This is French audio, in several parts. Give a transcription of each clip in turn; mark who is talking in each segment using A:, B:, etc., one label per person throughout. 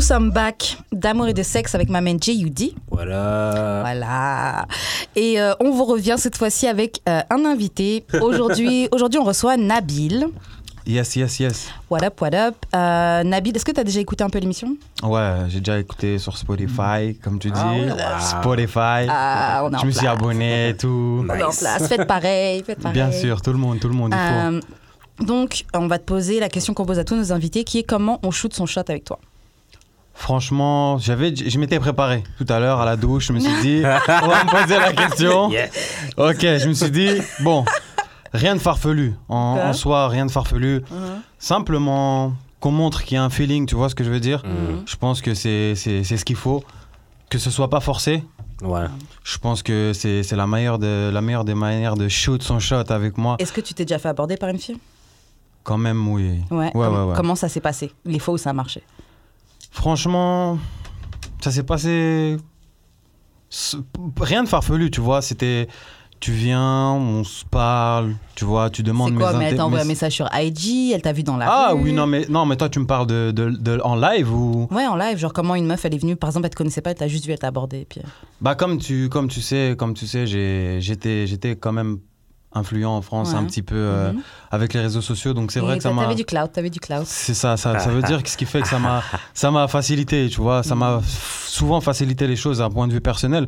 A: sommes back d'amour et de sexe avec ma main J.U.D.
B: Voilà.
A: Voilà. Et euh, on vous revient cette fois-ci avec euh, un invité. Aujourd'hui, aujourd'hui, on reçoit Nabil.
C: Yes, yes, yes.
A: What up, what up. Euh, Nabil, est-ce que tu as déjà écouté un peu l'émission
C: Ouais, j'ai déjà écouté sur Spotify, comme tu dis.
B: Ah ouais, là.
C: Spotify.
A: Mm. Ah, on est en
C: je me suis
A: place.
C: abonné et tout.
A: On est en
B: Nice.
A: place. Faites pareil, faites pareil.
C: Bien sûr, tout le monde, tout le monde, il faut.
A: Euh, donc, on va te poser la question qu'on pose à tous nos invités, qui est comment on shoot son shot avec toi.
C: Franchement, j'avais, je m'étais préparé tout à l'heure à la douche. Je me suis dit, on va me poser la question.
B: Yes.
C: Ok, je me suis dit, bon, rien de farfelu. En, en
A: Ok. Mm.
C: soi, rien de farfelu. Simplement qu'on montre qu'il y a un feeling, tu vois ce que je veux dire
A: Mm.
B: Mhm.
C: Je pense que c'est, c'est, c'est ce qu'il faut. Que ce soit pas forcé.
B: Voilà.
C: Je pense que c'est, c'est la, meilleure de, la meilleure des manières de shoot son shot avec moi.
A: Est-ce que tu t'es déjà fait aborder par une fille
C: Quand même mouillé.
A: ouais.
C: Ouais, ouais, ouais.
A: Comment ça s'est passé Les fois où ça a marché
C: Franchement, ça s'est passé. s- Rien de farfelu, tu vois. C'était. Tu viens, on se parle, tu vois, tu demandes
A: C'est quoi
C: mes
A: Mais elle
C: inté-
A: t'a envoyé
C: mes-
A: un message Mmh. sur IG, elle t'a vu dans la
C: Ah
A: rue.
C: oui, non mais, non, mais toi, tu me parles de, de- de- en live ou.
A: Ouais, en live, genre comment une meuf, elle est venue, par exemple, elle te connaissait pas, elle t'a juste vu, elle t'a abordé. et Puis... euh,
C: Bah, comme tu, comme tu sais, comme tu sais j'ai- j'étais j'étais quand même influent en France
A: Ouais.
C: un petit peu euh,
A: Mhm.
C: avec les réseaux sociaux, donc c'est
A: et
C: vrai que ça
A: t'a-
C: m'a.
A: T'avais du cloud, t'avais du cloud.
C: C'est ça, ça, ça veut dire que ce qui fait que ça m'a, ça m'a facilité, tu vois, ça m'a f- souvent facilité les choses d'un point de vue personnel.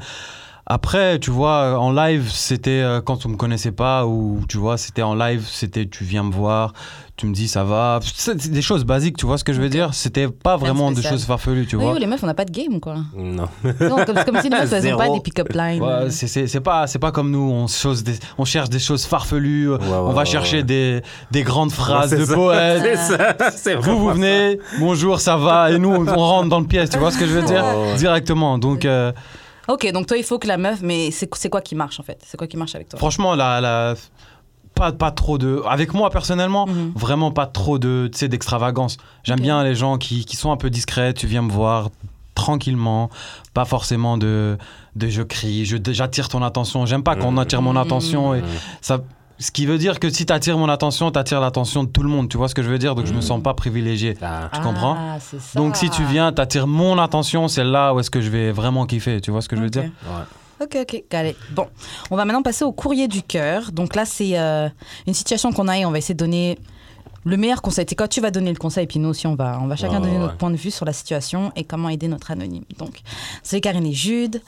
C: Après, tu vois, en live, c'était euh, quand on me connaissait pas ou tu vois, c'était en live, c'était tu viens me voir, tu me dis ça va, c'est c'est des choses basiques, tu vois ce que je veux dire. C'était pas
A: Rien de
C: vraiment de
A: spécial.
C: choses farfelues, tu
A: Oui,
C: vois.
A: oui, les meufs, on n'a pas de game, quoi.
B: Non.
A: Non, comme, comme si les meufs, elles n'ont
B: Zéro.
A: pas des pick-up lines.
C: Ouais,
A: euh.
C: c'est- c'est c'est pas, c'est pas comme nous, on, chose des- on cherche des choses farfelues,
B: ouais,
C: on va
B: ouais,
C: chercher
B: ouais.
C: des, des grandes phrases
B: Ouais,
C: de
B: c'est ça.
C: poètes.
B: C'est ça. C'est
C: Vous, vous
B: vraiment
C: venez, bonjour, ça va, et nous, on on rentre dans le pièce, tu vois ce que je veux dire
B: Ouais, ouais.
C: Directement. Donc, euh,
A: Ok, donc toi, il faut que la meuf, mais c'est c'est quoi qui marche en fait C'est quoi qui marche avec toi
C: franchement, la, la- pas, pas trop de. Avec moi, personnellement,
A: Mhm.
C: vraiment pas trop de, tu sais, d'extravagance. J'aime
A: Ok.
C: bien les gens qui, qui sont un peu discrets, tu viens me voir tranquillement, pas forcément de, de je crie, je- j'attire ton attention. J'aime pas qu'on
B: Mhm.
C: attire mon attention. Et
B: Mhm.
C: ça, ce qui veut dire que si t'attires mon attention, t'attires l'attention de tout le monde, tu vois ce que je veux dire Donc,
B: Mm.
C: je me
A: Mhm.
C: sens pas privilégié.
B: ça.
C: tu comprends
A: Ah, c'est ça.
C: Donc si tu viens, t'attires mon attention, c'est là où est-ce que je vais vraiment kiffer, tu vois ce que je veux
A: Ok.
C: dire
B: Ouais.
A: Ok, ok, allez. Bon, on va maintenant passer au courrier du cœur. Donc là, c'est euh, une situation qu'on a et on va essayer de donner le meilleur conseil. C'est quand tu vas donner le conseil, puis nous aussi, on va, on va chacun
B: Ouais,
A: donner
B: ouais,
A: notre
B: ouais.
A: point de vue sur la situation et comment aider notre anonyme. Donc, c'est Karine et Jude.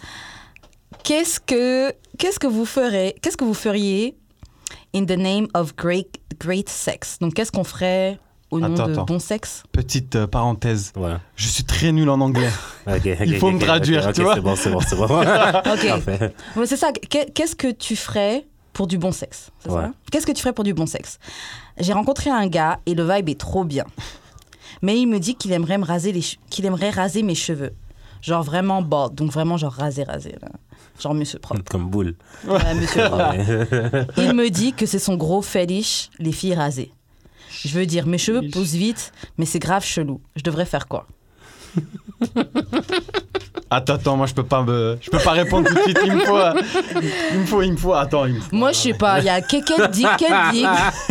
A: Qu'est-ce que, qu'est-ce que vous ferez, qu'est-ce que vous feriez in the name of great, great sex Donc, qu'est-ce qu'on ferait au nom
C: Attends,
A: de
C: attends.
A: bon sexe
C: Petite euh, parenthèse,
B: Voilà.
C: je suis très nul en anglais.
B: Ok, ok,
C: Il faut
B: ok,
C: me
B: ok,
C: traduire,
B: ok,
C: tu vois.
B: C'est bon, c'est bon, c'est bon.
A: Ok.
B: Parfait.
A: Ouais, c'est ça. Qu'est- Qu'est-ce que tu ferais pour du bon sexe c'est ça
B: Ouais.
A: Qu'est-ce que tu ferais pour du bon sexe J'ai rencontré un gars et le vibe est trop bien. Mais il me dit qu'il aimerait me raser les che- qu'il aimerait raser mes cheveux. Genre vraiment bald, donc vraiment genre rasé rasé là. Genre monsieur propre.
B: Comme boule.
A: Ouais, monsieur propre.
B: Ouais.
A: Il me dit que c'est son gros fétiche, les filles rasées. Je veux dire, mes cheveux poussent vite, mais c'est grave chelou. Je devrais faire quoi
C: Attends, attends, moi je peux pas me, je peux pas répondre tout de suite. Il me faut, euh, il me faut, il me faut. Attends, il me faut.
A: Moi, je sais pas. Il y a que- quel dick, quel dick,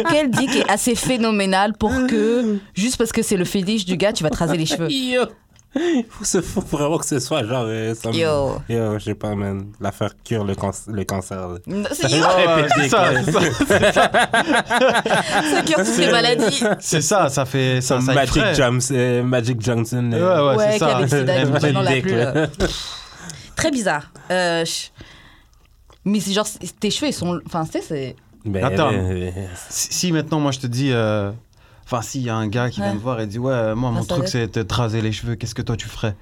A: quel dick est assez phénoménal pour que, juste parce que c'est le fétiche du gars, tu vas te raser les cheveux.
B: Yo. Faut, se- faut vraiment que ce soit genre. euh, ça me-
A: Yo.
B: Yo, je sais pas, man. L'affaire cure le, canc- le cancer. là.
A: Non, C'est
C: Ouais, ouais, c'est ça, c'est ça,
A: ça qui toutes les maladies.
C: c'est ça, ça fait ça, ça
B: Magic,
C: effraie.
B: Johnson, euh, Magic Johnson.
C: Ouais,
B: euh,
C: ouais,
A: Ouais,
C: c'est
A: qui
C: ça.
A: avec Sida,
B: MJ
A: maintenant la
B: Dick,
A: plus.
B: là.
A: euh, Très bizarre. Euh, je- Mais c'est genre, c'est- tes cheveux, ils sont. Enfin, tu sais, c'est.
B: Ben,
C: Attends.
B: euh,
C: Si, si maintenant, moi je te dis. euh, Enfin, s'il y a un gars qui
A: Ouais.
C: vient me voir et dit Ouais, moi,
A: ça
C: mon
A: va
C: truc,
A: être-
C: c'est de te raser les cheveux, qu'est-ce que toi tu ferais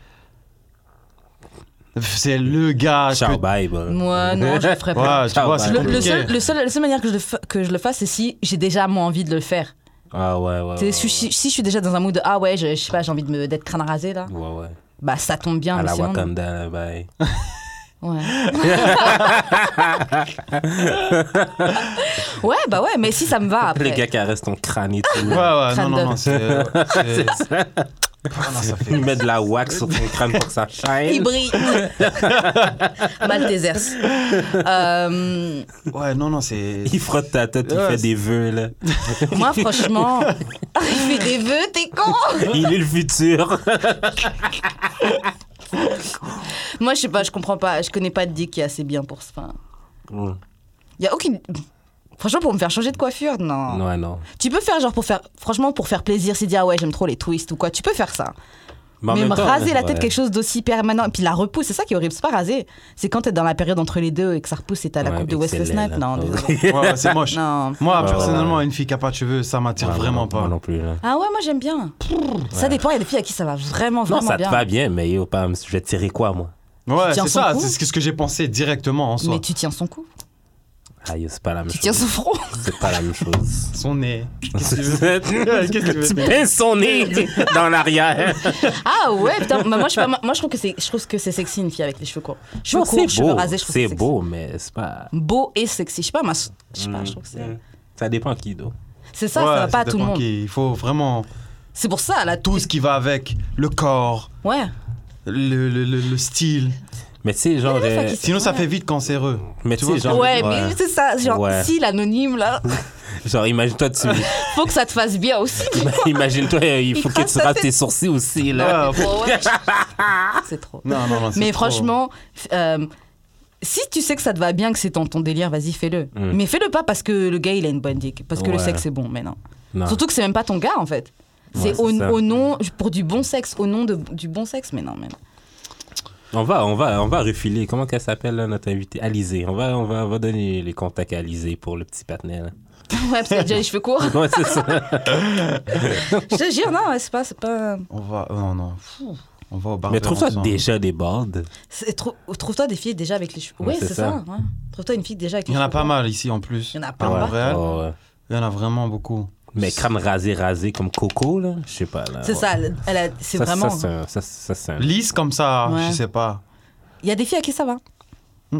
C: C'est le gars. Ah, je
B: ciao,
C: peux-
B: bye, bro.
A: Moi, non, je le ferais pas.
C: Euh. Ouais, tu vois, c'est
A: Le, le
C: compliqué.
A: seul, le seul- la seule manière que je, le fa- que je le fasse, c'est si j'ai déjà moi envie de le faire.
B: Ah ouais, ouais.
A: Tu sais,
B: ouais,
A: Si, si- si je suis déjà dans un mood de ah ouais, je, je sais pas, j'ai envie de me- d'être crâne rasé là,
B: Ouais, ouais.
A: bah ça tombe bien.
B: à
A: mais
B: la
A: sinon, non.
B: Wakanda, là, bye.
A: Ouais. ouais, bah ouais, mais si ça me va
B: Les
A: après.
B: gars qui arrêtent ton crâne et tout.
C: Ouais, ouais, non,
A: Crâne
C: non,
A: d'œuf.
C: non, c'est. c'est-
B: Il met de la wax sur ton crâne pour que ça
A: Il
B: shine.
A: brille. Malteser. Euh,
C: Ouais, non, non, c'est.
B: Il frotte ta tête, il
C: Ouais,
B: fait
C: c'est-
B: des vœux, là.
A: moi, franchement, il fait des vœux, t'es con.
B: Il est le futur.
A: Moi, je sais pas, je comprends pas. Je connais pas de dick qui est assez bien pour ça. Enfin, y a aucune. Franchement, pour me faire changer de coiffure, non.
B: Ouais, non.
A: Tu peux faire genre pour faire. Franchement, pour faire plaisir, c'est dire ah ouais, j'aime trop les twists ou quoi. Tu peux faire ça.
B: en
A: Mais
B: même
A: me
B: temps,
A: raser la tête,
B: ouais.
A: quelque chose d'aussi permanent. Et puis la repousse, c'est ça qui est horrible. C'est pas raser. C'est quand t'es dans la période entre les deux et que ça repousse et t'as la
B: Ouais,
A: coupe de
B: et que c'est
A: Wesley
B: laid,
A: Snipes.
B: là.
A: Non,
B: Ouais.
A: désolé.
C: Ouais, ouais, c'est moche.
A: non.
C: Moi,
B: Ouais,
C: personnellement,
B: ouais, ouais.
C: une fille qui a pas de cheveux, ça m'attire
B: Ouais,
C: vraiment
B: non,
C: pas.
B: Moi non plus, là.
A: Ah ouais, moi j'aime bien. Ça dépend, il y a des filles à qui ça va vraiment,
B: Non,
A: vraiment
B: ça te
A: bien.
B: va bien, mais yo, Pam, je vais te tirer quoi, moi
C: Ouais,
A: tiens
C: c'est
A: son
C: ça,
A: coup
C: c'est ce que- ce que j'ai pensé directement en soi.
A: Mais tu tiens son cou,
B: Ah, yo, c'est pas la même
A: tu tiens
B: chose.
A: son front.
B: C'est pas la même chose.
C: Son nez. Qu'est-ce que tu veux
B: tu
C: Qu'est-ce que tu veux dire
B: pinces son nez dans l'arrière.
A: Ah ouais, putain, mais moi je, suis pas- moi, je trouve que c'est, je trouve que c'est sexy une fille avec les cheveux courts. Cheveux
B: Non,
A: courts, cheveux
B: beau,
A: rasés, je trouve que
B: C'est
A: sexy.
B: beau, mais c'est pas. Hmm.
A: Beau et sexy. Je sais pas, ma- je sais pas, je trouve que c'est.
B: Ça dépend qui, d'où.
A: C'est ça,
C: Ouais,
A: ça va pas à tout le
C: dépend
A: monde.
C: qui. Il faut vraiment
A: C'est pour ça, là, tout.
C: tout ce qui va avec le corps,
A: Ouais.
C: le, le- le- le style.
B: Mais tu sais, genre.
A: Mais les
B: euh,
A: meufs à qui
C: Sinon, ça
A: Ouais.
C: fait vite cancéreux.
B: Mais tu sais, genre.
A: Ouais, mais c'est ça, genre,
B: Ouais.
A: si l'anonyme, là,
B: Genre, imagine-toi, tu.
A: faut que ça te fasse bien aussi.
B: Imagine-toi, euh, il
A: Il
B: faut que
A: trace
B: tu
A: sa
B: rases
A: tête.
B: tes sourcils aussi, là.
C: Ouais,
A: Bon, ouais. c'est trop.
C: Non, non, non. c'est
A: Mais
C: trop-
A: franchement, f- euh, si tu sais que ça te va bien, que c'est ton, ton délire, vas-y, fais-le.
B: Mm.
A: Mais fais-le pas parce que le gars, il a une bonne dick. Parce que le
B: Ouais.
A: sexe, c'est bon, mais non.
B: Non.
A: Surtout que c'est même pas ton gars, en fait.
B: Ouais,
A: C'est
B: c'est
A: au,
B: ça.
A: au nom, pour du bon sexe, au nom de, du bon sexe, mais non, mais non.
B: On va, on va, on va refiler. Comment qu'elle s'appelle, là, notre invitée Alizé. On va, on va, on va donner les contacts à Alizé pour le petit patinet, là.
A: Ouais, parce qu'il a déjà les cheveux courts.
B: Ouais, c'est ça.
A: Je te jure, non, ouais, c'est pas. C'est pas...
C: On va. oh, Non, non. On va au barbecue.
B: Mais trouve-toi déjà des bordes.
A: c'est- trou- Trouve-toi des filles déjà avec les cheveux.
B: Ouais,
A: Oui,
B: c'est
A: c'est ça. ouais. Trouve-toi une fille déjà avec les
C: Il y en a
A: cheveux
C: pas
A: courts.
C: mal ici en plus.
A: Il y en a pas
C: À
A: mal.
C: Montréal,
B: Oh, ouais.
C: il y en a vraiment beaucoup.
B: Mais crâne rasé, rasé comme Coco, là, je sais pas. là.
A: C'est
B: Ouais.
A: ça, elle- elle a- c'est
B: Ça,
A: vraiment.
B: Ça, c'est un- ça, ça, c'est un-
C: Lisse comme ça,
A: Ouais.
C: je sais pas.
A: Il y a des filles à qui ça va.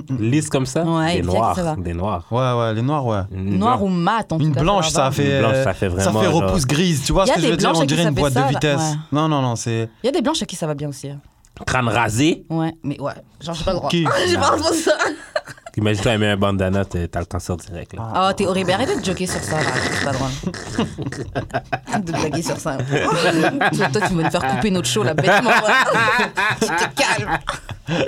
B: Lisse comme ça
A: Ouais,
B: Des
A: bien que ça va.
B: noirs. Des noirs.
C: Ouais, ouais, les noirs, ouais.
A: Noir ou mat, en tout
C: Une
A: cas.
C: blanche,
A: va.
C: ça fait,
B: Une blanche,
C: euh,
B: ça fait vraiment, genre-
C: repousse grise, tu vois
A: hein. Y a
C: ce que je
A: des
C: veux dire
A: blanches
C: On
A: à qui
C: dirait
A: ça
C: une
A: fait
C: boîte
A: ça,
C: de
A: là.
C: vitesse.
A: Ouais.
C: Non, non, non, c'est.
A: Il y a des blanches à qui ça va bien aussi. hein.
B: Crâne rasé
A: Ouais, mais ouais, genre j'ai pas le droit.
C: Qui
A: j'ai pas le droit de ça.
B: Imagine-toi, elle met un bandana, t'es- t'as le cancer direct. Là.
A: Oh, t'es horrible. Arrête de joker sur ça, là. C'est pas drôle. Arrête de blaguer sur ça. toi, toi, tu vas me faire couper notre show, là, bêtement. là. tu te calmes. Euh,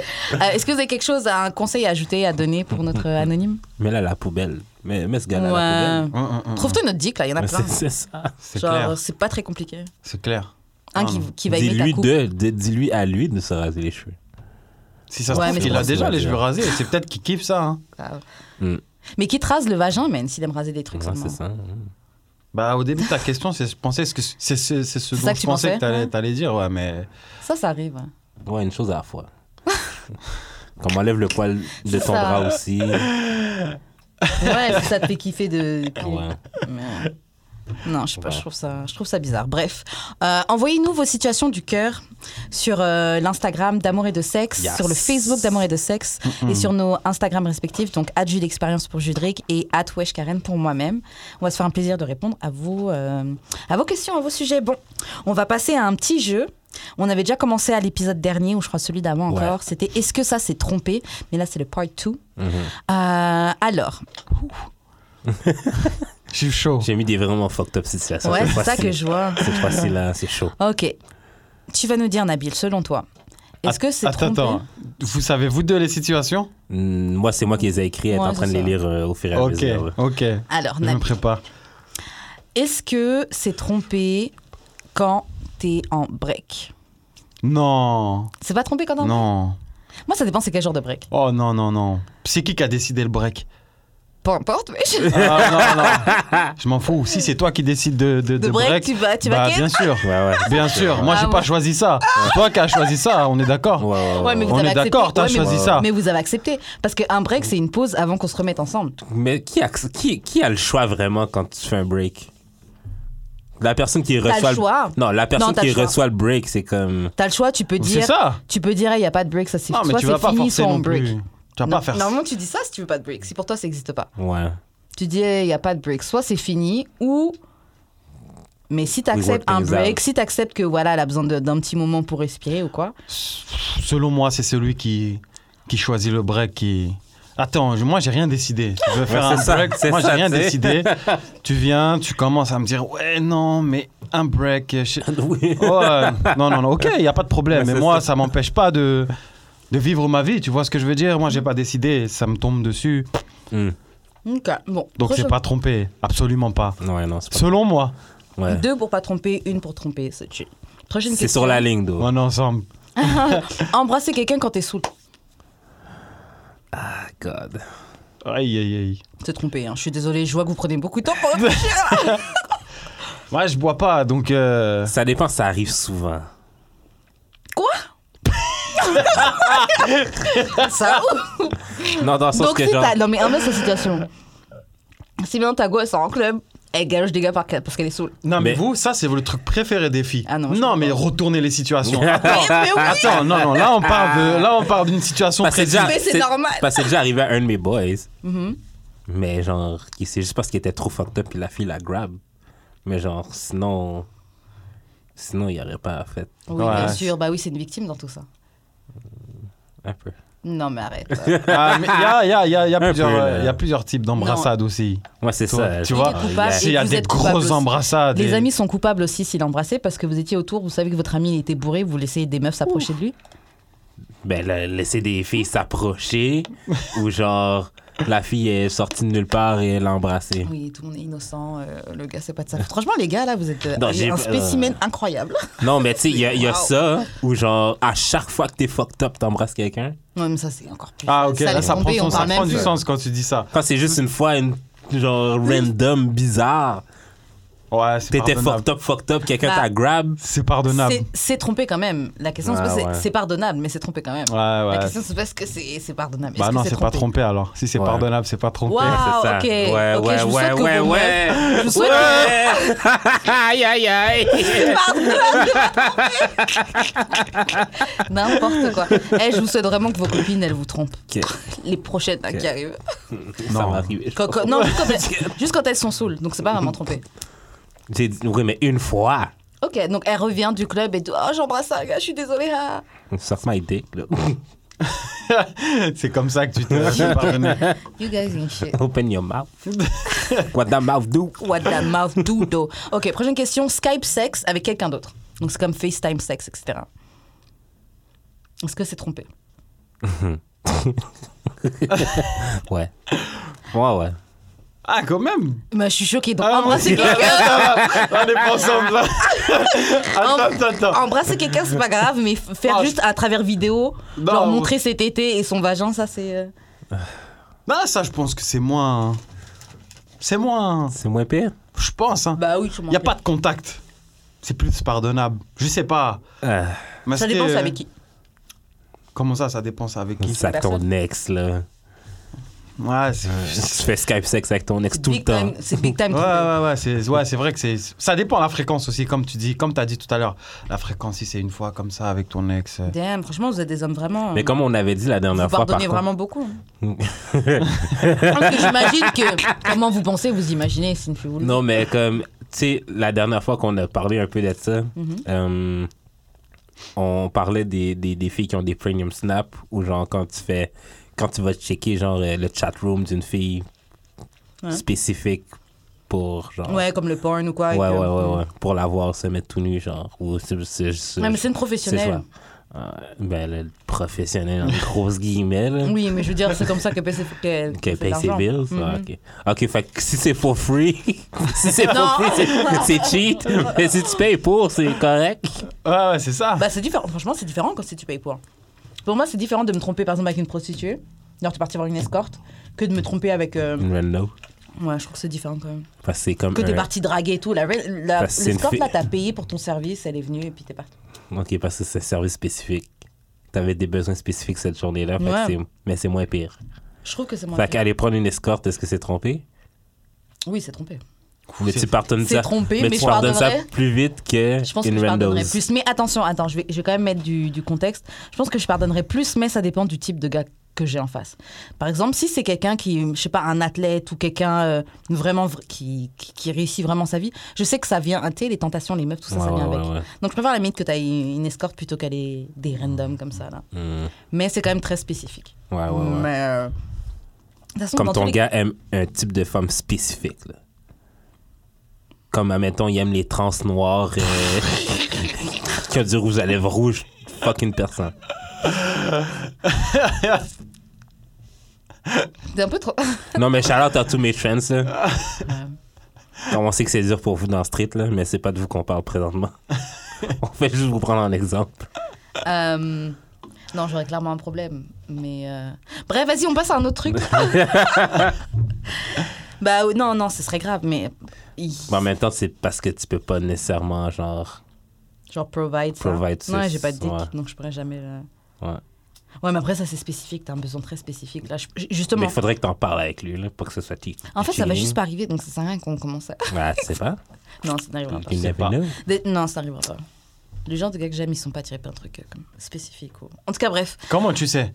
A: Est-ce que vous avez quelque chose, un conseil à ajouter, à donner pour notre anonyme
B: Mais là, la poubelle. Mais, mais ce gars-là, la poubelle.
C: Hum, hum, hum.
A: Trouve-toi notre dick, là. Il y en a
B: Mais
A: plein.
B: c'est- C'est ça.
C: C'est clair.
A: Genre, euh, c'est pas très compliqué.
C: C'est clair.
A: Un
C: Ah,
A: qui,
C: non.
A: qui va aimer ta
B: Dis-lui
A: coupe.
B: de, de- dis-lui à lui de se raser les cheveux.
C: Si ça se
A: Ouais, mais
C: trouve,
A: je
C: il a
A: pense que
C: déjà
B: c'est
C: les cheveux
B: bien.
C: rasés. C'est peut-être qu'il kiffe ça. hein.
A: Grave.
B: Mm.
A: Mais qui te rase le vagin, man, s'il aime raser des trucs
B: Ouais,
A: seulement.
B: c'est ça. Mm.
C: Bah, au début de ta question, c'est, je pensais ce que c'est, c'est, c'est ce
A: C'est
C: dont
A: ça que
C: je
A: tu
C: pensais
A: pensais,
C: que t'allais,
A: ouais.
C: t'allais dire, ouais, mais
A: Ça, ça arrive. ouais.
B: hein. Ouais, une chose à la fois. Comme enlève le poil de
A: C'est
B: ton
A: ça.
B: bras aussi.
A: Ouais, si ça te fait kiffer de.
B: Ah Ouais.
A: Mais ouais. Non, je sais pas, je trouve ça, je trouve ça bizarre. Bref, Euh, envoyez-nous vos situations du cœur sur euh, l'Instagram d'Amour et de Sexe,
B: Yes.
A: sur le Facebook d'Amour et de Sexe et sur nos Instagram respectifs, donc @judexperience pour Judric et @weshkaren pour moi-même. On va se faire un plaisir de répondre à vos, euh, à vos questions, à vos sujets. Bon, on va passer à un petit jeu. On avait déjà commencé à l'épisode dernier, ou je crois celui d'avant
B: Ouais.
A: encore, c'était Est-ce que ça s'est trompé Mais là, c'est le part 2.
B: Mhm.
A: alors,
C: je suis chaud.
B: J'ai mis des vraiment fucked up situations.
A: ouais,
B: cette
A: c'est ça
B: fois-ci.
A: que je vois.
B: Cette fois-ci, là, c'est chaud.
A: Ok. Tu vas nous dire, Nabil, selon toi, est-ce que c'est
C: Attends,
A: trompé
C: attends. Vous savez, vous deux, les situations
B: Mm, Moi, c'est moi qui les ai écrits. Elle est
A: Ouais,
B: en train de
A: c'est
B: les
A: ça.
B: lire euh, au fur et à
C: Ok,
B: mesure. ouais.
C: ok.
A: Alors,
C: Je me
A: Nabil,
C: prépare.
A: est-ce que c'est trompé quand t'es en break
C: Non,
A: C'est pas trompé quand t'es en break
C: non.
A: Moi, ça dépend, c'est quel genre de break
C: Oh non, non, non. C'est qui qui a décidé le break
A: Peu importe, mais
C: Euh, Ah, non, non. Je m'en fous. Si c'est toi qui décides de, de,
A: de
C: de
A: break, tu vas, tu vas
C: bah,
A: quête
C: bien sûr.
B: Ouais, ouais.
C: Bien sûr. Moi,
A: Ah,
C: j'ai
A: ouais.
C: pas choisi ça. C'est toi qui as choisi ça, on est d'accord.
B: Ouais, ouais, ouais,
A: Ouais, mais vous
C: On
A: avez
C: est d'accord,
A: accepté.
C: t'as
A: Ouais, mais
C: choisi
A: vous-
C: ça.
A: Mais vous avez accepté. Parce qu'un break, c'est une pause avant qu'on se remette ensemble.
B: Mais qui a, qui, qui a le choix vraiment quand tu fais un break? La personne qui
A: le
B: reçoit
A: choix.
B: Non, la personne
A: Non, t'as
B: qui
A: le choix.
B: reçoit le break, c'est comme.
A: T'as le choix, tu peux
C: C'est
A: dire.
C: ça.
A: Tu peux dire, il n'y a pas de break, ça c'est
C: Non, mais
A: soit
C: tu vas
A: c'est
C: pas
A: fini,
C: forcer
A: soit on
C: non
A: break.
C: plus. Tu vas
A: Non,
C: pas faire ça.
A: normalement, tu dis ça si tu veux pas de break. Si pour toi, ça n'existe pas.
B: Ouais.
A: Tu dis, il n'y a pas de break. Soit c'est fini, ou Mais si tu acceptes
B: work
A: un
B: things
A: break,
B: out.
A: si tu acceptes que voilà, elle a besoin de- d'un petit moment pour respirer ou quoi.
C: Selon moi, c'est celui qui, qui choisit le break qui. Attends, je- moi j'ai rien décidé. Tu veux faire
B: c'est
C: un
B: ça,
C: break
B: c'est
C: Moi j'ai
B: ça,
C: rien
B: tu sais.
C: décidé. tu viens, tu commences à me dire ouais non mais un break. je-
B: Oui.
C: Oh, euh, non non non. Ok, il y a pas de problème.
B: Mais
C: Mais
B: c'est
C: moi
B: ça.
C: ça m'empêche pas de de vivre ma vie. Tu vois ce que je veux dire Moi j'ai pas décidé. Ça me tombe dessus.
B: Hmm.
A: Ok, bon.
C: Donc
A: Prochaine-
C: j'ai pas trompé. Absolument pas.
B: Ouais, non, c'est pas.
C: Selon moi,
B: Ouais.
A: Deux pour pas tromper, une pour tromper. C'est chill. Prochaine
B: C'est
A: question.
B: sur la ligne, d'eau.
C: on est ensemble.
A: Embrasser quelqu'un quand t'es saoul.
B: Ah, God.
C: Aïe aïe aïe.
A: C'est trompé, hein. je suis désolée, je vois que vous prenez beaucoup de temps pour réfléchir.
C: Moi je bois pas donc. euh,
B: Ça dépend, ça arrive souvent.
A: Quoi Ça ouf.
B: Non, dans le sens
A: Donc,
B: que
A: si
B: genre.
A: t'as. Non, mais inverse la situation. Si maintenant ta go, elle sort en club, elle galoche des gars par- parce qu'elle est saoule.
C: Non, mais,
B: Mais-
C: vous, ça, c'est le truc préféré des filles.
A: Ah non, je comprends.
C: mais retournez les situations.
A: Mais, mais oui, Ah.
C: Attends, non, non, là, on parle de- là, on parle d'une situation
B: Parce que
C: précise.
B: déjà-
A: Mais c'est normal. Mm-hmm.
B: Parce que c'est déjà arrivé à un de mes boys. Mais genre, qui- c'est juste parce qu'il était trop fucked up, puis la fille la grab. Mais genre, sinon. Sinon, il n'y aurait pas fait
A: Oui,
C: Ouais.
A: bien sûr, bah oui, c'est une victime dans tout ça.
B: un peu.
A: Non, mais arrête.
C: Ah, mais Il y a, il y a- il y a- il y a
B: Un
C: plusieurs,
B: peu, là.
C: euh, il y a plusieurs types d'embrassades aussi.
B: Moi, c'est
C: Toi,
B: ça.
C: tu
A: Il est
B: genre, il y
C: vois,
B: a-
A: coupable. Et
C: il y a
A: vous
C: des
A: êtes coupable
C: grosses
A: aussi.
C: embrassades.
A: Les
C: et-
A: amis sont coupables aussi s'il embrassait parce que vous étiez autour, vous savez que votre ami il était bourré, vous laissez des meufs s'approcher de lui.
B: ben, la- laisser des filles s'approcher, ou genre, la fille est sortie de nulle part et elle l'a embrassée.
A: Oui, tout le monde est innocent, euh, le gars c'est pas de ça. Franchement, les gars là, vous êtes euh,
B: Non, j'ai-
A: un spécimen incroyable.
B: Non, mais tu sais, il y a, il y a
A: Wow.
B: ça, ou genre, à chaque fois que t'es fucked up, t'embrasses quelqu'un.
A: Non, mais ça c'est encore plus.
C: Ah, ok,
A: ça,
C: là,
A: laisse
C: ça prend,
A: tomber,
C: son-
A: on
C: ça
A: parle même
C: prend du
A: plus.
C: sens quand tu dis ça.
B: Quand c'est juste une fois, une genre random, bizarre,
C: Ouais, c'est
B: t'étais
C: pardonnable.
B: fucked up, fucked up, quelqu'un
A: Bah,
B: t'a grab.
C: C'est pardonnable.
A: C'est- C'est trompé quand même. La question
B: Ouais,
A: se pose, c'est-
B: ouais.
A: c'est pardonnable, mais c'est trompé quand même.
C: Ah,
A: La
C: Ouais, ouais.
A: question se pose, est-ce que c'est c'est pardonnable Est-ce
C: Bah
A: que
C: non, c'est pas
A: trompé
C: trompé alors. Si c'est
B: Ouais.
C: pardonnable, c'est pas trompé.
A: Waouh,
B: C'est ça.
A: ok.
B: Ouais,
A: ok,
B: ouais,
A: je vous
B: ouais,
A: souhaite que
B: ouais,
A: vos
B: ouais.
A: meufs- Je vous souhaite
B: Ouais. aïe, aïe, aïe.
A: N'importe quoi. Eh, je vous souhaite vraiment que vos copines, elles vous trompent.
B: Ok.
A: Les prochaines là, qui arrivent.
B: Ça
C: Non.
B: m'est arrivé. je
A: Quand-
B: crois.
A: quand- non, juste quand, elles, juste quand elles sont saoules. Donc, c'est pas vraiment trompé.
B: J'ai dit, oui, mais une fois.
A: Ok, donc elle revient du club et dit Oh, j'embrasse un gars, je suis désolée. ah.
B: Suck my dick, là.
C: c'est comme ça que tu te fais pardonner.
A: You guys ain't shit.
B: Open your mouth. What that mouth do?
A: What that mouth do, though. Ok, prochaine question Skype sexe avec quelqu'un d'autre. Donc, c'est comme FaceTime sexe, etc. Est-ce que c'est trompé
B: Ouais. Ouais, ouais.
C: Ah, quand même
A: Bah, je suis choquée. Donc,
C: Ah,
A: embrasser
C: mon Dieu.
A: quelqu'un,
C: On est pas ensemble là. Attends, attends, attends.
A: embrasser quelqu'un, c'est pas grave, mais f- faire
C: Ah,
A: juste à travers vidéo,
C: Non,
A: genre
C: vous-
A: montrer ses tétés et son vagin, ça c'est. euh,
C: Non, ça, je pense que c'est moins. C'est moins.
B: C'est moins pire?
C: Je pense, hein.
A: Bah oui,
C: Il a pas de contact. C'est plus pardonnable. Je sais pas.
B: Ah,
C: Mais
A: Ça
C: c'était-
A: dépend, c'est avec qui.
C: Comment ça, ça dépend, c'est avec qui
B: c'est avec ton ex, là.
C: Ouais, c'est.
B: Tu fais Skype sexe avec ton ex tout le
A: Big
B: temps.
A: time, c'est big time.
C: Ouais, ouais, ouais, c'est ouais, c'est vrai que c'est. Ça dépend la fréquence aussi, comme tu dis, comme t'as dit tout à l'heure. La fréquence, si c'est une fois comme ça avec ton ex. euh,
A: Damn, franchement, vous êtes des hommes vraiment. euh,
B: Mais comme on avait dit la
A: vous
B: dernière fois, par
A: pardonnez
B: contre,
A: vraiment beaucoup. hein. Parce que j'imagine que comment vous pensez, vous imaginez si vous voulez.
B: Non, mais comme, tu sais, la dernière fois qu'on a parlé un peu de ça,
A: Mm-hmm.
B: euh, on parlait des, des, des filles qui ont des premium snap ou genre quand tu fais, quand tu vas checker genre euh, le chat room d'une fille
A: Ouais.
B: spécifique pour genre.
A: Ouais, comme le porn ou quoi. et
B: Ouais, ouais,
A: que-
B: ouais, ouais. Pour la voir se mettre tout nu, genre. Ou c'est, c'est, c'est-
A: Ouais, mais c'est une
B: c'est
A: professionnelle.
B: ça. Euh, ben, le professionnel, en grosses guillemets, là.
A: Oui, mais je veux dire, c'est comme ça que PCF qu'elle
B: Qu'elle
A: fait
B: paye ses
A: l'argent.
B: bills?
A: Mhm.
B: Ah, ok. Ok, fait que si c'est for free, si c'est
A: Non.
B: for free, c'est- c'est cheat. Mais si tu payes pour, c'est correct.
C: Ouais, ouais, c'est ça.
A: Bah, c'est différent. Franchement, c'est différent quand si tu payes pour. Pour moi, c'est différent de me tromper par exemple avec une prostituée, genre tu parti voir une escorte, que de me tromper avec. euh,
B: Une rando.
A: Ouais, je trouve que c'est différent quand même.
B: Parce que c'est comme.
A: Que t'es
B: un-
A: parti draguer et tout. La, la,
B: Parce que Bah, c'est une
A: l'escorte,
B: fille.
A: là, t'as payé pour ton service, elle est venue et puis t'es parti.
B: Ok, parce que c'est un service spécifique. T'avais des besoins spécifiques cette journée-là. fait que
A: Ouais.
B: c'est- Mais c'est moins pire.
A: Je trouve que c'est moins.
B: Fait qu'aller prendre une escorte, est-ce que c'est trompé?
A: Oui, c'est trompé.
B: Mais tu pardonnes
A: c'est
B: ça.
A: trompé, mais
B: tu
A: je
B: pardonnes ça
A: pardonnerais.
B: plus vite que
A: Je pense que
B: une
A: je pardonnerais
B: randos.
A: plus. Mais attention, attends, je vais, je vais quand même mettre du, du contexte. Je pense que je pardonnerais plus, mais ça dépend du type de gars que j'ai en face. Par exemple, si c'est quelqu'un qui, je sais pas, un athlète ou quelqu'un euh, vraiment vr- qui, qui, qui réussit vraiment sa vie, je sais que ça vient, tu sais, les tentations, les meufs, tout ça, ça vient avec. Donc je préfère à la limite que tu aies une escorte plutôt qu'à des des randoms comme ça. Là.
B: Mm.
A: Mais c'est quand même très spécifique.
B: Ouais, Ah ouais, ouais.
A: Mais, euh, de toute façon,
B: Comme
A: dans
B: ton
A: tous les-
B: gars aime un type de femme spécifique, là. Comme, admettons, il aime les trans noirs euh, qui ont du rouge à lèvres rouge. Fucking personne.
A: C'est un peu trop.
B: Non, mais shout out à tous mes trans, là.
A: Ouais.
B: Comme on sait que c'est dur pour vous dans le street, là, mais c'est pas de vous qu'on parle présentement. on fait juste vous prendre en exemple.
A: Euh, non, j'aurais clairement un problème. Mais euh, bref, vas-y, on passe à un autre truc. bah euh, non, non, ce serait grave, mais il-
B: Bah, Mais en même temps, c'est parce que tu peux pas nécessairement, genre.
A: genre provide. ça.
B: Provide,
A: Non,
B: c'est-
A: j'ai pas de dick,
B: ouais.
A: donc je pourrais jamais. le-
B: Ouais.
A: Ouais, mais après ça c'est spécifique, t'as un besoin très spécifique. Là, je- j-
B: Mais
A: justement.
B: il faudrait que t'en parles avec lui, là, pour que ce soit ti-
A: En fait, ça va
B: cheating.
A: juste pas arriver, donc ça sert à rien qu'on commence. à-
B: Ah, tu sais pas.
A: Non, ça n'arrivera pas.
B: You
C: sais
B: never
C: pas.
B: know.
A: Des- Non, ça n'arrivera pas. Les gens de gars que j'aime, ils sont pas tirés par un truc euh, comme spécifique. ou- En tout cas, bref.
C: Comment tu sais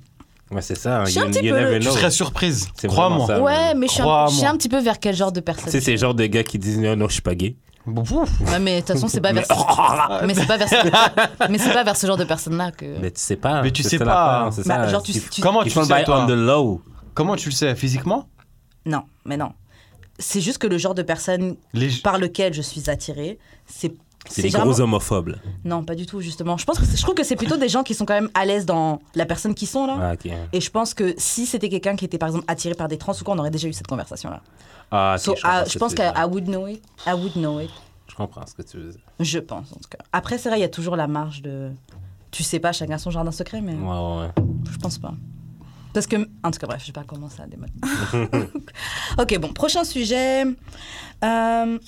B: Ouais, c'est ça. hein.
A: Je suis un
B: You-
A: petit
B: you
A: peu
B: never
A: le-
C: Tu
B: know.
C: serais surprise,
B: C'est vraiment
C: crois-moi.
B: ça.
A: Ouais, mais je suis, un,
C: crois-moi.
A: je sais un petit peu vers quel genre de personne.
B: Tu sais, Ah, c'est le genre de gars qui disent non, non, je suis pas gay.
C: Bouf.
A: Ouais, mais de toute façon, c'est pas vers.
B: Oh,
A: mais c'est pas vers. ce- mais c'est pas vers ce genre de personne-là que.
B: Mais tu sais pas.
C: Mais tu
B: c'est
C: sais
B: ça
C: pas.
B: l'affaire, c'est
A: Bah,
B: ça. hein.
A: genre, tu-
B: Ils-
A: tu-
C: Comment
B: Ils
C: tu
B: font
C: le
B: le
C: sais,
B: bail on
C: toi
B: the low.
C: Comment tu le sais Physiquement
A: Non, mais non. C'est juste que le genre de personne
C: Les...
A: par lequel je suis attirée, c'est.
B: C'est des
A: généralement-
B: gros homophobes. là.
A: Non, pas du tout, justement. Je pense que c'est- je trouve que c'est plutôt des gens qui sont quand même à l'aise dans la personne qu'ils sont là.
B: Ah, ok.
A: Et je pense que si c'était quelqu'un qui était par exemple attiré par des trans ou quoi, on aurait déjà eu cette conversation là.
B: Ah, ok,
A: So,
B: comprends
A: I-
B: ce
A: je
B: que
A: pense
B: tu
A: qu'à
B: veux dire.
A: I would know it. I would know it.
B: Je comprends ce que tu veux dire.
A: Je pense en tout cas. Après, c'est vrai, il y a toujours la marge de. Tu sais pas, chacun son jardin secret, mais.
B: Ouais, ouais, ouais.
A: Je pense pas. Parce que, en tout cas, bref, je vais pas commencer à débattre. ok, bon, prochain sujet. Euh,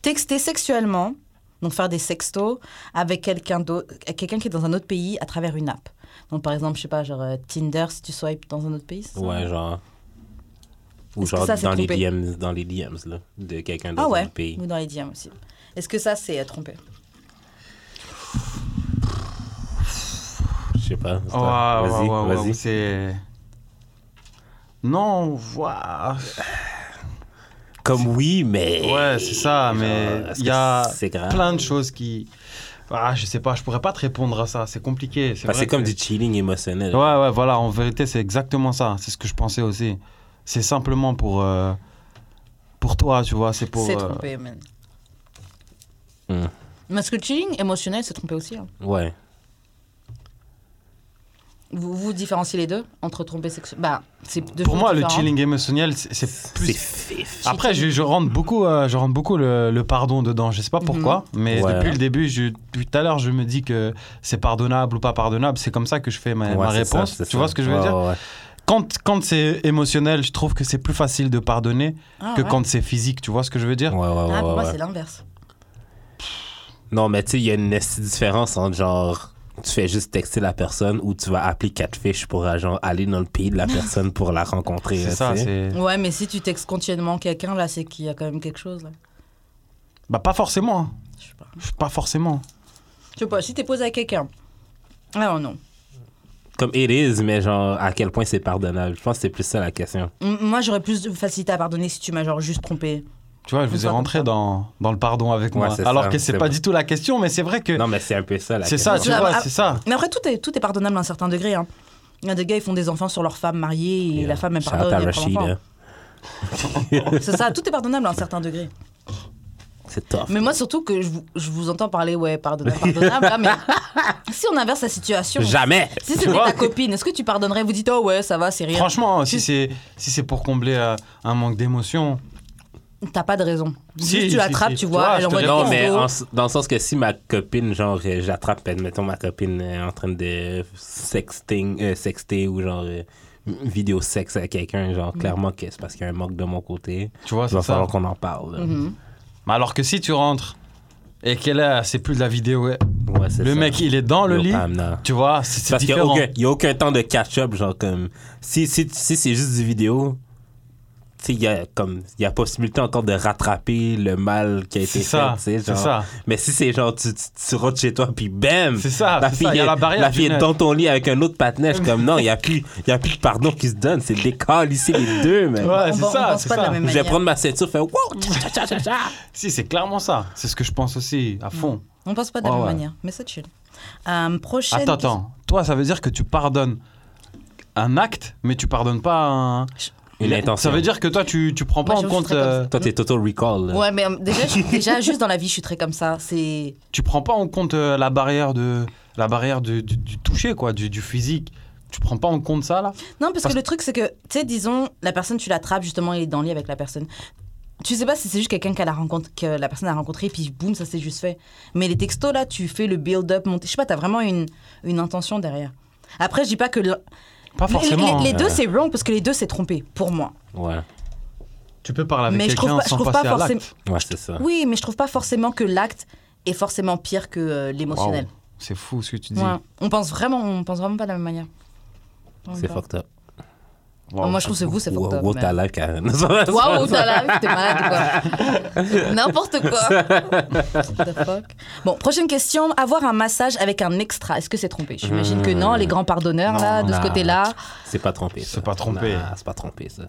A: texter sexuellement, donc faire des sextos avec quelqu'un d'autre, quelqu'un qui est dans un autre pays à travers une app. Donc, par exemple, je sais pas, genre euh, Tinder, si tu swipes dans un autre pays. c'est ça
B: Ouais, genre. Ou
A: Est-ce que
B: genre
A: ça, c'est
B: dans, les
A: trompé
B: DMs, dans les DMs, là, de quelqu'un dans
A: Ah ouais,
B: un pays.
A: ou dans les DM aussi. Est-ce que ça, c'est euh, trompé
B: Je sais pas.
C: Ouais,
B: Vas-y,
C: ouais, ouais, ouais,
B: vas-y.
C: ouais, c'est... Non, ouah.
B: Comme oui, mais.
C: Ouais, c'est ça,
B: Genre,
C: mais
B: est-ce
C: il
B: que
C: y a
B: C'est grave.
C: plein de choses qui... Ah, je sais pas, je pourrais pas te répondre à ça, c'est compliqué.
B: Enfin,
C: vrai
B: Bah, c'est comme
C: que-
B: du chilling émotionnel.
C: Ouais, ouais, voilà, en vérité, c'est exactement ça, c'est ce que je pensais aussi. C'est simplement pour... euh, Pour toi, tu vois, c'est pour...
A: C'est
C: euh,
A: trompé, man.
B: Hmm.
A: Parce que le chilling émotionnel, c'est trompé aussi. hein.
B: Ouais.
A: Vous, vous différenciez les deux entre trompé sexuel Bah, c'est deux
C: Pour
A: choses
C: moi, le
A: différentes.
C: chilling émotionnel, c'est c'est
B: C'est
C: plus...
B: fif.
C: Après, je, je rentre beaucoup, euh, je rentre beaucoup le, le pardon dedans. Je sais pas pourquoi,
A: Mhm.
C: mais
B: Ouais.
C: depuis le début, je, depuis tout à l'heure, je me dis que c'est pardonnable ou pas pardonnable. C'est comme ça que je fais ma,
B: Ouais,
C: ma
B: c'est ça,
C: réponse.
B: c'est
C: tu
B: ça.
C: vois ce que je veux
B: Ouais,
C: dire
B: ouais, ouais.
C: Quand, quand c'est émotionnel, je trouve que c'est plus facile de pardonner
A: Ah,
C: que
A: ouais.
C: quand c'est physique. Tu vois ce que je veux dire
B: Ouais, ouais, ouais,
A: Ah, pour
B: ouais,
A: moi,
B: ouais.
A: c'est l'inverse.
B: Non, mais tu sais, il y a une esti différence entre genre, tu fais juste texter la personne ou tu vas appeler Catfish pour euh, genre, aller dans le pays de la personne pour la rencontrer.
C: C'est
B: là,
C: ça.
B: tu sais.
C: c'est-
A: Ouais, mais si tu textes continuellement quelqu'un, là, c'est qu'il y a quand même quelque chose. Là.
C: Bah pas forcément. hein.
A: Je sais pas.
C: Pas forcément.
A: Je sais pas, si t'es posé à quelqu'un. Alors non.
B: Comme it is, mais genre, à quel point c'est pardonnable. Je pense que c'est plus ça la question.
A: M- Moi, j'aurais plus de facilité à pardonner si tu m'as genre juste trompé.
C: Tu vois, je vous ai
A: Soit comme
C: rentré dans, dans le pardon avec
B: Ouais,
C: moi.
B: c'est
C: Alors
B: ça,
C: que c'est
B: c'est
C: pas
B: bon.
C: du tout la question, mais c'est vrai que
B: Non, mais c'est un peu ça la
C: c'est
B: question.
C: ça. Tu
A: Ah,
C: vois,
A: ah,
C: c'est ça.
A: Mais après, tout est, tout est pardonnable à un certain degré. Hein. Il y a des gars, ils font des enfants sur leur femme mariée et la femme, elle
B: Shout out à hein.
A: pardonne. et elle prend
B: Rashida.
A: l'enfant. C'est ça, tout est pardonnable à un certain degré.
B: C'est tough.
A: Mais moi, surtout que je vous, je vous entends parler, ouais, pardonnable, pardonnable. là, mais si on inverse la situation,
B: Jamais!
A: si c'était
C: vois
A: ta copine, est-ce que tu pardonnerais Vous dites, oh ouais, ça va, c'est rien.
C: Franchement, si c'est si c'est pour combler euh, un manque d'émotion,
A: T'as pas de raison.
C: Si,
A: Juste,
C: si,
A: tu l'attrapes,
C: si.
A: tu
C: Tu
A: vois,
C: vois,
A: elle
C: je te
A: envoie des
B: Non, mais
A: textos.
B: en s- dans le sens que si ma copine, genre, euh, j'attrape, mettons ma copine euh, en train de sexting, euh, sexter ou genre euh, vidéo sexe à quelqu'un,
A: Mm.
B: genre, clairement que c'est parce qu'il y a un manque de mon côté.
C: tu vois,
B: Il
C: c'est
B: va
C: ça.
B: falloir qu'on en parle. là.
A: Mhm.
C: Mais alors que si tu rentres et qu'elle a, c'est plus de la vidéo, ouais.
B: Ouais, c'est
C: le
B: ça.
C: mec il est dans le
B: Yo,
C: lit,
B: Pam, non.
C: tu vois, c'est c'est
B: Parce qu'il n'y a,
C: différent.
B: aucun- il y a aucun temps de catch-up, genre comme. Si, si, si c'est juste du vidéo, tu sais, il y a comme il y a possibilité encore de rattraper le mal qui a été
C: C'est ça,
B: fait, tu sais,
C: c'est
B: genre.
C: ça.
B: Mais si c'est genre tu, tu, tu rentres chez toi puis bam,
C: C'est ça,
B: la
C: c'est
B: fille
C: ça, il y a
B: est-
C: la barrière
B: la
C: du
B: fille est
C: net.
B: dans ton lit avec un autre partenaire, je suis comme non, il y a plus il y a plus de pardon qui se donne, c'est décale ici les deux mais
C: Ouais,
A: on
C: c'est
A: va- on
C: ça,
A: pense
C: c'est
A: pas de la
C: ça.
A: même
B: Je vais
A: manière.
B: prendre ma ceinture, faire wow, tcha, tcha, tcha, tcha, tcha.
C: Si, c'est clairement ça. C'est ce que je pense aussi, à fond.
A: On pense pas de la
C: Ouais,
A: même
C: ouais.
A: manière, mais c'est chill. Euh, prochaine
C: Attends, attends. Toi, ça veut dire que tu pardonnes un acte, mais tu pardonnes pas un.
B: Une intention.
C: Ça veut dire que toi, tu, tu prends pas
A: Moi,
C: en
A: j'avoue, je
C: compte.
A: serais comme
C: euh,
A: ça.
B: toi t'es total recall. là.
A: Ouais, mais euh, déjà, je- déjà, juste dans la vie, je suis très comme ça. C'est.
C: tu prends pas en compte euh, la barrière de la barrière du, du- du toucher quoi, du, du physique. Tu prends pas en compte ça là
A: Non, parce,
C: Parce-
A: que le truc, c'est que, tu sais, disons, la personne, tu l'attrapes, justement, il est dans le lit avec la personne. Tu sais pas si c'est juste quelqu'un qu'elle a rencontré, que la personne a rencontré, puis boum, ça s'est juste fait. Mais les textos, là, tu fais le build-up, monter. Je sais pas, t'as vraiment une, une intention derrière. Après, je dis pas que. l'un-
C: Pas
A: Les- les-
C: forcément.
A: Les,
C: hein.
A: deux, c'est wrong, parce que les deux, c'est trompé, pour moi.
B: Ouais.
C: Tu peux parler avec
A: Mais je trouve
C: quelqu'un
A: pas- je
C: sans
A: trouve
C: passer
A: pas
C: à l'acte.
A: forcément-
B: Ouais, c'est ça.
A: Oui, mais je trouve pas forcément que l'acte est forcément pire que euh, l'émotionnel.
C: Waouh, C'est fou ce que tu dis.
A: Ouais. On pense vraiment, on pense vraiment pas de la même manière.
B: C'est
A: fort.
B: fucked up.
C: Waouh.
A: Moi, je trouve que c'est vous, c'est
B: Wow,
A: fucked up.
B: wow,
A: mais-
B: ta life, Karen.
A: Waouh, t'as la t'es malade ou quoi N'importe quoi. What the fuck Bon, prochaine question. Avoir un massage avec un extra, est-ce que c'est trompé J'imagine que non, les grands pardonneurs, là, de
B: Non.
A: ce côté-là.
B: C'est pas trompé. ça.
C: C'est pas trompé.
B: Non, c'est pas trompé, ça.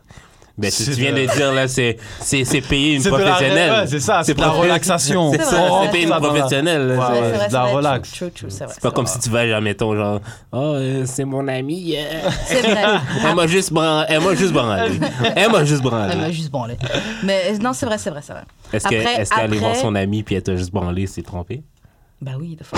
B: Ben, tu,
C: C'est
B: tu viens
C: de-
B: de dire, là, c'est, c'est, c'est payer une
C: C'est de la-
B: professionnelle.
C: ouais, c'est ça, c'est de la
B: prof-
C: relaxation. Oh,
B: C'est
A: C'est
B: ça,
A: vrai,
B: c'est
A: c'est
B: payer
C: ça,
B: une
C: dans la-
B: professionnelle. là,
C: Ouais,
B: c'est-
C: ouais,
A: c'est vrai,
C: de la
A: c'est vrai,
C: relax.
A: true, true, true, c'est vrai,
B: C'est pas
A: c'est
B: comme
A: vrai.
B: si tu vas, genre, mettons, genre, oh, euh, c'est mon ami. euh,
A: C'est vrai.
B: elle m'a juste branlé. Elle m'a juste branlé. Elle m'a juste
A: Elle m'a
B: branlé.
A: Ah, juste branlé. Mais euh, non, c'est vrai, c'est vrai, c'est vrai.
B: Est-ce, que,
A: Après-
B: est-ce qu'aller voir
A: après-
B: son ami puis elle t'a juste branlé, c'est trompé?
A: Bah oui, de fois.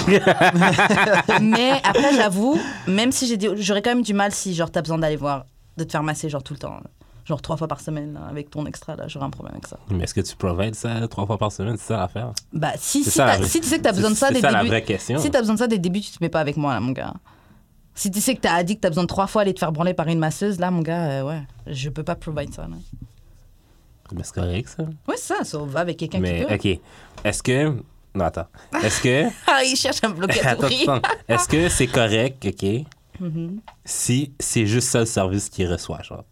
A: Mais après, j'avoue, même si j'ai dit, j'aurais quand même du mal si, genre, t'as besoin d'aller voir, de te faire masser, genre, tout le temps. Genre, trois fois par semaine hein, avec ton extra, là, j'aurais un problème avec ça.
B: Mais est-ce que tu provides ça trois fois par semaine? C'est ça l'affaire?
A: Bah, si,
B: C'est
A: si,
B: ça, la
A: t'as-
B: vraie-
A: si tu sais que t'as besoin de ça
B: c'est
A: dès
B: ça
A: le
B: la
A: début.
B: vraie question.
A: Si t'as besoin de ça dès le début, tu te mets pas avec moi, là, mon gars. Si tu sais que t'as addict, t'as besoin de trois fois aller te faire branler par une masseuse, là, mon gars, euh, ouais, je peux pas provide ça. Là.
B: Mais c'est correct, ça.
A: Ouais, c'est ça, ça va avec quelqu'un qui
B: Mais,
A: peut.
B: OK. Est-ce que... Non, attends. Est-ce que...
A: Ah, il cherche un bloc à
B: Attends,
A: souris.
B: attends. Est-ce que c'est correct, OK,
A: Mm-hmm.
B: si c'est juste ça le service qu'il reçoit, genre?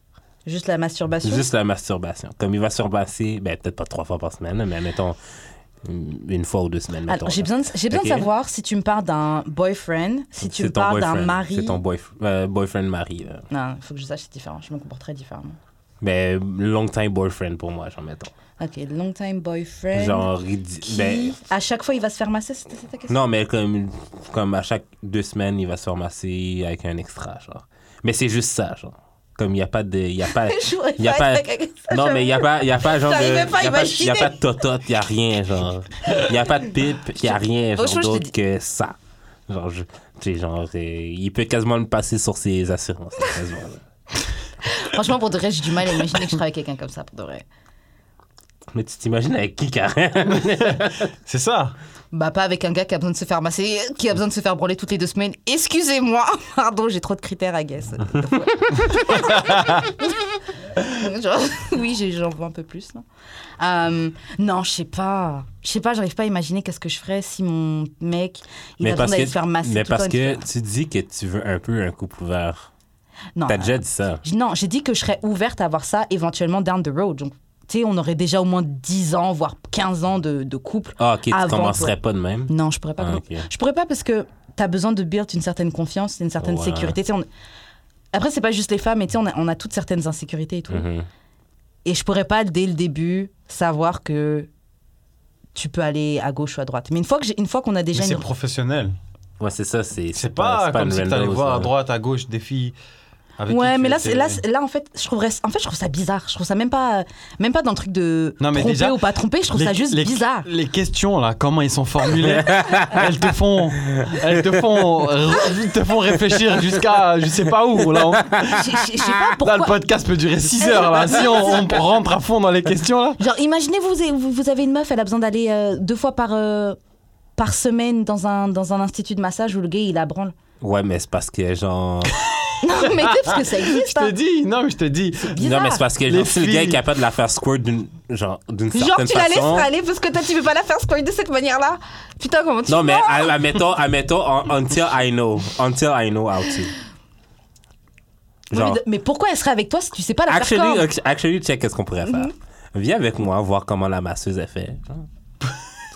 A: Juste la masturbation.
B: Juste la masturbation. Comme il va surpasser, ben, peut-être pas trois fois par semaine, mais mettons mm, une fois ou deux semaines, mettons.
A: Alors, j'ai besoin, de, j'ai besoin de
B: Ok.
A: savoir si tu me parles d'un boyfriend, si tu me parles d'un mari.
B: C'est ton boyf- euh, boyfriend mari. là.
A: Non, il faut que je sache, c'est différent. Je me comporte très différemment.
B: Ben, long time boyfriend pour moi, genre, mettons.
A: Ok, long time boyfriend.
B: Genre, il dit-
A: qui,
B: ben,
A: à chaque fois, il va se faire masser, c'était ça ta question
B: non, mais comme, comme à chaque deux semaines, il va se ramasser avec un extra, genre. Mais c'est juste ça, genre. Comme il n'y a pas de... Il y a pas...
A: J'aurais
B: y a
A: pas
B: pas-
A: été avec ça,
B: Non,
A: j'avoue.
B: mais il n'y a pas, y a pas genre de.
A: J'arrivais pas à
B: y a pas- y a
A: imaginer.
B: pas de totote, il n'y a rien, genre. Il n'y a pas de pipe, il n'y a rien,
A: Franchement,
B: genre,
A: je te
B: d'autre
A: dis-
B: que ça. Genre, je, tu sais, genre, euh, il peut quasiment me passer sur ses assurances, là, quasiment, là.
A: Franchement, pour de vrai, j'ai du mal à imaginer que je travaille avec quelqu'un comme ça, pour de vrai.
B: Mais tu t'imagines avec qui, Karen?
C: C'est ça.
A: Bah, pas avec un gars qui a besoin de se faire masser, qui a besoin de se faire brûler toutes les deux semaines. Excusez-moi, pardon, j'ai trop de critères à guess. Genre, oui, j'ai- j'en vois un peu plus. Là. Euh, non, je sais pas. Je sais pas, j'arrive pas à imaginer qu'est-ce que je ferais si mon mec, il a besoin d'aller se faire masser.
B: mais
A: tout le
B: parce
A: temps, il se
B: que
A: fait-
B: tu dis que tu veux un peu un couple ouvert.
A: Non,
B: T'as déjà dit ça.
A: J- Non, j'ai dit que je serais ouverte à voir ça éventuellement down the road. Donc, tu sais, on aurait déjà au moins 10 ans, voire 15 ans de, de couple.
B: Ah, ok, tu
A: Avant,
B: commencerais
A: toi.
B: pas de même.
A: Non, je pourrais pas.
B: Ah, ok.
A: Je pourrais pas parce que t'as besoin de build une certaine confiance, une certaine
B: Ouais.
A: sécurité. Tu sais, on- Après, c'est pas juste les femmes, mais tu sais, on a, on a toutes certaines insécurités et tout.
B: Mhm.
A: Et je pourrais pas, dès le début, savoir que tu peux aller à gauche ou à droite. Mais une fois que j'ai- une fois qu'on a déjà
C: Mais c'est
A: une...
C: professionnel.
B: Ouais, c'est ça, c'est.
C: C'est pas,
B: c'est
C: comme
B: une
C: si t'allais
B: random,
C: voir
B: ça.
C: à droite, à gauche des filles. Avec
A: Ouais,
C: qui
A: mais
C: tu
A: là,
C: étais-
A: c'est- là, c'est- là, en fait, je trouverais, en fait, je trouve ça bizarre. Je trouve ça même pas, même pas dans le truc de
C: Non, mais
A: tromper
C: déjà,
A: ou pas tromper. Je trouve ça juste bizarre.
C: Les questions là, comment ils sont formulés, elles te font, elles te font, elles te font réfléchir jusqu'à je sais pas où. Là, on- là,
A: Je je- je sais pas pourquoi.
C: le podcast peut durer 6 heures là. Si on, on rentre à fond dans les questions là.
A: Genre, imaginez, vous, vous- vous avez une meuf, elle a besoin d'aller euh, deux fois par, euh, par semaine dans un, dans un institut de massage où le gars, il la branle.
B: Ouais, mais c'est parce que, genre.
A: Non, mais tu sais, parce que ça
C: Je
A: existe.
C: te
A: hein.
C: dis, non mais je te dis.
A: Bizarre.
B: Non, mais c'est parce que,
C: Les
B: genre, si le gars est
C: filles.
B: capable de la faire squirt d'une genre, d'une
A: Genre,
B: certaine
A: tu la laisses
B: façon.
A: aller parce que toi, tu veux pas la faire spoiler de cette manière-là. Putain, comment tu
B: Non, mais à- admettons, admettons, un- until I know. Until I know how to. Genre,
A: mais, mais pourquoi elle serait avec toi si tu sais pas la faire
B: actually,
A: comme
B: ac- actually, check qu'est-ce qu'on pourrait
A: Mm-hmm.
B: faire. Viens avec moi voir comment la masseuse est fait.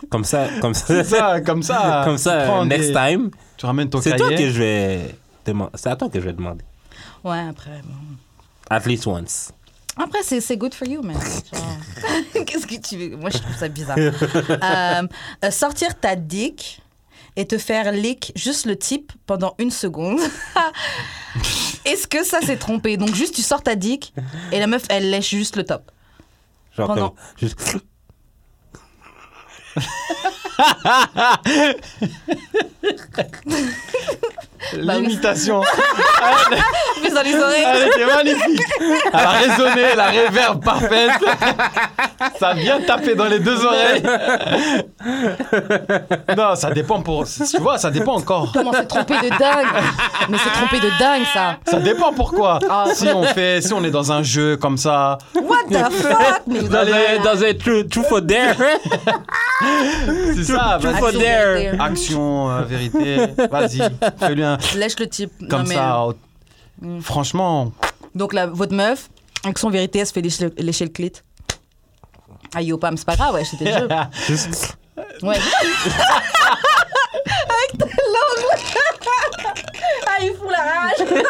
B: comme ça, comme ça,
C: C'est ça, comme ça.
B: comme
C: tu
B: ça,
C: prends
B: next
C: des-
B: time.
C: Tu ramènes ton
B: C'est
C: cahier.
B: toi que je vais demander. C'est à toi que je vais demander. euh,
A: Ouais, après. bon.
B: At least once.
A: Après, c'est c'est good for you, man. Genre, Qu'est-ce que tu veux Moi, je trouve ça bizarre. Euh, euh, sortir ta dick et te faire lick juste le type pendant une seconde. Est-ce que ça s'est trompé Donc, juste tu sors ta dick et la meuf, elle lèche juste le top.
B: Genre
A: Pendant-
B: comme- juste-
A: Bah
C: L'imitation.
A: Mais dans les oreilles.
C: Elle était magnifique. Elle a résonné, la réverb parfaite. Ça a bien tapé dans les deux oreilles. Non, ça dépend pour. Tu vois, ça dépend encore.
A: Comment s'est trompé de dingue Mais c'est trompé de dingue, ça.
C: Ça dépend pourquoi.
A: Ah.
C: Si on fait, si on est dans un jeu comme ça.
A: What the fuck Mais
B: Dans un, dans un true, true for dare.
C: C'est ça.
B: True
A: Action
B: for dare.
C: vas-y.
A: for dare.
C: Action, euh, vérité. Vas-y, fais-lui un
A: Lèche le type. Non,
C: comme
A: mais- euh,
C: ça. oh. Franchement,
A: Donc, la, votre meuf, avec son vérité, elle se fait lécher, le- lécher le clit. Aïe, au pam, c'est pas grave, ouais, c'était le jeu.
B: Juste-
A: Ouais. avec ta langue. ah, il fout la rage.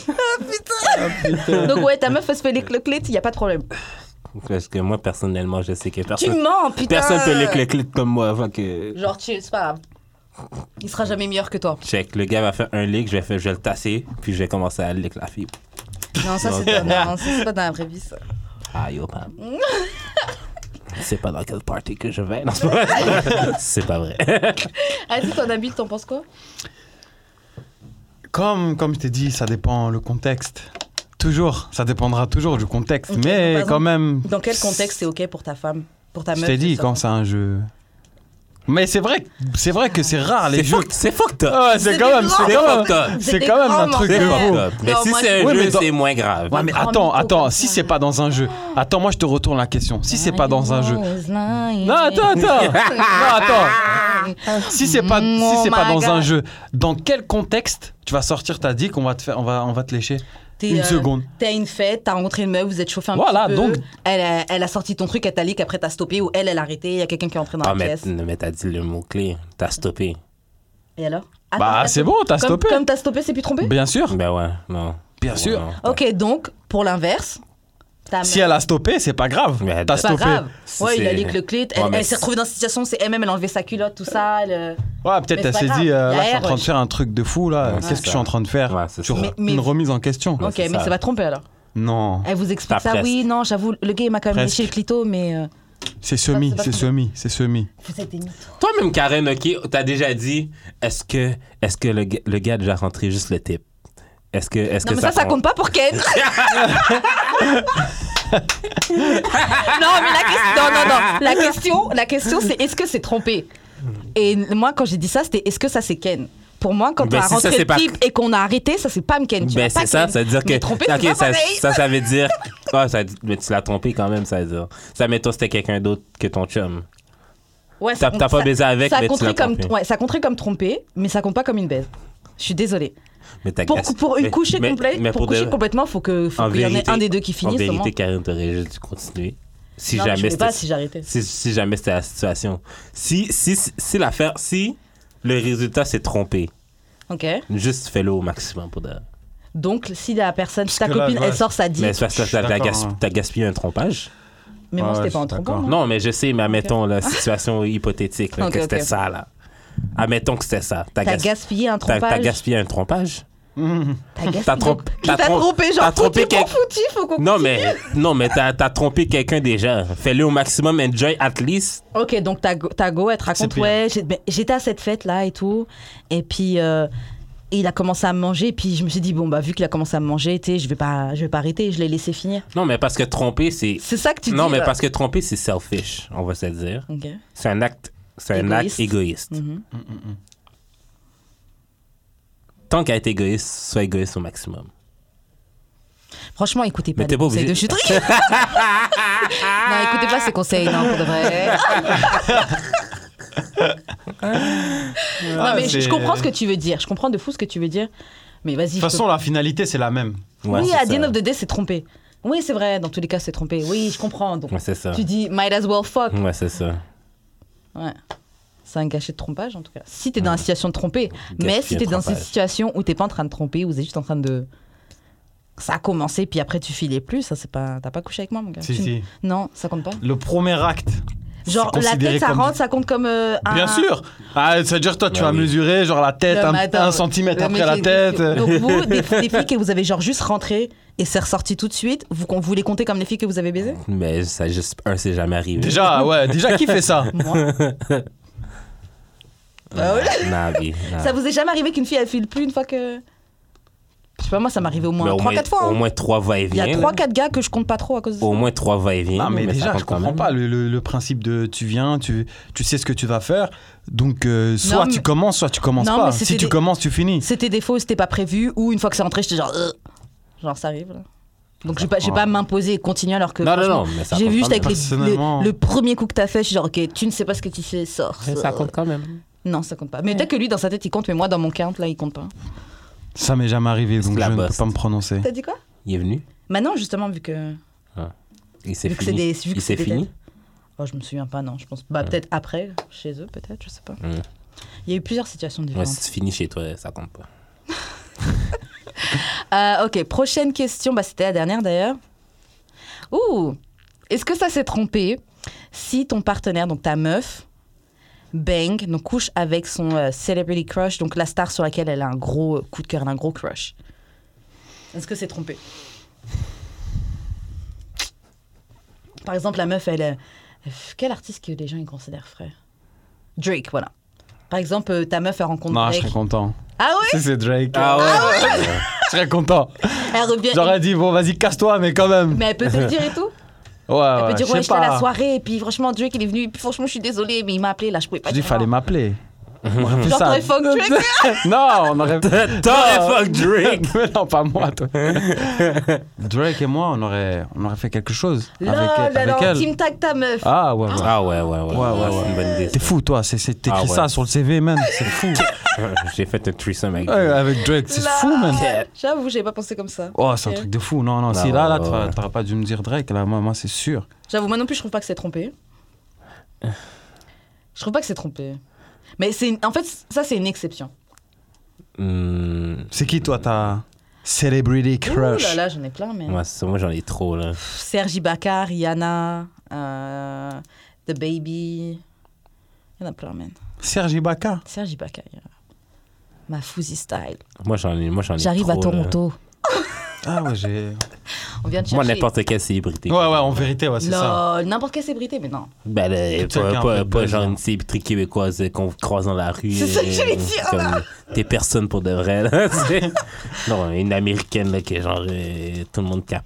A: ah, putain. Donc, ouais, ta meuf, elle se fait lécher le clit, y a pas de problème.
B: Parce que moi, personnellement, je sais que
A: Tu
B: personne.
A: mens, putain.
B: Personne peut lick le clip comme moi. Fait que...
A: euh. Genre, tu c'est pas grave. Il sera jamais meilleur que toi.
B: Check, le gars va faire un lick, je vais, faire, je vais le tasser, puis je vais commencer à lick la fille.
A: Non, ça, c'est
B: Ok.
A: non, non, ça, c'est pas dans la vraie vie, ça.
B: Ah yo, Pam. C'est pas dans quelle party que je vais. Non, c'est pas vrai. c'est pas vrai.
A: Vas-y, Ah, ton habit, t'en penses quoi
C: comme, comme je t'ai dit, ça dépend le contexte. Toujours, ça dépendra toujours du contexte.
A: Ok, donc, par
C: mais
A: exemple,
C: quand même.
A: Dans quel contexte c'est OK pour ta femme Pour ta
C: Je
A: meuf
C: t'ai dit,
A: ça-
C: quand c'est un jeu. Mais c'est vrai, que- c'est vrai que c'est rare les
B: C'est
C: jeux.
B: fuck- C'est fucked up.
C: Ah, c'est
A: C'est
C: quand
A: des
C: même, c'est
B: C'est
C: quand même.
B: fucked up.
A: C'est
C: C'est
A: des
C: quand même
A: grands
C: un truc de
B: C'est
A: mortels.
C: fou.
B: fucked up. Mais
A: Non,
B: si
A: moi,
B: c'est un
C: je- Ouais,
B: jeu,
C: mais dans-
B: c'est moins grave.
C: Ouais, mais
A: Grand
C: attends,
A: Ah, micro
C: attends,
A: comme
C: si
A: ça. hein.
C: c'est pas dans un jeu. Attends, moi je te retourne la question. Si c'est pas dans un jeu. Non,
A: Non,
C: attends, attends. non, attends.
A: Mmh.
C: Si c'est pas, si
A: Oh
C: c'est pas
A: my
C: dans
A: God.
C: un jeu, dans quel contexte tu vas sortir ta dick, on va te faire, on va, on va te lécher Une seconde.
A: T'es à une fête, t'as rencontré une meuf, vous êtes chauffé un
C: Voilà,
A: petit peu.
C: donc-
A: Elle a, elle a sorti ton truc, elle t'a leak, après t'as stoppé, ou elle, elle a arrêté, il y a quelqu'un qui est entré dans
B: Ah,
A: la
B: mais,
A: pièce.
B: mais t'as dit le mot-clé. T'as stoppé.
A: Et alors Attends,
C: Bah,
A: t'as
C: c'est
A: stoppé.
C: bon, t'as
A: Comme-
C: stoppé.
A: Comme Ah, t'as stoppé, c'est plus trompé
C: Bien sûr.
B: Ben ouais, non.
C: Bien
B: Ouais,
C: sûr.
B: non.
A: Ok, donc, pour l'inverse, ta
C: Si
A: meuf-
C: elle a stoppé, c'est pas grave.
B: Mais
C: T'as
B: c'est
A: C'est pas
C: stoppé.
A: grave.
B: Si
A: Ouais, il a
B: c'est-
A: leak le clit. Elle,
B: Ouais, mais
A: elle s'est
B: c'est-
A: retrouvée dans cette situation, c'est elle-même, elle a enlevé sa culotte, tout ça. elle- euh,
C: Ouais, peut-être
A: Mais
C: elle
A: c'est
C: s'est
A: pas
C: dit,
A: grave.
C: euh,
A: Il y a
C: là, je suis en
A: R,
C: train de
A: je-
C: faire un truc de fou, là.
B: Ouais,
C: Qu'est-ce
B: c'est
C: que je
B: ça.
C: suis en train de faire
B: Ouais, c'est
C: Tu
B: ça.
C: re-
A: Mais- mais-
C: Une remise en question.
B: Ouais,
A: ok,
B: c'est
A: mais
B: ça.
A: ça va tromper alors.
C: Non,
A: Elle vous explique
B: Enfin,
A: ça.
B: presque.
A: Oui, non, j'avoue, le gars, il m'a quand même
C: Presque.
A: léché le clito, mais. euh,
C: c'est semi,
A: c'est pas
C: c'est
A: fini.
C: semi, c'est semi.
A: Vous êtes des mythos.
B: Toi-même, Karen, ok, t'as déjà dit, est-ce que, est-ce que le, g- le gars a déjà rentré juste le tip? Est-ce que, est-ce
A: Non,
B: que
A: mais ça, ça compte pas pour Ken. non, mais la question, non, non, non. La question, la question c'est est-ce que c'est trompé Et moi, quand j'ai dit ça, c'était est-ce que ça, c'est Ken pour moi, quand
B: Ben,
A: on a
B: si ça,
A: rentré
B: c'est
A: le
B: pas-
A: type et qu'on a arrêté, ça c'est pas me Ken. Tu vois,
B: Ben c'est
A: pas
B: ça,
A: Ken.
B: ça veut dire que.
A: Mais trompé,
B: Ok,
A: c'est pas
B: ça,
A: pareil.
B: ça, ça veut dire. Ah, ça, mais tu l'as trompé quand même, ça veut dire. Ça, mais toi, c'était quelqu'un d'autre que ton chum.
A: Ouais,
B: T'as-
A: ça-
B: t'as pas
A: ça-
B: baisé avec,
A: ça
B: mais tu
A: compterait
B: l'as
A: comme,
B: trompé.
A: ouais, ça compterait comme trompé, mais ça compte pas comme une baise. Je suis désolée.
B: Mais t'as
A: Pour,
B: cassé-
A: pour une
B: mais-
A: coucher
B: mais-
A: complète,
B: mais
A: pour,
B: de-
A: coucher complètement, faut que faut
B: en
A: qu'il y en ait
B: vérité-
A: un des deux qui
B: En
A: finisse. au moins.
B: vérité, Karen, t'aurais juste dû continuer. Si
A: Non, mais je
B: jamais
A: sais pas
B: c'était.
A: si j'arrêtais.
B: Si, si jamais c'était la situation. Si, si, si, si l'affaire. Si le résultat s'est trompé,
A: Ok.
B: juste fais-le au maximum pour de.
A: Donc, si la personne, si ta
C: que là,
A: copine,
C: ouais.
A: elle sort sa dick,
B: Mais c'est parce
C: je
B: que
C: suis
B: t'as t'as
C: d'accord,
B: gasp-
C: hein.
B: t'as gaspillé un trompage.
A: mais moi,
C: Ouais,
A: c'était
C: je
A: pas hein. en
C: suis
A: trompant.
C: d'accord.
A: moi.
B: Non, mais je sais, mais admettons la situation hypothétique, là,
A: Ah. Ok,
B: que c'était
A: ok.
B: ça, là. Admettons que c'était ça. T'as
A: T'as
B: gasp-
A: gaspillé un
B: t'as-
A: trompage.
B: t'as gaspillé un trompage?
A: T'as gaspillé.
B: t'as tromp-
A: Donc,
B: t'as
A: t'as
B: tromp-
A: trompé, genre.
B: t'as trompé
A: foutu pour
B: quelqu'un.
A: foutu, faut qu'on.
B: Non, mais, non, mais t'as t'as trompé quelqu'un déjà. Fais-le au maximum, enjoy at least.
A: Ok, donc t'as go, t'as go, elle te raconte,
C: C'est pire.
A: ouais, j'ai- ben, j'étais à cette fête là et tout. Et puis. euh, il a commencé à me manger et puis je me suis dit bon bah vu qu'il a commencé à me manger, tu sais, je vais pas je vais pas arrêter, je l'ai laissé finir.
B: Non, mais parce que tromper, c'est.
A: C'est ça que tu dis.
B: Non, mais
A: là.
B: parce que tromper, c'est selfish, on va se le dire.
A: Ok.
B: C'est un acte. C'est un
A: Égoïste. Mm-hmm.
B: acte égoïste. Tant qu'à être égoïste, sois égoïste au maximum.
A: Franchement, écoutez pas
B: Mais t'es
A: les
B: pas
A: conseils
B: obligé.
A: de Chutry. non, écoutez pas ces conseils, non, pour de vrai.
B: Ah, euh,
A: non, mais je, je comprends ce que tu veux dire. Je comprends de fou ce que tu veux dire. Mais vas-y.
C: De toute façon, la finalité, c'est la même.
B: Ouais,
A: oui,
B: c'est
A: à
B: ça.
A: the end of the day, c'est trompé. Oui, c'est vrai, dans tous les cas, c'est trompé. Oui, je comprends. Donc,
B: Ouais, c'est ça.
A: tu dis, might as well fuck.
B: Ouais, c'est ça.
A: Ouais. C'est un gâchis de trompage, en tout cas. Si t'es dans la situation de tromper.
B: Gâchis
A: Mais si
B: de
A: t'es dans cette
B: trompage.
A: situation où t'es pas en train de tromper, où t'es juste en train de. Ça a commencé, puis après tu filais plus, ça c'est pas. T'as pas couché avec moi, mon gars.
C: Si,
A: Tu-
C: si.
A: Non, ça compte pas.
C: Le premier acte.
A: Genre,
C: c'est
A: la
C: considéré
A: tête, ça
C: comme-
A: rentre, ça compte comme. euh, un-
C: Bien sûr ah, C'est-à-dire, toi, tu
B: Bah
C: vas
B: oui.
C: mesurer genre la tête,
A: Non,
C: un,
A: mais attends,
C: un centimètre
A: Non,
C: après
A: mais
C: la
A: j'ai-
C: tête.
A: Donc vous, des, des filles que vous avez genre juste rentré et c'est ressorti tout de suite, vous, vous les comptez comme les filles que vous avez baisées
B: Mais ça, juste un, c'est jamais arrivé.
C: Déjà, ouais, déjà, qui fait ça
A: Moi. Bah ouais.
B: Nah, B, nah.
A: Ça vous est jamais arrivé qu'une fille elle file plus une fois que. Je sais pas, moi ça m'est arrivé au
B: Mais
A: moins
B: au
A: 3-4 fois. hein.
B: Au moins trois
A: Il y
B: va-et-vient.
A: a
B: là.
A: 3-4 gars que je compte pas trop à cause de ça.
B: Au moins trois va-et-vient.
C: Non, mais,
B: ça
C: déjà,
B: compte
C: je
B: quand
C: comprends
B: même.
C: pas le, le- le principe de tu viens, tu, tu sais ce que tu vas faire. Donc, euh, soit
A: mais-
C: tu commences, soit tu commences
A: Non,
C: pas.
A: mais
C: Si
A: c'était
C: tu
A: des-
C: commences, tu finis.
A: C'était des faux, c'était pas prévu, ou une fois que c'est rentré, j'étais genre. euh, Genre ça arrive là. Donc je vais pas, je vais pas m'imposer et continuer alors que.
B: Non, non, non,
A: franchement,
B: mais ça
A: J'ai
B: compte
A: vu
B: quand
A: juste avec
B: même.
A: les-
C: Personnellement.
A: le, le premier coup que t'as fait, je suis genre, ok, tu ne sais pas ce que tu fais, sors.
B: Mais Ça
A: sors.
B: compte quand même. hein.
A: Non, ça compte pas. Mais peut-être que lui, dans sa tête, il compte, mais moi, dans mon count, là, il compte pas.
C: Ça m'est jamais arrivé, donc
B: la
C: je ne peux
B: bosse.
C: pas me prononcer.
A: T'as dit quoi
B: Il est venu.
A: Maintenant, Bah justement, vu que.
B: Il s'est
A: Vu que c'est
B: fini.
A: des. vu que c'est
B: Il s'est
A: des
B: fini.
A: têtes. Oh, je me souviens pas, non, je pense. Bah, peut-être après, chez eux, peut-être, je sais pas.
B: Mm.
A: Il y a eu plusieurs situations
B: Ouais,
A: différentes.
B: si c'est fini chez toi, ça compte pas.
A: Euh, ok, prochaine question. Bah, c'était la dernière d'ailleurs. Ouh, est-ce que ça s'est trompé si ton partenaire, donc ta meuf, bang, donc couche avec son euh, celebrity crush, donc la star sur laquelle elle a un gros coup de cœur, elle a un gros crush. Est-ce que c'est trompé Par exemple, la meuf, elle, euh, quel artiste que les gens ils considèrent frère Drake, voilà. Par exemple, euh, ta meuf, elle rencontre
C: Non, je
A: Drake.
C: serais content.
A: Ah ouais
C: Si c'est Drake,
A: Ah
B: ouais.
C: je serais content.
A: Elle revient.
C: J'aurais dit, bon, vas-y, casse-toi, mais quand même.
A: Mais elle peut te le dire et tout Elle
C: Ouais, ouais,
A: peut dire,
C: je
A: ouais,
C: sais
A: j'étais à la
C: pas.
A: soirée, et puis franchement, Dieu qu'il est venu, et puis franchement, je suis désolée, mais il m'a appelé, là, je pouvais pas.
C: Je dis,
A: dire
C: fallait
A: non.
C: m'appeler. On aurait fait
A: Genre,
C: ça.
A: t'aurais fuck Drake
C: Non, on aurait.
B: T'aurais fuck Drake.
C: Mais non, pas moi, toi. Drake et moi, on aurait, on aurait fait quelque chose avec,
A: Lol,
C: avec
A: alors,
C: elle.
A: team tag ta meuf.
C: Ah ouais, ouais.
B: Ah ouais, ouais, ouais.
C: Ouais, ouais,
B: C'est une bonne idée.
C: T'es fou, toi. c'est- c'est- T'écris
B: Ah ouais.
C: ça sur le CV, man. C'est fou.
B: J'ai fait un threesome avec
C: Ouais, avec Drake, c'est
A: Là.
C: fou, man.
A: J'avoue, j'avais pas pensé comme ça.
C: Oh, c'est un
A: Ok.
C: truc de fou. Non, non,
B: Bah
C: si là, là,
B: ouais,
C: t'aurais-
B: ouais.
C: t'aurais pas dû me dire Drake. Là, moi, moi c'est sûr.
A: J'avoue, moi non plus, je trouve pas que c'est trompé. Je trouve pas que c'est trompé. Mais c'est une- en fait, ça, c'est une exception.
B: Hmm,
C: C'est qui, toi, ta celebrity
A: Ouh
C: crush
A: là là, j'en ai plein, mais.
B: ouais, c'est ça, moi, j'en ai trop, là.
A: Pff, Sergi Bakar, Rihanna, euh, The Baby. Il y en a plein, man.
C: Sergi Baka.
A: Sergi Bakar, il y en a. Ma Fouzy Style.
B: Moi, j'en ai, moi, j'en ai
A: J'arrive à
B: trop, là.
A: Toronto.
C: Ah ouais, j'ai.
A: On vient de
B: Moi,
A: chercher.
B: n'importe quelle célébrité.
C: Ouais, ouais, en vérité, ouais, c'est ça.
A: Lol, n'importe quelle célébrité, mais non.
B: Ben, là,
C: Tout
B: pas,
C: quelqu'un un
B: pas,
C: peu
B: pas
C: buzz,
B: genre
C: là.
B: une célébrité québécoise euh, qu'on croise dans la rue.
A: C'est ça que
B: euh,
A: j'allais dire,
B: comme, T'es personne pour de vrai, là. c'est- non, une américaine, là, que genre, euh, tout le monde cap.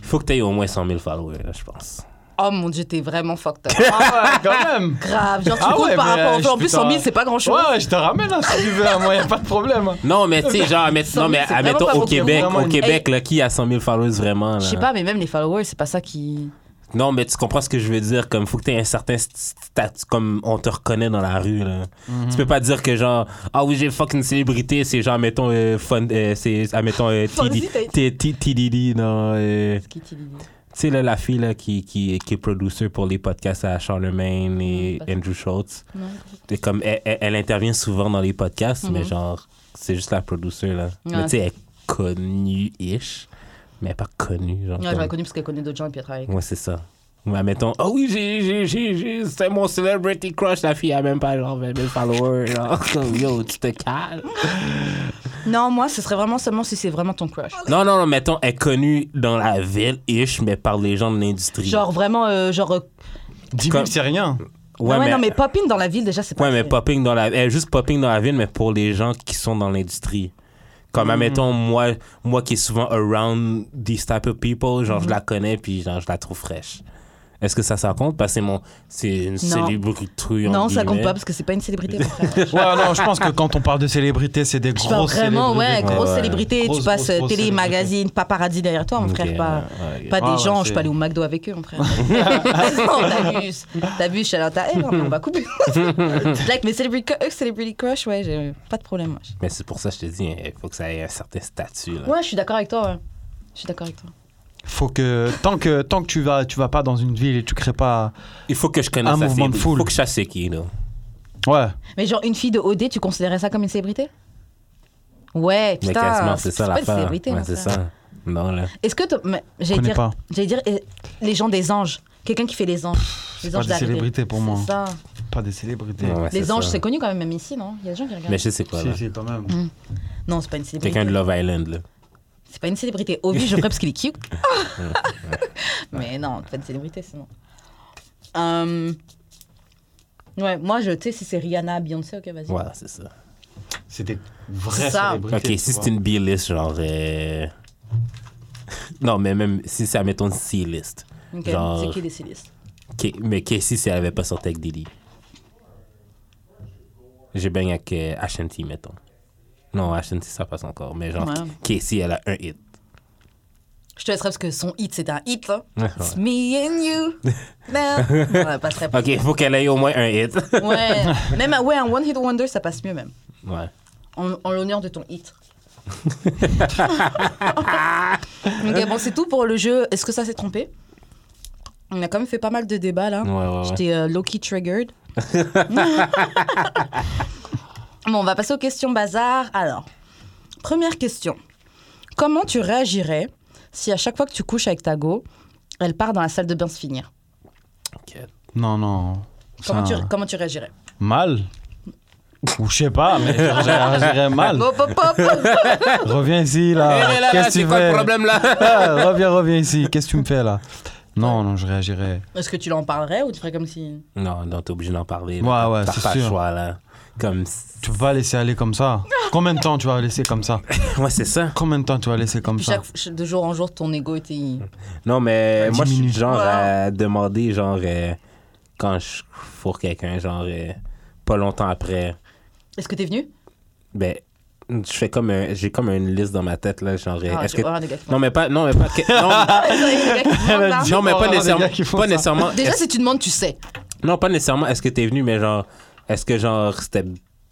B: Il faut que t'aies au moins 100 000 followers, là, je pense.
A: Oh mon dieu, t'es vraiment fucked up.
C: Ah ouais, quand même.
A: Grave, genre tu
C: Ah
A: comptes
C: ouais,
A: par
C: mais,
A: rapport
C: euh,
A: aux gens. En
C: je-
A: plus,
C: putain.
A: 100 000, c'est pas grand chose.
C: Ouais, je te ramène hein, si tu veux, hein, moi, y a pas de problème. hein.
B: Non, mais tu sais, genre, mais, non, mais
A: c'est vraiment
B: admettons,
A: pas
B: au
A: beaucoup.
B: Québec,
C: Vraiment
B: au
C: une-
B: Québec, là, qui a 100 000 followers vraiment, là?
A: Je sais pas, mais même les followers, c'est pas ça qui.
B: Non, mais tu comprends ce que je veux dire. Comme, faut que t'aies un certain statut, comme on te reconnaît dans la rue, là.
A: Mm-hmm.
B: Tu peux pas dire que, genre, ah oui, j'ai fucking célébrité, c'est genre, mettons, euh, fun, euh, c'est, admettons, euh,
A: Fonzie,
B: TD
A: t'as dit.
B: T- T- TDD, non, euh,
A: qui t'y dit.
B: tu sais, là, la fille, là, qui, qui, qui est producer pour les podcasts à Charlemagne et
A: Mm, pas-
B: Andrew Schultz.
A: Non.
B: C'est comme, elle, elle- elle intervient souvent dans les podcasts, mais genre, c'est juste la producer, là. Mais
A: Mm-hmm. Ouais.
B: tu sais, elle est connue-ish, mais elle est pas connue, genre.
A: Ouais,
B: comme-
A: j'aurais connu parce qu'elle connaît d'autres gens et puis elle travaille avec.
B: Ouais, c'est ça. Ou admettons, ah oui, j'ai, j'ai, j'ai, j'ai, c'était mon celebrity crush, la fille a même pas genre 20 000 followers, genre, Comme, yo, tu te calmes.
A: Non, moi, ce serait vraiment seulement si c'est vraiment ton crush.
B: Non, non, non, mettons, elle est connue dans la ville, ish, mais par les gens de l'industrie.
A: Genre vraiment, euh, genre. euh,
C: 10
B: Comme-
C: 000, c'est rien.
B: ouais,
A: ah ouais,
B: mais,
A: non, mais pop in dans la ville, déjà, c'est pas.
B: ouais, mais
A: fait.
B: popping dans la, elle est juste popping dans la ville, mais pour les gens qui sont dans l'industrie.
A: Mm-hmm.
B: Comme, admettons, moi,
A: Mm-hmm.
B: moi qui est souvent around these type of people, genre, je la connais, puis genre, je la trouve fraîche. Est-ce que ça, ça compte Parce que c'est mon- c'est une célébrité. entre
A: Non, ça compte
B: guillemets.
A: pas parce que c'est pas une célébrité. mon frère.
C: Ouais, non, je pense que quand on parle de célébrité, c'est des
A: Tu vas
C: grosses
A: vraiment, ouais,
C: célébrités. quoi.
A: grosse
B: Ouais.
A: célébrité,
C: Grosse,
A: tu passes euh,
C: grosse, grosse
A: télé,
C: célébrité.
A: magazine, paparazzi derrière toi, mon
B: Ok,
A: frère, pas,
B: ouais, ouais.
A: pas
C: Ah,
A: des gens,
C: ouais,
A: je peux aller au McDo avec eux, mon frère. non, t'abuses, t'abuses, je suis allée à ta- Eh, non, mais on va couper. like, mes celebrity, cru- euh, celebrity crush, ouais, j'ai pas de problème. moi.
B: Mais c'est pour ça que je te dis, il faut que ça ait un certain statut. là.
A: Ouais, je suis d'accord avec toi, ouais. Je suis d'accord avec toi.
C: Faut que tant que tant que tu vas tu vas pas dans une ville et tu crées pas
B: Il faut que je connaisse
C: Un
B: sa
C: mouvement de
B: cible.
C: foule.
B: Il faut que je sache c'est qui. Là.
C: ouais
A: Mais genre, une fille de OD, tu considérais ça comme une célébrité Ouais,
B: Mais
A: putain.
B: quasiment, c'est ça
A: pas une
B: l'affaire.
A: célébrité,
B: Ouais,
A: mon
B: c'est
A: frère.
B: ça. Non, là.
A: Est-ce que. t'as- mais J'allais
C: connais
A: dire,
C: pas.
A: j'allais dire eh, les gens des anges. Quelqu'un qui fait les anges. les
C: pas
A: anges
C: des
A: d'arrivée.
C: célébrités pour
A: C'est
C: moi.
A: ça.
C: Pas des célébrités.
B: Ouais, ouais,
A: Les
B: c'est
A: anges,
B: ça.
A: c'est connu quand même, même ici, non Il y a des gens qui regardent.
B: Mais je sais pas. là.
C: Si, si, quand même.
A: Non, c'est pas une célébrité.
B: Quelqu'un de Love Island. Là.
A: C'est pas une célébrité. Ovi, je le ferais parce qu'il est cute. Mais non, pas une célébrité sinon. Hum, Ouais, moi, je tu sais, si c'est Rihanna, Beyoncé, ok, vas-y.
B: Ouais, c'est ça.
C: C'est des vraies
A: Ça.
C: célébrités.
B: ok,
C: tu
B: si
C: vois.
B: c'est une B-list, genre. euh, non, mais même si c'est, mettons, une C-list.
A: Ok,
B: Genre- euh,
A: C'est qui les célébrités
B: K- mais Casey, si elle avait pas sorti avec Diddy. Je baigne avec euh, Ashanti, mettons. Non, Ashanti, ça passe encore. Mais genre,
A: Ouais.
B: Casey, elle a un hit.
A: Je te laisserai parce que son hit, c'est un hit, là.
B: Ouais,
A: It's
B: ouais.
A: me and you. Non, ça passerait pas.
B: Ok, il faut qu'elle ait au moins un hit.
A: Ouais, même un- ouais, un One Hit Wonder, ça passe mieux, même.
B: ouais.
A: En, en l'honneur de ton hit. ok, bon, c'est tout pour le jeu. Est-ce que ça s'est trompé On a quand même fait pas mal de débats là.
B: Ouais, ouais, ouais.
A: J'étais euh, low-key triggered. bon, on va passer aux questions bazar. Alors, première question. Comment tu réagirais si à chaque fois que tu couches avec ta go, elle part dans la salle de bain se finir
B: Ok.
C: Non, non.
A: comment tu,
B: Ah.
C: Ça,
A: comment tu réagirais
C: Mal Ou je sais pas, mais je réagirais mal.
A: Hop, hop, hop, hop.
C: Reviens ici,
B: Eh,
C: là.
B: là, là,
C: Ah, Qu'est-ce que
B: c'est
C: tu
B: quoi le
C: fais
B: problème là
C: Ah, Reviens, reviens ici. Qu'est-ce que tu me fais, là Non, non, je réagirais.
A: Est-ce que tu l'en parlerais ou tu ferais comme si.
B: Non, non, t'es obligé d'en parler.
C: Ouais,
B: là.
C: ouais,
B: T'as
C: c'est
B: pas le
C: sûr.
B: choix là. Comme. si-
C: Tu vas laisser aller comme ça Combien de temps tu vas laisser comme ça
B: Ouais, c'est ça.
C: Combien de temps tu vas laisser comme
A: Puis
C: ça
A: chaque, chaque- de jour en jour, ton ego était.
B: Non, mais
C: Dix
B: moi, je suis du
C: minutes.
B: genre
A: Voilà.
B: à demander, genre, euh, quand je fourre quelqu'un, genre, euh, pas longtemps après,
A: Est-ce que t'es venu
B: ben, je fais comme un- j'ai comme une liste dans ma tête, là, genre, euh,
A: Ah,
B: est-ce
A: j'ai
B: que.
A: horreur des gars qui font
B: Non, mais pas, non, mais pas, que- non,
A: ça. Les gars qui demandent
C: Elle a
A: ça.
C: dit-
B: non, mais
C: J'ai
B: pas
C: horreur des
B: nécessairement,
C: gars qui font
B: pas
C: ça.
B: nécessairement,
A: Déjà,
B: est-ce-
A: si tu demandes, tu sais.
B: non, pas nécessairement, est-ce que t'es venu, mais genre, est-ce que, genre, c'était,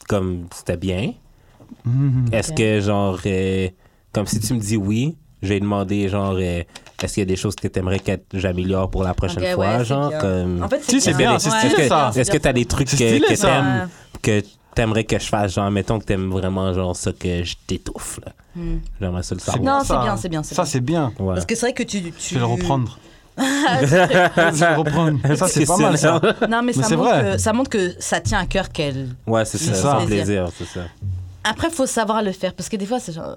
B: comme, c'était bien?
C: Mhm.
B: Est-ce
A: Ok.
B: que, genre, euh, comme si tu me dis oui, je vais demander, genre, euh, est-ce qu'il y a des choses que t'aimerais que j'améliore pour la prochaine
A: Ok,
B: fois,
A: ouais,
B: genre,
A: c'est bien.
B: comme.
A: En fait, c'est
C: Si, c'est
B: bien,
C: c'est
B: Est-ce
C: stylé,
A: c'est bien,
B: que-
C: ça.
A: c'est
B: Est-ce que
A: bien.
B: t'as des trucs
C: C'est
B: que,
C: stylé,
B: que
C: ça.
B: t'aimes, que t'aimerais que je fasse, genre, mettons que t'aimes vraiment, genre, ça que je t'étouffe, là.
A: Hmm.
B: J'aimerais ça le
C: C'est
B: savoir.
A: Non,
C: bon,
A: c'est
C: ça.
A: bien, c'est bien, c'est
C: Ça,
A: bien.
C: c'est bien.
B: Ouais.
A: Parce que c'est vrai que tu. tu...
C: Je vais le reprendre. Je vais le reprendre. Ça, c'est pas mal, ça.
A: Non, mais,
C: Mais
A: ça,
C: c'est
A: montre
C: vrai.
A: que, ça montre que ça tient à cœur qu'elle.
B: Ouais, c'est ça,
C: C'est ça.
B: c'est un plaisir, c'est ça.
A: Après, faut savoir le faire. Parce que des fois, c'est genre.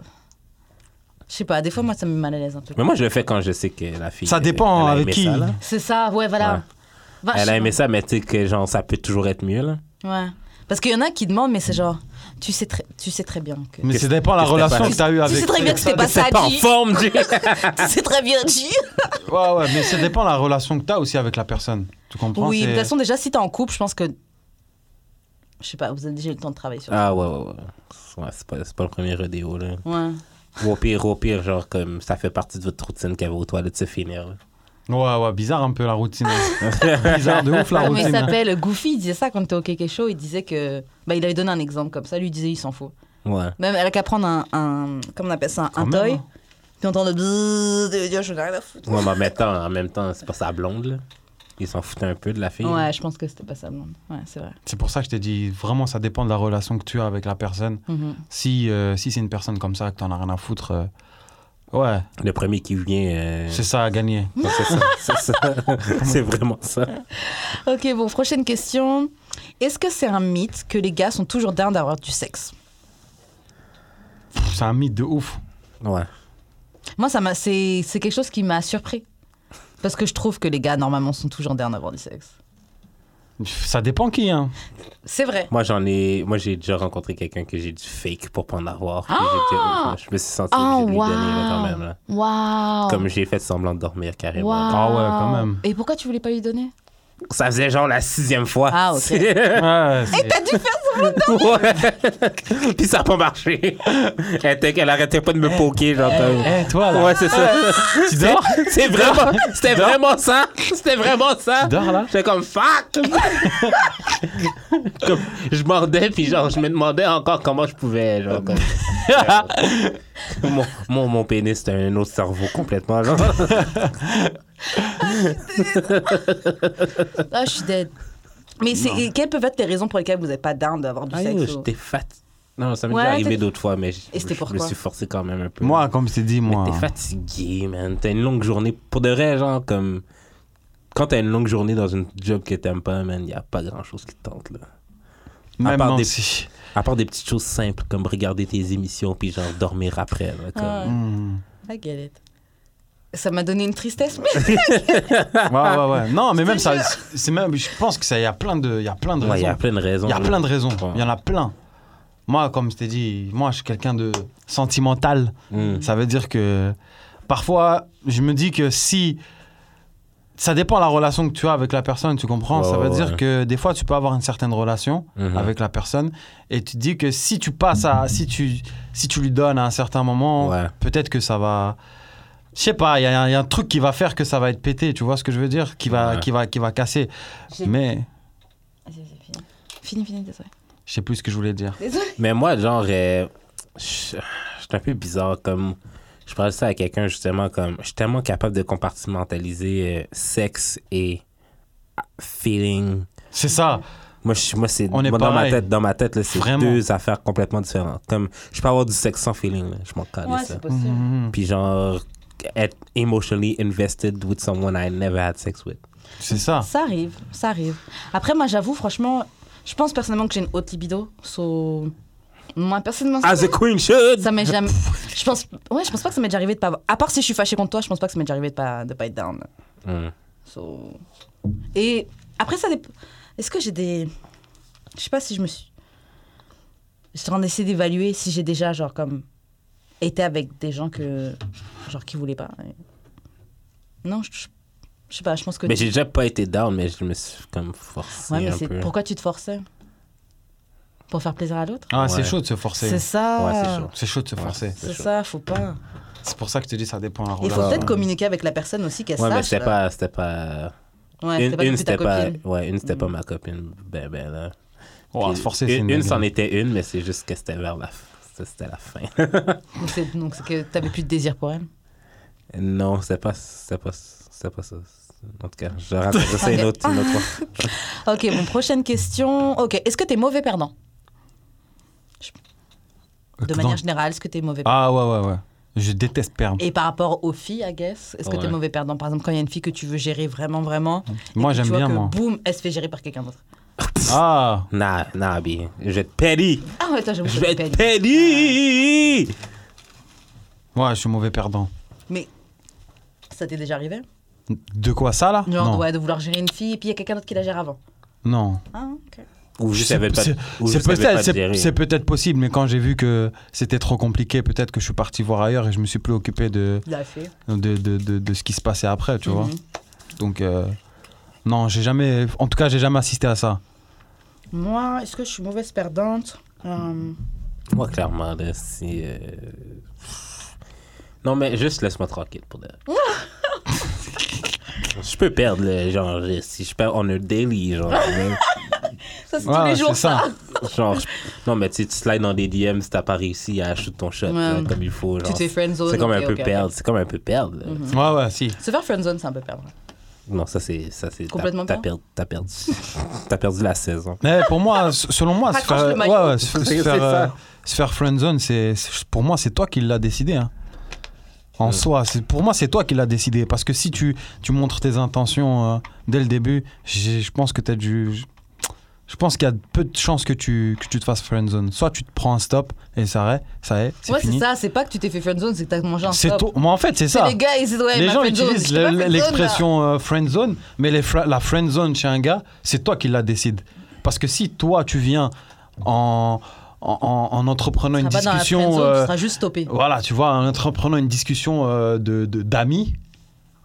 A: Je sais pas, des fois, moi, ça me met mal à l'aise un peu.
B: Mais moi, je le fais quand je sais que la fille.
C: Ça dépend
B: elle a
C: avec
B: aimé
C: qui.
B: ça, là.
A: C'est ça, ouais, voilà.
B: Ouais.
A: Va- Ah, je
B: Elle
A: sais
B: a aimé
A: pas.
B: ça, mais tu sais que, genre, ça peut toujours être mieux, là.
A: Ouais. Parce qu'il y en a qui demandent, mais c'est genre. Tu sais, très, tu sais très bien que.
C: Mais
B: Qu'est-ce-
C: c'est dépend la
B: qu'est-ce que t'as
C: relation
B: fait
C: que tu as eue
A: tu
C: avec.
A: sais très Eh bien que c'était pas ça,
B: C'est pas en
A: G.
B: forme, G. Ah.
A: Tu sais très bien, G.
C: Ouais, ouais, mais ça dépend la relation que tu as aussi avec la personne. Tu comprends
A: Oui, de
C: c'est-
A: toute façon, déjà, si t'es en couple, je pense que. Je sais pas, vous avez déjà eu le temps de travailler sur ça.
B: Ah, ouais, ouais, ouais. Ouais, c'est pas, c'est pas le premier rodéo, là.
A: Ouais.
B: Ou au pire, au pire, genre, comme ça fait partie de votre routine qu'elle va aux toilettes se finir. là.
C: Ouais, ouais, bizarre un peu la routine. hein. bizarre de ouf
A: Comment Ah,
C: la
A: il
C: routine. hein.
A: s'appelle Goofy, il disait ça quand il était au Kéké Show. Il disait que. Bah, il avait donné un exemple comme ça. Lui, il disait, il s'en fout.
B: Ouais.
A: Même, elle a qu'à prendre un, un. Comment on appelle ça Un
C: Quand même,
A: toy.
C: hein.
A: Puis entendre le bzzz, et dire, je n'ai rien à foutre.
B: Ouais, mais en même temps, en même temps, c'est pas sa blonde, là. Ils s'en foutaient un peu de la fille.
A: Ouais, je pense que c'était pas ça, non. Ouais, c'est vrai.
C: C'est pour ça que je t'ai dit, vraiment, ça dépend de la relation que tu as avec la personne.
A: Mhm.
C: Si, euh, si c'est une personne comme ça, que t'en as rien à foutre, euh, ouais,
B: Le premier qui vient. euh,
C: c'est ça à gagner.
B: donc C'est ça. C'est ça. C'est vraiment ça.
A: Ok, bon, prochaine question. Est-ce que c'est un mythe que les gars sont toujours down d'avoir du sexe
C: Pff, C'est un mythe de ouf.
B: Ouais.
A: Moi, ça m'a, c'est, c'est quelque chose qui m'a surpris. Parce que je trouve que les gars, normalement, sont toujours down d'avoir du sexe.
C: Ça dépend qui, hein.
A: C'est vrai.
B: Moi, j'en ai. Moi, j'ai déjà rencontré quelqu'un que j'ai dû fake pour pas en avoir. puis j'étais-
D: Ah!
B: je me suis senti obligé
D: Oh,
B: de lui donner là, quand même.
D: waouh!
B: là.
D: Waouh!
B: Comme j'ai fait semblant de dormir carrément.
D: Waouh.
C: Ah ouais, quand même.
D: Et pourquoi tu voulais pas lui donner?
B: Ça faisait genre la sixième fois.
A: Ah, ok.
B: Eh.
C: Ouais, c'est-
A: T'as dû faire
B: Ouais. Puis ça a pas marché. Elle, était- elle arrêtait pas de me poker, j'entends.
C: Eh, toi, là,
B: Ouais, c'est ça.
C: tu
B: euh,
C: dors
B: C'est vraiment, c'était vraiment ça. C'était vraiment ça.
C: Tu dors, là
B: J'étais comme fuck. Comme, je mordais puis genre je me demandais encore comment je pouvais genre comme- mon, mon, mon pénis c'était un autre cerveau complètement genre.
A: Ah, je suis dead. Mais c'est, et quelles peuvent être les raisons pour lesquelles vous n'êtes pas down d'avoir du
B: Ah,
A: sexe
B: yo,
A: ou-
B: j'étais fat. Non, ça m'est
A: Ouais,
B: déjà arrivé
A: t'es-
B: d'autres fois mais je,
A: Et c'était
B: je me
A: pourquoi
B: suis forcé quand même un peu.
C: Moi, comme je t'ai dit,
B: Mais
C: moi. hein.
B: t'es fatigué, man. T'as une longue journée. Pour de vrai, genre, comme. Quand t'as une longue journée dans une job que t'aimes pas, man, y a pas grand chose qui te tente, là. à
C: Même
B: part des-
C: si-
B: À part des petites choses simples comme regarder tes émissions puis genre dormir après, là. Comme...
A: Ah,
C: Hmm.
A: I get it. Ça m'a donné une tristesse, mais
C: Ouais, ouais, ouais. Non, mais même ça, c'est même, je pense que ça, il y a plein de, il y a plein de
B: Ouais, y a
C: raisons.
B: plein de raisons.
C: Il y a
B: là.
C: plein de raisons.
B: Ouais.
C: Il y en a plein. Moi, comme je t'ai dit, moi, je suis quelqu'un de sentimental.
B: Mm.
C: Ça veut dire que parfois, je me dis que si. Ça dépend de la relation que tu as avec la personne, tu comprends
B: Ouais,
C: Ça veut
B: ouais,
C: dire
B: ouais.
C: que des fois, tu peux avoir une certaine relation
B: Mhm.
C: avec la personne et tu te dis que si tu passes à. Si tu, si tu lui donnes à un certain moment,
B: Ouais.
C: peut-être que ça va. Je sais pas, il y, a un- il y a un truc qui va faire que ça va être pété, tu vois ce que je veux dire qui va,
B: Ouais.
C: qui, va, qui va casser.
A: J'ai-
C: Mais
A: Vas-y, vas-y, fini. Fini, fini, désolé.
C: je sais plus ce que je voulais dire.
A: Désolé.
B: Mais moi, genre, euh, je je suis un peu bizarre. Comme, je parlais de ça à quelqu'un, justement, comme, je suis tellement capable de compartimentaliser euh, sexe et ah, feeling.
C: C'est ça.
B: Moi, je, suis- moi c'est
C: On est
B: moi, dans ma
C: pareil.
B: tête, dans ma tête, là, c'est
C: Vraiment.
B: deux affaires complètement différentes. Comme je peux avoir du sexe sans feeling, là. je m'en calme
A: Ouais,
B: ça.
A: c'est possible.
C: Mhm.
B: Puis genre être emotionally invested with someone I never had sex with.
C: C'est ça.
A: Ça arrive, ça arrive. Après, moi, j'avoue, franchement, je pense personnellement que j'ai une haute libido. So... Moi, personnellement, ça-
B: As a queen should.
A: ça m'est jamais. Je pense... Ouais, je pense pas que ça m'est déjà arrivé de pas avoir. À part si je suis fâchée contre toi, je pense pas que ça m'est déjà arrivé de pas, de pas être down.
C: Hmm.
B: Mm.
A: So- Et après, ça dépend. Est-ce que j'ai des. Je sais pas si je me suis. Je suis en train d'essayer d'évaluer si j'ai déjà, genre, comme. été avec des gens que. genre, qui voulaient pas. Et- Non, je. Je sais pas, je pense que.
B: Mais j'ai déjà pas été down, mais je me suis comme forcé
A: ouais, mais
B: un
A: c'est.
B: peu.
A: Pourquoi tu te forçais Pour faire plaisir à l'autre
C: Ah,
B: Ouais.
C: c'est chaud de se forcer.
A: C'est ça.
B: Ouais, c'est chaud.
C: C'est chaud de se forcer.
A: C'est
B: C'est chaud.
A: ça, faut pas.
C: C'est pour ça que je te dis, ça dépend de la
A: Il
C: relation.
A: faut peut-être communiquer avec la personne aussi qu'elle
B: Ouais, mais
A: sache.
B: c'était
A: là.
B: pas, c'était pas.
A: Ouais,
B: une,
A: c'était pas non
B: une,
A: plus ta
B: c'était pas,
A: copine. Mm.
B: ouais, une, c'était pas ma copine. Ben, ben, là.
C: Oh,
B: Puis
C: se forcer, c'est
B: une, une,
C: dinguerie.
B: c'en était une, mais c'est juste que c'était vers la, f- c'était la fin.
A: Donc, c'est- Donc, c'est que t'avais plus de désir pour elle.
B: Non, c'est pas, c'est pas, c'est pas ça. En tout cas, je raconterai ça une autre, une autre fois.
A: Ok, mon prochaine question. Ok, est-ce que t'es mauvais perdant De
C: Dans-
A: manière générale, est-ce que t'es mauvais perdant
C: Euh, Ah ouais, ouais, ouais. Je déteste perdre.
A: Et par rapport aux filles, I guess, est-ce que t'es
B: Ouais.
A: mauvais perdant Par exemple, quand il y a une fille que tu veux gérer vraiment, vraiment. et
C: Moi,
A: que tu
C: j'aime
A: vois
C: bien,
A: que,
C: moi.
A: Boum, elle se fait gérer par quelqu'un d'autre.
C: Ah
B: Nah, nah, bien. Je vais être petty.
A: Ah ouais, toi, j'avoue,
B: Je
A: ça
B: vais
A: dépend.
B: être petty.
C: Ouais, je suis mauvais perdant.
A: Mais ça t'est déjà arrivé
C: De quoi ça là
A: Genre,
C: Non.
A: ouais, de vouloir gérer une fille et puis il y a quelqu'un d'autre qui la gère avant.
C: non.
A: Ah, ok.
B: Ou juste, elle veut pas
C: C'est
B: ou
C: c'est
B: juste elle veut pas
C: peut-être
B: te gérer.
C: c'est- c'est peut-être possible, mais quand j'ai vu que c'était trop compliqué, peut-être que je suis parti voir ailleurs et je me suis plus occupé de,
A: Il l'a fait.
C: de, de, de, de ce qui se passait après, tu vois.
A: Mhm.
C: Donc, euh, non, j'ai jamais. En tout cas, j'ai jamais assisté à ça.
A: Moi, est-ce que je suis mauvaise perdante Euh,
B: Moi, clairement, là, si. euh, Non, mais juste laisse-moi tranquille pour de. je peux perdre, là, genre, euh, si je perds on a daily, genre. mais-
A: Ça, c'est tous
C: Ouais,
A: les jours
C: c'est ça.
A: ça.
B: genre, je- non, mais tu sais, tu slides dans des DM si t'as pas réussi à shoot ton shot là,
A: Ouais.
B: comme il faut.
A: Tu
B: Genre,
A: te fais friendzone.
B: c'est comme
A: ok,
B: un peu
A: ok, ok.
B: perdre, c'est comme un peu perdre. là.
A: Mhm.
C: Ouais, ouais, si.
A: Se faire friendzone, c'est un peu perdre.
B: Non, ça c'est. ça c'est t'as-
A: Complètement
B: T'as
A: pas.
B: perdu, t'as perdu, t'as perdu la saison.
C: Mais pour moi, s- selon moi, se
A: Raccroche
C: faire,
A: le maillot.
C: ouais, ouais, se f- se
B: C'est
C: faire,
B: ça.
C: euh, se faire friendzone, c'est, c'est- pour moi, c'est toi qui l'as décidé. hein. En soi, c'est, pour moi, c'est toi qui l'as décidé. Parce que si tu, tu montres tes intentions euh, dès le début, j'ai- je pense que tu as dû. je pense qu'il y a peu de chances que tu, que tu te fasses friendzone. Soit tu te prends un stop et ça est, ça est, c'est
A: Ouais, c'est
C: fini.
A: ça. C'est pas que tu t'es fait friendzone, c'est que t'as mangé un
C: C'est
A: stop.
C: tout. Moi, en fait, c'est
A: C'est
C: ça.
A: les gars, ils disent, ouais,
C: les
A: Eh, ma
C: gens
A: friendzone,
C: utilisent
A: je t'ai pas
C: le-
A: friendzone,
C: l'expression euh, friend zone, mais les fra- la friend zone chez un gars, c'est toi qui la décide. Parce que si toi, tu viens en, en, en- en entreprenant
A: là.
C: une
A: Tu seras pas dans la
C: discussion.
A: friendzone,
C: euh,
A: Tu seras juste stoppé.
C: voilà, tu vois, en entreprenant une discussion euh, de de- d'amis,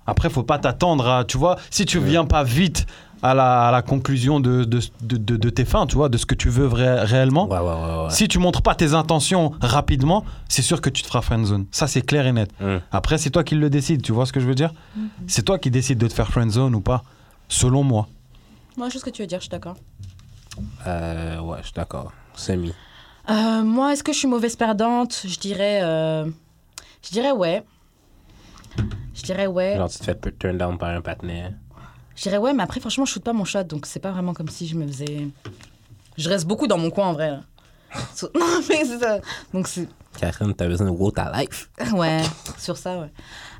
C: après, faut pas t'attendre à. Tu vois, si tu viens pas vite à la, à la conclusion de, de, de- de- de tes fins, tu vois, de ce que tu veux vrai- réellement.
B: Ouais, ouais, ouais. ouais.
C: Si tu montres pas tes intentions rapidement, c'est sûr que tu te feras friendzone. Ça, c'est clair et net.
B: Mm.
C: Après, c'est toi qui le décides, tu vois ce que je veux dire
A: Mm-hmm.
C: C'est toi qui décides de te faire friendzone ou pas, selon moi.
A: Moi, je sais ce que tu veux dire, je suis d'accord.
B: Euh, ouais, je suis d'accord. Semi.
A: Euh, moi, est-ce que je suis mauvaise perdante Je dirais. euh, Je dirais ouais. Je dirais ouais.
B: Genre, tu te fais peu- turn down par un partenaire.
A: Je dirais ouais, mais après, franchement, je shoot pas mon shot, donc c'est pas vraiment comme si je me faisais. Je reste beaucoup dans mon coin en vrai. So- Non, mais c'est ça. Donc c'est.
B: Karine, t'as besoin de wow ta life.
A: Ouais, sur ça, ouais.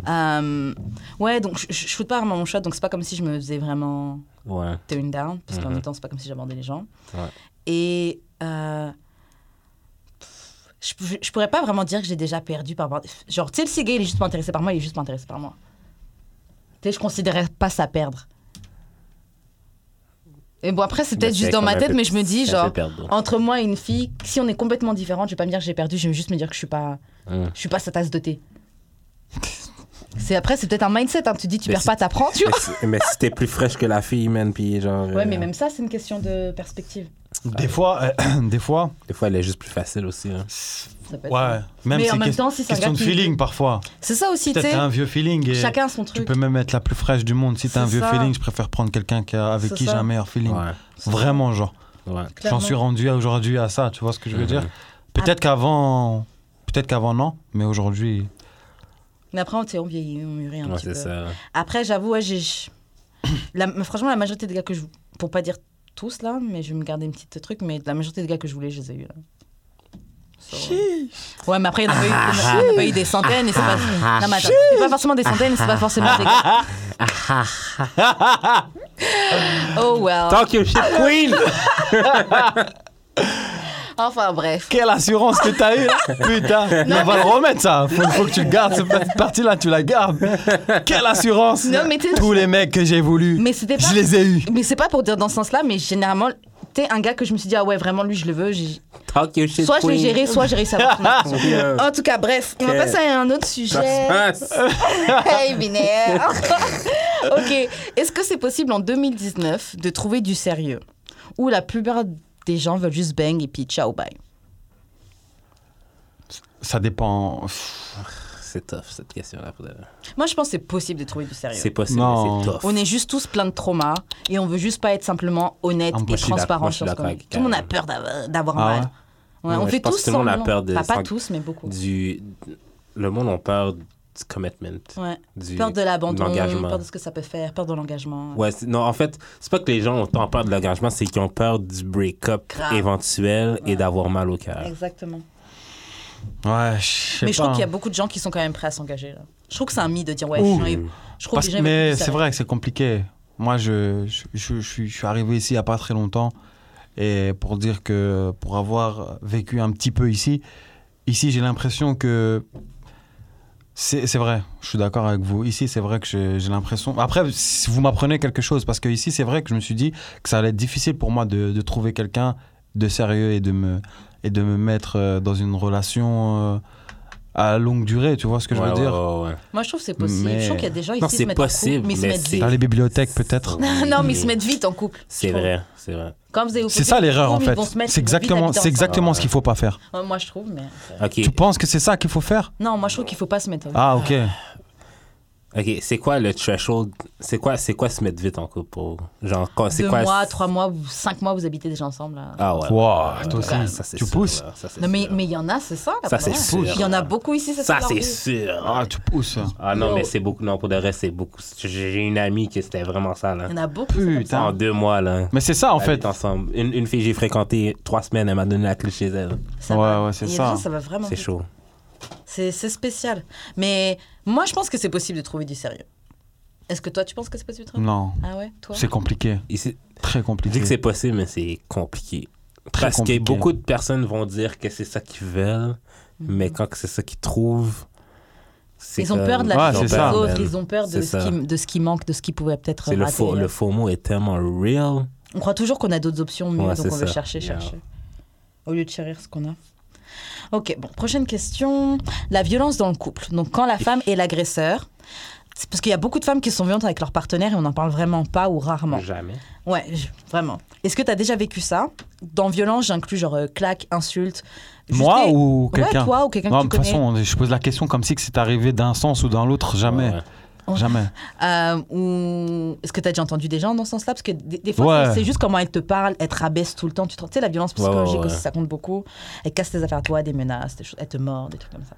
A: Euh, Ouais, donc je, je shoot pas vraiment mon shot, donc c'est pas comme si je me faisais vraiment
B: Ouais.
A: turn down, parce qu'en
B: Mhm.
A: même temps, c'est pas comme si j'abordais les gens.
B: Ouais.
A: Et euh, pff, je, pou- je pourrais pas vraiment dire que j'ai déjà perdu par. Genre, tu sais, si le gars, il est juste pas intéressé par moi, il est juste pas intéressé par moi. Tu sais, je considérais pas ça perdre. Et bon, après, c'est peut-être
B: Mais
A: juste
B: c'est
A: dans
B: quand
A: ma
B: même un
A: tête,
B: peu-
A: mais je me dis,
B: c'est un
A: genre, Oh.
B: peu perdant.
A: entre moi et une fille, si on est complètement différentes, je vais pas me dire que j'ai perdu, je vais juste me dire que je suis pas,
B: Hum.
A: je suis pas sa tasse de thé. C'est après, c'est peut-être un mindset. hein. Tu dis, tu
B: Mais
A: perds
B: c'est-
A: pas, t'apprends, tu vois.
B: Mais si- Mais si t'es plus fraîche que la fille, man, puis genre.
A: Ouais,
B: euh,
A: mais même ça, c'est une question de perspective.
C: Des fois, euh, des fois,
B: Des fois, elle est juste plus facile aussi. hein.
A: Ça peut être ça.
C: ouais, même
A: Bah, Mais en
C: c'est
A: même
C: ques-
A: temps, si c'est un
C: question
A: gars
C: de
A: qui-
C: feeling parfois.
A: C'est ça aussi, tu
C: Peut-être
A: sais.
C: t'as un vieux feeling et
A: Chacun son
C: tu
A: truc.
C: peux même être la plus fraîche du monde. Si t'as un
A: C'est
C: vieux
A: ça.
C: feeling, je préfère prendre quelqu'un qui a- avec
A: C'est
C: qui j'ai
A: ça.
C: un meilleur feeling.
B: Ouais.
C: Vraiment, genre.
B: Ouais.
A: Clairement. Ah.
C: J'en suis rendu à- aujourd'hui à ça, tu vois ce que je veux
B: Mhm.
C: dire Peut-être qu'avant, peut-être qu'avant non, mais aujourd'hui,
A: Mais après, on, tu sais, on vieillit, on mûrit un
B: Ouais,
A: petit peu.
B: c'est ça.
A: Après, j'avoue, ouais, j'ai. j'ai- la- mais franchement, la majorité des gars que je. Pour pas dire tous, là, mais je vais me garder un petit truc, mais la majorité des gars que je voulais, je les ai eus, là. So, ouais. ouais, mais après, il n'y en a pas eu- il y en a- il y en a pas eu des centaines, et c'est pas. Non, mais attends, c'est pas forcément des centaines, et c'est pas forcément des gars. Oh, well.
B: Talk your shit, queen!
A: Enfin, bref.
C: quelle assurance que t'as eue hein Putain, on va le remettre ça. Faut, faut que tu le gardes cette partie-là, tu la gardes. Quelle assurance
A: Non, mais t'es-
C: Tous les mecs que j'ai voulu,
A: Mais c'était pas.
C: je les ai eus.
A: Mais c'est pas pour dire dans ce sens-là, mais généralement, t'es un gars que je me suis dit, ah ouais, vraiment, lui, je le veux. j'ai-
B: Talk your shit,
A: Soit je l'ai
B: queen!
A: géré, soit j'ai réussi à avoir son attention.
B: Yeah.
A: En tout cas, bref, on va
B: Ok.
A: passer à un autre
B: Ça se
A: sujet.
B: passe!
A: Hey, binaire Ok, est-ce que c'est possible en 2019 de trouver du sérieux Ou la plupart des gens veulent juste bang et puis ciao, bye
C: Ça dépend. Pff,
B: C'est tough, cette question-là. pour de vrai.
A: Moi, je pense que c'est possible de trouver du
B: C'est
A: sérieux.
B: possible,
C: Non.
B: mais c'est tough.
A: On est juste tous pleins de traumas et on veut juste pas être simplement honnête
C: Ah, moi,
A: et
C: je suis
B: d'accord, moi,
A: transparent
B: je suis
A: sur ce qu'on
B: d'accord
A: est.
B: avec
A: Tout le monde a
B: Karen.
A: peur d'avoir d'avoir
C: Ah
A: mal.
C: ouais
A: Ouais,
B: Ouais,
A: on
B: je
A: fait
B: pense
A: tous
B: que tout le monde a
A: semblant.
B: peur de
A: Enfin,
B: s'en-
A: pas tous, mais beaucoup.
B: Du... Le monde a peur du commitment.
A: Ouais.
B: Du...
A: Peur de l'abandon,
B: l'engagement.
A: peur de ce que ça peut faire, peur de l'engagement.
B: Ouais, c'est- non, en fait, c'est pas que les gens ont tant peur de l'engagement, c'est qu'ils ont peur du break-up
A: Grave.
B: éventuel et d'avoir mal au cœur.
A: Exactement.
C: Ouais, je sais
A: Mais je trouve
C: pas,
A: qu'il y a
C: hein.
A: beaucoup de gens qui sont quand même prêts à s'engager. là. Je trouve que c'est un mythe de dire ouais,
C: Ouh.
A: je suis- je trouve
C: Parce-
A: que les gens, ils veulent
C: mais
A: plus
C: c'est
A: savoir.
C: vrai que c'est compliqué. Moi, je, je, je- je suis, je suis arrivé ici il n'y a pas très longtemps. Et pour dire que, pour avoir vécu un petit peu ici, ici, j'ai l'impression que. C'est c'est vrai, je suis d'accord avec vous. Ici, c'est vrai que j'ai j'ai l'impression. Après, si vous m'apprenez quelque chose, parce que ici, c'est vrai que je me suis dit que ça allait être difficile pour moi de, de trouver quelqu'un de sérieux et de me, et de me mettre euh, dans une relation euh, à longue durée, tu vois ce que je
B: Ouais,
C: veux
B: ouais,
C: dire
B: ouais, ouais.
A: Moi, je trouve que c'est possible.
C: Mais-
A: Je trouve qu'il y a des gens ici
B: Non,
A: qui se
B: c'est
A: mettent en
B: possible,
A: couple, mais ils se
B: mais
A: mettent
B: c'est-
C: Dans
A: vite.
C: les bibliothèques, peut-être
A: non, mais ils se mettent vite en couple.
B: C'est
A: je trouve.
B: vrai, c'est vrai.
A: Quand vous allez au
C: C'est
A: côté
C: ça
A: du
C: l'erreur en
A: couple, ils
C: fait.
A: vont se mettre
C: C'est
A: vite
C: exactement,
A: habiter
C: c'est
A: ensemble.
C: exactement ce qu'il faut pas faire.
A: Ouais, Moi, je trouve, mais.
B: Ok,
C: Tu penses que c'est ça qu'il faut faire
A: Non, moi, je trouve qu'il faut pas se mettre. hein.
C: Ah ok.
B: ok. C'est quoi le threshold? C'est quoi, c'est quoi se mettre vite en couple pour vous? Genre, quoi- c'est
A: Deux
B: quoi?
A: mois, trois mois, ou cinq mois, vous habitez déjà ensemble. là.
B: Ah ouais. Ouais,
C: Wow, toi
B: ouais,
C: aussi.
B: ça, c'est
C: tu
B: sûr,
C: pousses.
B: là. Ça, c'est
A: Non, mais
B: sûr.
A: mais il y en a, c'est ça. la
B: Ça, c'est
A: première.
B: sûr.
A: Il y en a beaucoup ici, c'est
B: Ça,
A: leur
B: c'est
A: vie.
B: sûr.
C: Ah, tu pousses.
B: Ah non,
A: Yo.
B: mais c'est beaucoup. Non, pour de reste, c'est beaucoup. J'ai j'ai une amie qui c'était vraiment ça, là.
A: Il y en a beaucoup. c'est comme ça.
B: En
C: Putain.
B: deux mois, là.
C: Mais c'est ça en
B: Elle
C: fait.
B: est ensemble. Une, une fille que j'ai fréquentée trois semaines, elle m'a donné la clé chez elle.
A: Ça
C: Ouais,
A: va.
C: ouais, c'est
A: Il y a
C: ça.
A: des gens, ça va vraiment
B: C'est
A: vite.
B: chaud.
A: C'est c'est spécial. Mais moi, je pense que c'est possible de trouver du sérieux. Est-ce que toi, tu penses que c'est possible de trans-
C: Non,
A: Ah ouais, toi
C: c'est compliqué,
B: Ici,
C: très
B: je dis
C: compliqué.
B: que c'est possible, mais c'est compliqué.
C: Très
B: Parce
C: compliqué.
B: que beaucoup de personnes vont dire que c'est ça qu'ils veulent, mais quand que c'est ça qu'ils trouvent, c'est
A: Mhm. Ils ont
B: comme-
A: peur de
C: Ouais,
A: la vie
C: Ah, c'est
A: des
C: ça.
A: autres, ils ont peur de
B: C'est
A: ce,
B: ça.
A: qui, de ce qui manque, de ce qui pouvait peut-être
B: C'est le
A: rater.
B: faux, le faux mot est tellement real.
A: On croit toujours qu'on a d'autres options mieux,
B: Ouais,
A: donc
B: c'est
A: on veut
B: ça.
A: chercher,
B: Yeah.
A: chercher. Au lieu de chérir ce qu'on a. Ok, bon, prochaine question. La violence dans le couple. Donc, quand la femme est l'agresseur, c'est parce qu'il y a beaucoup de femmes qui sont violentes avec leur partenaire et on n'en parle vraiment pas ou rarement.
B: Jamais.
A: Ouais, je- vraiment. Est-ce que tu as déjà vécu ça Dans violence, j'inclus genre euh, claque, insulte. juste
C: Moi
A: les-
C: ou quelqu'un
A: Ouais, toi ou quelqu'un
C: Non,
A: que
C: de
A: tu
C: toute
A: connais.
C: façon, je pose la question comme si que c'est arrivé d'un sens ou d'un l'autre, jamais,
B: Ouais.
A: Ouais.
C: jamais.
A: Euh, ou est-ce que tu as déjà entendu des gens dans ce sens-là Parce que des, des fois,
C: Ouais.
A: c'est- c'est juste comment elle te parle, elle te rabaisse tout le temps. Tu te- tu sais, la violence
B: Ouais, ouais,
A: psychologique
B: ouais.
A: aussi, ça compte beaucoup. Elle casse tes affaires à toi, des menaces, des choses, elle te mord, des trucs comme ça.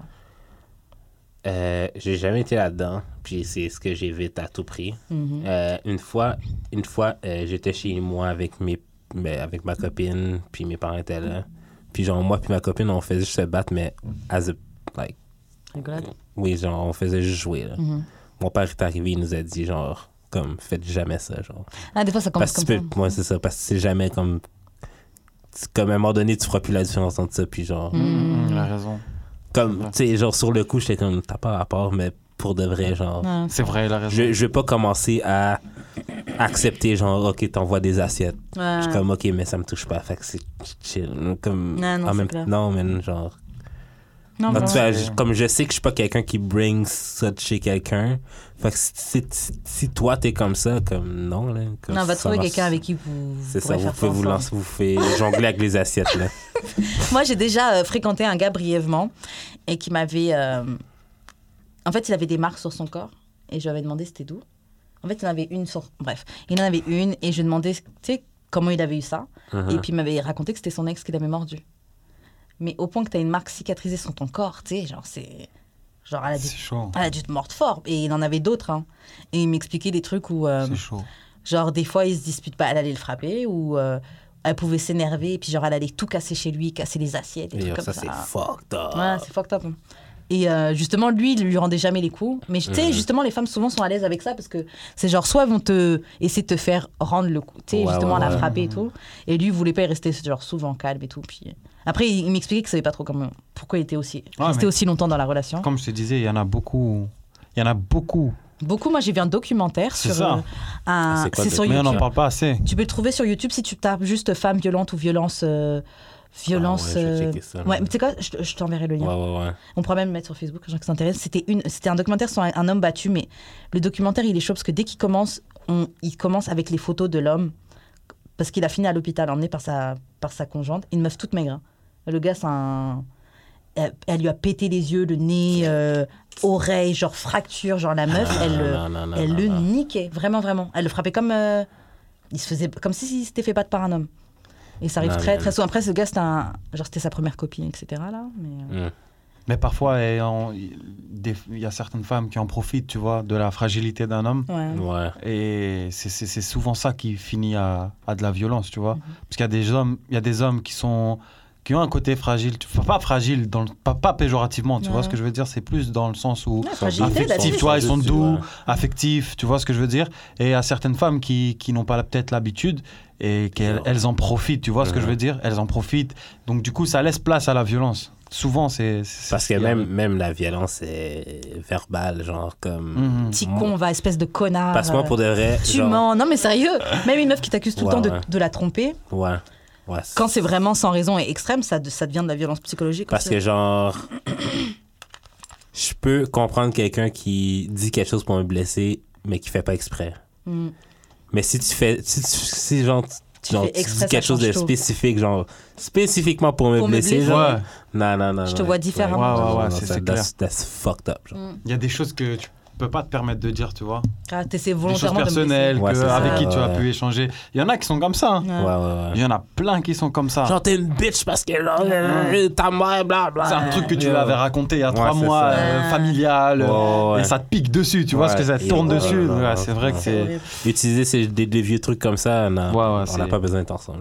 B: Euh, j'ai jamais été là-dedans, puis c'est ce que j'évite à tout prix.
A: Mhm.
B: Euh, une fois, une fois euh, j'étais chez moi avec, mes, mais avec ma copine, puis mes parents étaient là. Puis genre, moi puis ma copine, on faisait juste se battre, mais as a, like,
A: Rigolade.
B: oui, genre, on faisait juste jouer. là.
A: Mhm.
B: Mon père est arrivé, il nous a dit, genre, comme, faites jamais ça, genre.
A: Ah, des fois, ça commence
B: Parce que
A: comme
B: tu
A: ça.
B: peux, moi, c'est ça, parce que c'est jamais comme, c'est comme à un moment donné, tu feras plus la différence entre ça, puis genre,
A: Hmm.
C: Mhm, il a raison.
B: comme,
C: Ouais.
B: tu sais, genre, sur le coup, j'étais comme, t'as pas rapport, mais pour de vrai, genre,
A: Ouais.
C: C'est vrai, il a raison.
B: je, je vais pas commencer à accepter, genre, ok, t'envoies des assiettes. Je suis
A: Ouais.
B: comme, ok, mais ça me touche pas, fait que c'est chill. Comme,
A: Non, non,
B: en
A: c'est
B: même
A: clair.
B: non, man, genre.
A: Non,
B: Quand
A: mais
B: tu
A: ouais.
B: fais-
C: c'est-
B: comme je sais que je suis pas quelqu'un qui bring ça de chez quelqu'un, fait que si, si, si toi t'es comme ça, comme non, là. Comme
A: Non, on va
B: ça
A: trouver
B: marche-
A: quelqu'un avec qui vous, vous
B: C'est ça,
A: pourrez
B: vous
A: faire
B: pouvez vous
A: ensemble.
B: lancer, vous faites jongler avec les assiettes, là.
A: Moi, j'ai déjà euh, fréquenté un gars brièvement et qui m'avait. euh, En fait, il avait des marques sur son corps et je lui avais demandé c'était d'où. En fait, il en avait une sur. Bref, il en avait une et je lui demandais, tu sais, comment il avait eu ça.
B: Mhm.
A: Et puis, il m'avait raconté que c'était son ex qui l'avait mordu. Mais au point que tu as une marque cicatrisée sur ton corps, tu sais, genre, c'est. Genre, elle a
C: C'est
A: dû,
C: chaud,
A: elle a dû te mordre fort. Et il en avait d'autres, hein. Et il m'expliquait des trucs où. euh,
C: c'est chaud.
A: Genre, des fois, ils se disputent pas, elle allait le frapper ou euh, elle pouvait s'énerver et puis, genre, elle allait tout casser chez lui, casser les assiettes et
B: Et
A: tout
B: yo,
A: comme
B: ça,
A: ça.
B: c'est fucked up.
A: Ouais, c'est fucked up. hein. Et euh, justement, lui, il lui rendait jamais les coups. Mais tu sais,
B: Mhm.
A: justement, les femmes souvent sont à l'aise avec ça parce que c'est genre, soit elles vont te essayer de te faire rendre le coup, tu sais,
B: Ouais,
A: justement,
B: ouais, Mhm.
A: à la
B: ouais.
A: frapper et tout. Et lui, il voulait pas y rester, genre, souvent calme et tout. Puis après, il, il m'expliquait qu'il savait pas trop comment, pourquoi il était aussi,
C: Ouais,
A: resté
C: Ah, mais-
A: aussi longtemps dans la relation.
C: Comme je te disais, il y en a beaucoup. Il y en a beaucoup.
A: Beaucoup, moi, j'ai vu un documentaire
C: C'est
A: sur.
C: ça.
A: euh, un-
B: Ah, C'est quoi
A: c'est
B: le
A: sur
C: Mais on
A: YouTube.
C: n'en parle pas assez.
A: Tu peux le trouver sur YouTube si tu tapes juste femme violente ou violence. euh, violence.
B: Ah ouais, je vais
A: euh,
B: checker ça,
A: ouais,
B: man.
A: mais tu sais quoi, je, te- je t'enverrai le lien.
B: Ouais, ouais, ouais.
A: On pourra même le mettre sur Facebook, les gens qui s'intéressent. C'était une, c'était un documentaire sur un, un homme battu, mais le documentaire il est chaud parce que dès qu'il commence, on, il commence avec les photos de l'homme parce qu'il a fini à l'hôpital emmené par sa par sa conjointe, une meuf toute maigre. hein. Le gars c'est un, elle, elle lui a pété les yeux, le nez, euh, oreilles, genre fracture, genre la meuf, elle, euh, le-
B: Non, non, non,
A: elle
B: non,
A: le
B: non.
A: niquait vraiment vraiment. Elle le frappait comme euh, il se faisait comme si s'était fait battre par un homme. Et ça arrive
B: Non,
A: très
B: mais-
A: très souvent. Après ce gars c'était un, genre c'était sa première copine etc là, mais. euh,
B: Mm.
C: Mais parfois, eh, on- des- il y a certaines femmes qui en profitent, tu vois, de la fragilité d'un homme.
A: Ouais.
B: Ouais.
C: Et c'est- c'est c'est souvent ça qui finit à, à de la violence, tu vois. Parce qu'il y a des hommes, il y a des hommes qui sont qui ont un côté fragile, tu- enfin, pas fragile, dans le- pas, pas péjorativement, tu
A: Ouais.
C: vois ce que je veux dire, c'est plus dans le sens où
A: Ouais,
B: Ils sont
A: fragilité,
B: juste-
A: d'habitude.
C: affectifs, tu vois, ils sont
B: juste,
C: doux,
B: ouais.
C: affectifs, tu vois ce que je veux dire. Et à certaines femmes qui, qui n'ont pas la- peut-être l'habitude et qu'elles
B: Ouais.
C: elles en profitent, tu vois ce que
B: Ouais.
C: je veux dire, elles en profitent. Donc du coup, ça laisse place à la violence. Souvent, c'est c'est-
B: Parce que
C: c'est-
B: même, même la violence est verbale, genre comme.
C: Mhm.
A: Petit
B: Moi-
A: con, va, espèce de connard. euh,
B: Parce que moi, Mmh. pour de vrai.
A: Tu
B: genre-
A: mens. Non, mais sérieux. Même une meuf qui t'accuse tout
B: Ouais,
A: le temps de,
B: ouais.
A: de la tromper,
B: Ouais. Ouais. c'est-
A: quand c'est vraiment sans raison et extrême, ça, de- ça devient de la violence psychologique.
B: Parce que, genre. Je peux comprendre quelqu'un qui dit quelque chose pour me blesser, mais qui fait pas exprès.
A: Mm.
B: Mais si tu fais. Si, tu- si genre. Tu, genre,
A: fais
B: tu
A: exprès,
B: dis quelque
A: ça
B: chose de
A: change tout.
B: spécifique, genre. Spécifiquement pour me
A: Pour me
B: blesser,
A: blesser.
B: genre.
C: Ouais.
B: Non, non, non.
A: Je te
B: non,
A: vois
B: ouais,
A: différemment.
C: Ouais, ouais, ouais,
B: non,
C: c'est-
B: ça-
C: c'est
B: that's- that's fucked up, genre.
C: Il y a des choses que tu peux pas te permettre de dire, tu vois.
A: Ah, t'essaies
C: Des choses
A: volontairement de me
C: personnelles
A: blesser.
C: que-
B: Ouais, c'est ça,
C: avec qui tu as
B: ouais.
C: pu échanger. Il y en a qui sont comme ça. hein.
A: Ouais.
B: Ouais, ouais,
C: Il
B: ouais.
C: y en a plein qui sont comme ça.
B: Genre, t'es une bitch parce que genre, euh, ta mère, bla, bla.
C: C'est un truc que tu
B: Ouais,
C: l'avais
B: ouais.
C: raconté il y a
B: Ouais,
C: trois
B: c'est
C: mois,
B: ça.
C: euh, familial,
B: Ouais, ouais, ouais.
C: et ça te pique dessus, tu vois,
B: Ouais,
C: ce que ça te
B: et
C: tourne
B: ouais,
C: dessus.
B: ouais,
C: Ouais,
B: ouais,
C: c'est vrai
B: ouais.
C: que c'est.
A: Horrible.
B: Utiliser ces- des, des vieux trucs comme ça, non,
C: Ouais, ouais,
B: on
C: c'est-
B: n'a pas besoin d'être ensemble.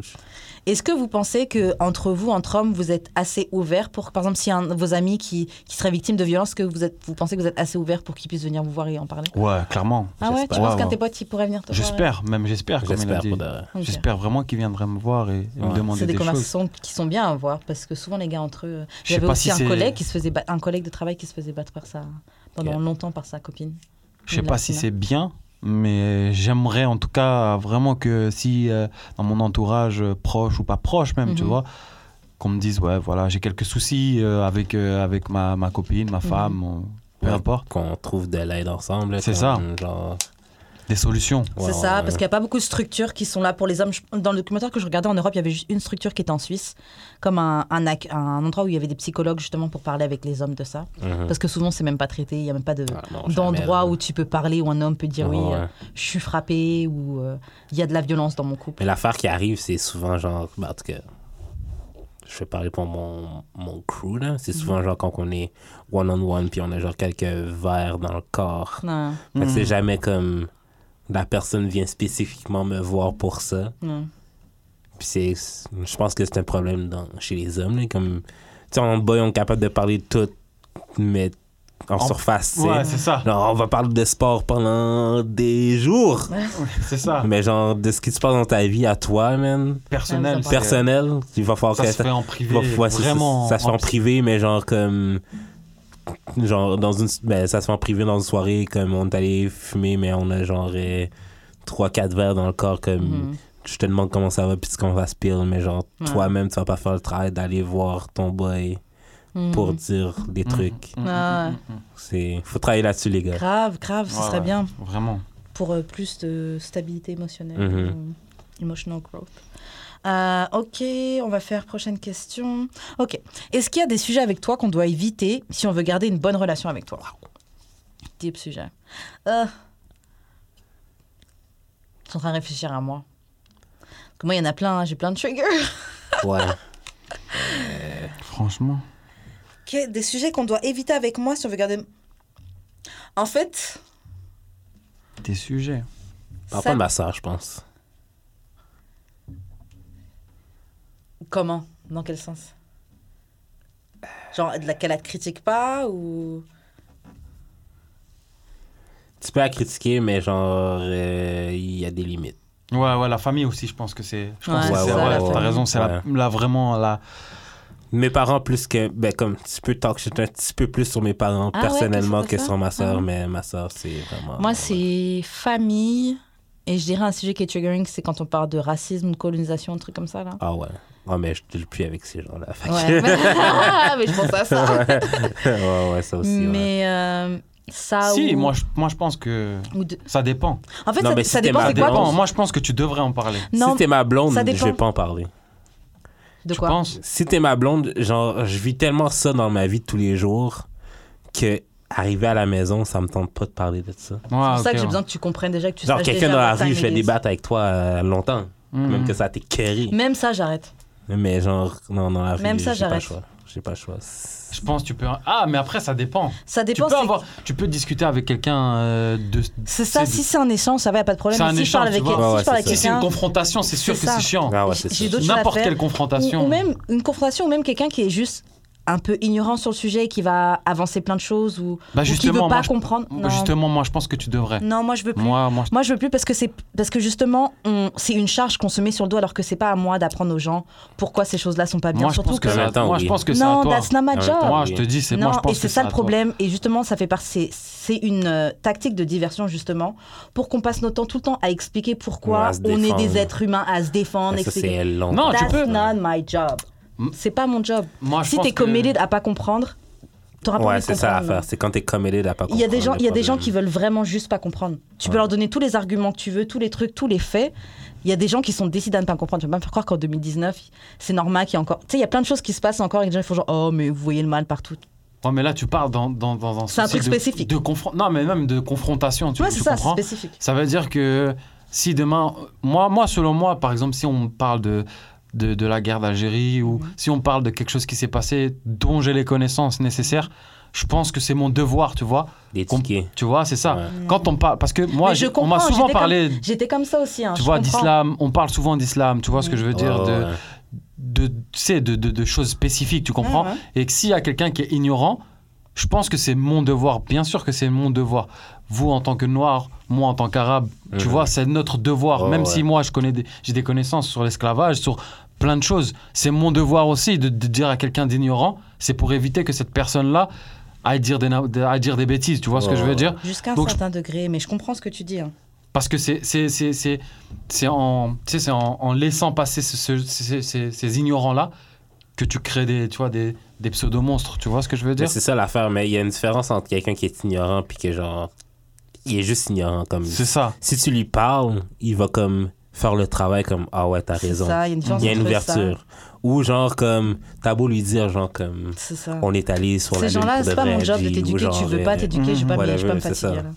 A: Est-ce que vous pensez que entre vous, entre hommes, vous êtes assez ouverts pour, par exemple, si un de vos amis qui, qui serait victime de violence, que vous, êtes, vous pensez que vous êtes assez ouverts pour qu'ils puissent venir vous voir et en parler
C: Ouais, clairement.
A: Ah ouais, tu
C: J'espère.
A: penses
C: Ouais,
A: qu'un
C: ouais.
A: de tes potes, il pourrait venir te voir ouais.
C: J'espère, même j'espère, comme il a
B: J'espère
C: dit.
B: pour de-
A: Ok.
C: J'espère vraiment qu'il viendrait me voir et, et
B: Ouais.
C: me demander
A: C'est
C: des,
A: des,
C: choses.
A: conversations qui sont bien à avoir parce que souvent les gars entre eux.
C: Je sais
A: J'avais
C: pas
A: aussi
C: si
A: un
C: c'est-
A: collègue qui se faisait ba- un collègue de travail qui se faisait battre par sa pendant
B: Yeah.
A: longtemps par sa copine.
C: Je sais
A: Une
C: pas si
A: latina.
C: c'est bien, mais j'aimerais en tout cas vraiment que si euh, dans mon entourage euh, proche ou pas proche même, tu
A: Mhm.
C: vois, qu'on me dise ouais voilà j'ai quelques soucis euh, avec euh, avec ma, ma copine,
A: Mhm.
C: ma femme, mon- peu
B: Ouais.
C: importe,
B: Qu'on trouve de l'aide ensemble.
C: C'est
B: comme, Genre,
C: des solutions.
B: ouais,
A: c'est ça,
B: ouais,
A: parce qu'il n'y a pas beaucoup de structures qui sont là pour les hommes. Je- Dans le documentaire que je regardais en Europe, il y avait juste une structure qui était en Suisse, comme un, un, ac- un endroit où il y avait des psychologues justement pour parler avec les hommes de ça.
B: Mhm.
A: Parce que souvent, c'est même pas traité, il n'y a même pas de-
B: Ah, non,
A: d'endroit
B: jamais,
A: où tu peux parler, où un homme peut dire
B: là.
A: oui,
B: Ouais.
A: euh, je suis frappé ou euh, il y a de la violence dans mon couple.
B: Mais l'affaire qui arrive, c'est souvent genre. ben, en tout cas, je vais parler pour mon, mon crew, là. C'est
A: Mhm.
B: souvent genre quand on est one-on-one, puis on a genre quelques verres dans le corps.
A: Non,
B: Fait que
C: Hmm.
B: c'est jamais comme la personne vient spécifiquement me voir pour ça.
A: non.
B: Puis c'est, je pense que c'est un problème dans, chez les hommes. là, comme, tu sais, en boy, on est capable de parler de tout, mais en,
C: En-
B: surface, c'est-
C: Ouais, c'est ça.
B: genre, on va parler de sport pendant des jours.
C: C'est ça.
B: Mais genre, de ce qui se passe dans ta vie à toi, man,
C: Personnel.
A: Ouais,
C: c'est-
B: personnel, il va falloir
C: Ça
B: que
C: se fait en privé.
B: va- ouais, c'est-
C: vraiment.
B: ça, se fait en
C: privé.
B: privé, mais genre comme. Genre, dans une. ben, ça se fait en privé dans une soirée, comme on est allé fumer, mais on a genre 3-4 verres dans le corps, comme.
A: Mhm.
B: Je te demande comment ça va, puis comment ça se pile, mais genre,
A: Ouais.
B: toi-même, tu vas pas faire le travail d'aller voir ton boy
A: Mhm.
B: pour dire des trucs.
C: Mm,
A: Ah,
B: C'est. Faut travailler là-dessus, les gars.
A: Grave, grave, ce
C: Ouais,
A: serait
C: ouais.
A: bien.
C: Vraiment.
A: pour euh, plus de stabilité émotionnelle,
B: Mhm.
A: euh, emotional growth. Euh, ok, on va faire prochaine question. Ok, est-ce qu'il y a des sujets avec toi qu'on doit éviter si on veut garder une bonne relation avec toi Deep sujet. Euh, je suis en train de réfléchir à moi. Parce que moi, il y en a plein, hein, j'ai plein de triggers.
B: Ouais.
C: Franchement.
A: Ok, des sujets qu'on doit éviter avec moi si on veut garder. En fait,
C: Des sujets.
B: Parle
A: ça-
B: pas de ma soeur, je pense.
A: Comment Dans quel sens Genre de la- qu'elle la critique pas ou
B: Tu peux la critiquer, mais genre, euh, il y a des limites.
C: Ouais, ouais, la famille aussi, je pense que c'est. Je pense
A: Ouais,
C: que
A: c'est
C: c'est.
A: ça, la
C: t'as
A: famille.
C: raison, c'est la, la vraiment la.
B: Mes parents, plus que. Ben, comme, tu peux talk shit un petit peu plus sur mes parents
A: Ah ouais,
B: personnellement
A: t'as fait
B: que
A: ça?
B: sur ma soeur,
A: Ah.
B: mais ma soeur, c'est vraiment.
A: Moi, c'est famille. Et je dirais un sujet qui est triggering, c'est quand on parle de racisme, de colonisation, un truc comme ça, là.
B: Ah ouais. Ah, mais je deal plus avec ces gens-là. Fait que-
A: Ouais. Ah, mais je pense à ça.
B: ouais, ouais, ça aussi. ouais.
A: Mais euh, ça
C: Si,
A: ou...
C: moi je, moi, je pense que
A: ou de-
C: ça dépend.
A: En fait,
B: Non,
A: ça,
B: mais
A: ça
B: si t'es
A: dépend
C: Ça
A: c'est
B: marié-
A: quoi
C: dépend.
B: ton-
C: Moi, je pense que tu devrais en parler.
A: Non,
B: Si t'es ma blonde,
A: ça
B: je
A: dépend.
B: vais pas en parler.
A: de
C: je
A: quoi
C: pense.
B: Si t'es ma blonde, genre, je vis tellement ça dans ma vie de tous les jours que arriver à la maison, ça me tente pas de parler de ça.
C: Ouais,
A: C'est pour ça
C: ok,
A: que j'ai
C: ouais.
A: besoin que tu comprennes déjà que tu
B: ah, Genre,
A: saches
B: quelqu'un
A: déjà
B: dans la
A: what time
B: rue, je vais
A: it is.
B: débattre avec toi euh, longtemps.
A: Mm.
C: Mhm.
B: Même que ça t'est curry.
A: Même ça, j'arrête.
B: Mais genre, non, dans la rue,
A: Mm. Même ça,
B: j'ai pas le
A: j'arrête.
B: choix. J'ai pas le choix. C'est-
C: Je pense que tu peux. Ah, mais après, ça dépend.
A: Ça
C: Tu
A: dépend.
C: peux,
A: c'est-
C: avoir... tu peux discuter avec quelqu'un euh, de.
A: C'est ça, si c'est un échange, ça va, y a pas de problème.
C: C'est
A: Mais
C: un
A: si je parle
C: échange,
A: avec
C: tu vois.
A: si
B: Ouais,
A: je parle
B: ouais,
A: avec
B: c'est
C: Si c'est une
A: quelqu'un-
C: confrontation, c'est sûr
A: C'est
C: que
A: ça.
C: c'est chiant.
B: Ah ouais,
A: J'ai-
B: c'est ça.
A: j'ai d'autres-
C: N'importe
A: choses à
C: quelle
A: faire.
C: confrontation.
A: Ou, ou même une confrontation, ou même quelqu'un qui est juste un peu ignorant sur le sujet et qui va avancer plein de choses ou,
C: Bah,
A: ou qui veut
C: justement,
A: pas
C: moi, je-
A: comprendre. Non.
C: Justement, moi, je pense que tu devrais.
A: non, moi je veux plus. Moi,
C: Moi, moi, je-
A: je veux plus parce que c'est parce que justement on- c'est une charge qu'on se met sur le doigt alors que c'est pas à moi d'apprendre aux gens pourquoi ces choses-là sont pas bien.
C: moi, je
A: Surtout
C: pense que
B: que-
C: c'est à-
B: Attends,
C: moi,
B: oui.
C: je pense que c'est à
A: non,
C: toi.
A: that's not my
B: En même
A: job.
B: temps,
C: Moi, je te dis, c'est moi, je
A: Non,
C: pense
A: et
C: que
A: c'est ça
C: à
A: le
C: toi.
A: problème. Et justement, ça fait partie. c'est- C'est une euh, tactique de diversion, justement, pour qu'on passe notre temps tout le temps à expliquer pourquoi
B: Ouais, à se
A: on est des
B: défendre.
A: êtres humains, à se défendre,
B: Mais ça,
A: expliquer.
B: c'est long.
C: Non, tu
A: That's
C: peux.
A: not my job.
C: Mm.
A: C'est pas mon job.
C: Moi, je
A: si
C: pense
A: t'es
C: que-
A: committed à pas comprendre, t'auras pas
B: Ouais,
A: envie de
B: c'est ça
A: comprendre.
B: l'affaire. C'est quand t'es commédé à pas
A: Il y a des gens,
B: comprendre le
A: il y a des gens qui
B: problème.
A: veulent vraiment juste pas comprendre. Tu peux
B: Ouais.
A: leur donner tous les arguments que tu veux, tous les trucs, tous les faits. Il y a des gens qui sont décidés à ne pas comprendre. Tu peux pas me faire croire qu'en 2019, c'est normal qu'il y a encore. Tu sais, il y a plein de choses qui se passent encore et les gens ils font genre oh mais vous voyez le mal partout.
C: Ouais, mais là, tu parles dans, dans, dans un
A: C'est un
C: souci
A: truc
C: de-
A: spécifique.
C: De confron- Non, mais même de confrontation. Tu,
A: Tu vois,
C: tu
A: c'est ça, c'est
C: comprends
A: spécifique.
C: Ça veut dire que si demain, moi, moi selon moi, par exemple, si on parle de, de, de la guerre d'Algérie ou
A: Mhm.
C: si on parle de quelque chose qui s'est passé dont j'ai les connaissances nécessaires, je pense que c'est mon devoir, tu vois.
B: D'éduquer.
C: Tu vois, c'est ça.
B: Ouais.
C: Quand on parle, parce que moi,
A: Mais je
C: j'ai- on m'a
A: comprends,
C: souvent
A: j'étais comme-
C: parlé,
A: J'étais comme ça aussi. hein,
C: tu
A: je
C: vois,
A: comprends.
C: d'islam. On parle souvent d'islam. Tu vois ce que je veux dire
B: Ouais,
C: de,
B: ouais, ouais.
C: de, tu sais, de, de- de choses spécifiques, tu comprends
A: Ouais, ouais.
C: Et que s'il y a quelqu'un qui est ignorant, je pense que c'est mon devoir, bien sûr que c'est mon devoir. Vous en tant que noir, moi en tant qu'arabe, tu
B: Mhm.
C: vois, c'est notre devoir.
B: Oh,
C: Même
B: ouais.
C: si moi je connais, des- j'ai des connaissances sur l'esclavage, sur plein de choses, c'est mon devoir aussi de, de dire à quelqu'un d'ignorant. C'est pour éviter que cette personne-là aille dire des, na- de- aille dire des bêtises. Tu vois ce que
B: Ouais,
C: je veux
B: ouais.
C: dire
A: Jusqu'à un
C: Donc,
A: certain degré, mais je comprends ce que tu dis. hein.
C: parce que c'est c'est c'est c'est c'est en tu sais, c'est en, en laissant passer ce- ce- ces- ces- ces ignorants là que tu crées des tu vois des des pseudo monstres tu vois ce que je veux
B: Mais
C: dire
B: C'est ça l'affaire, mais il y a une différence entre quelqu'un qui est ignorant puis que genre. Il est juste ignorant. comme
C: c'est ça
B: Si tu lui parles, il va comme faire le travail comme Ah ouais, t'as
A: C'est
B: raison.
A: ça, il y a une différence
B: Il y a une
A: entre
B: ouverture. Ou genre comme T'as beau lui dire, genre comme
A: ça. C'est ça.
B: On est allé sur la
A: Ces
B: lune
A: gens-là,
B: pour de
A: c'est pas
B: vrai,
A: mon job de
B: puis- ou
A: t'éduquer. Tu
B: genre,
A: veux pas
B: euh,
A: t'éduquer, je vais pas me- je vais pas me
B: whatever, c'est
A: fatiguer.
B: ça.
A: là.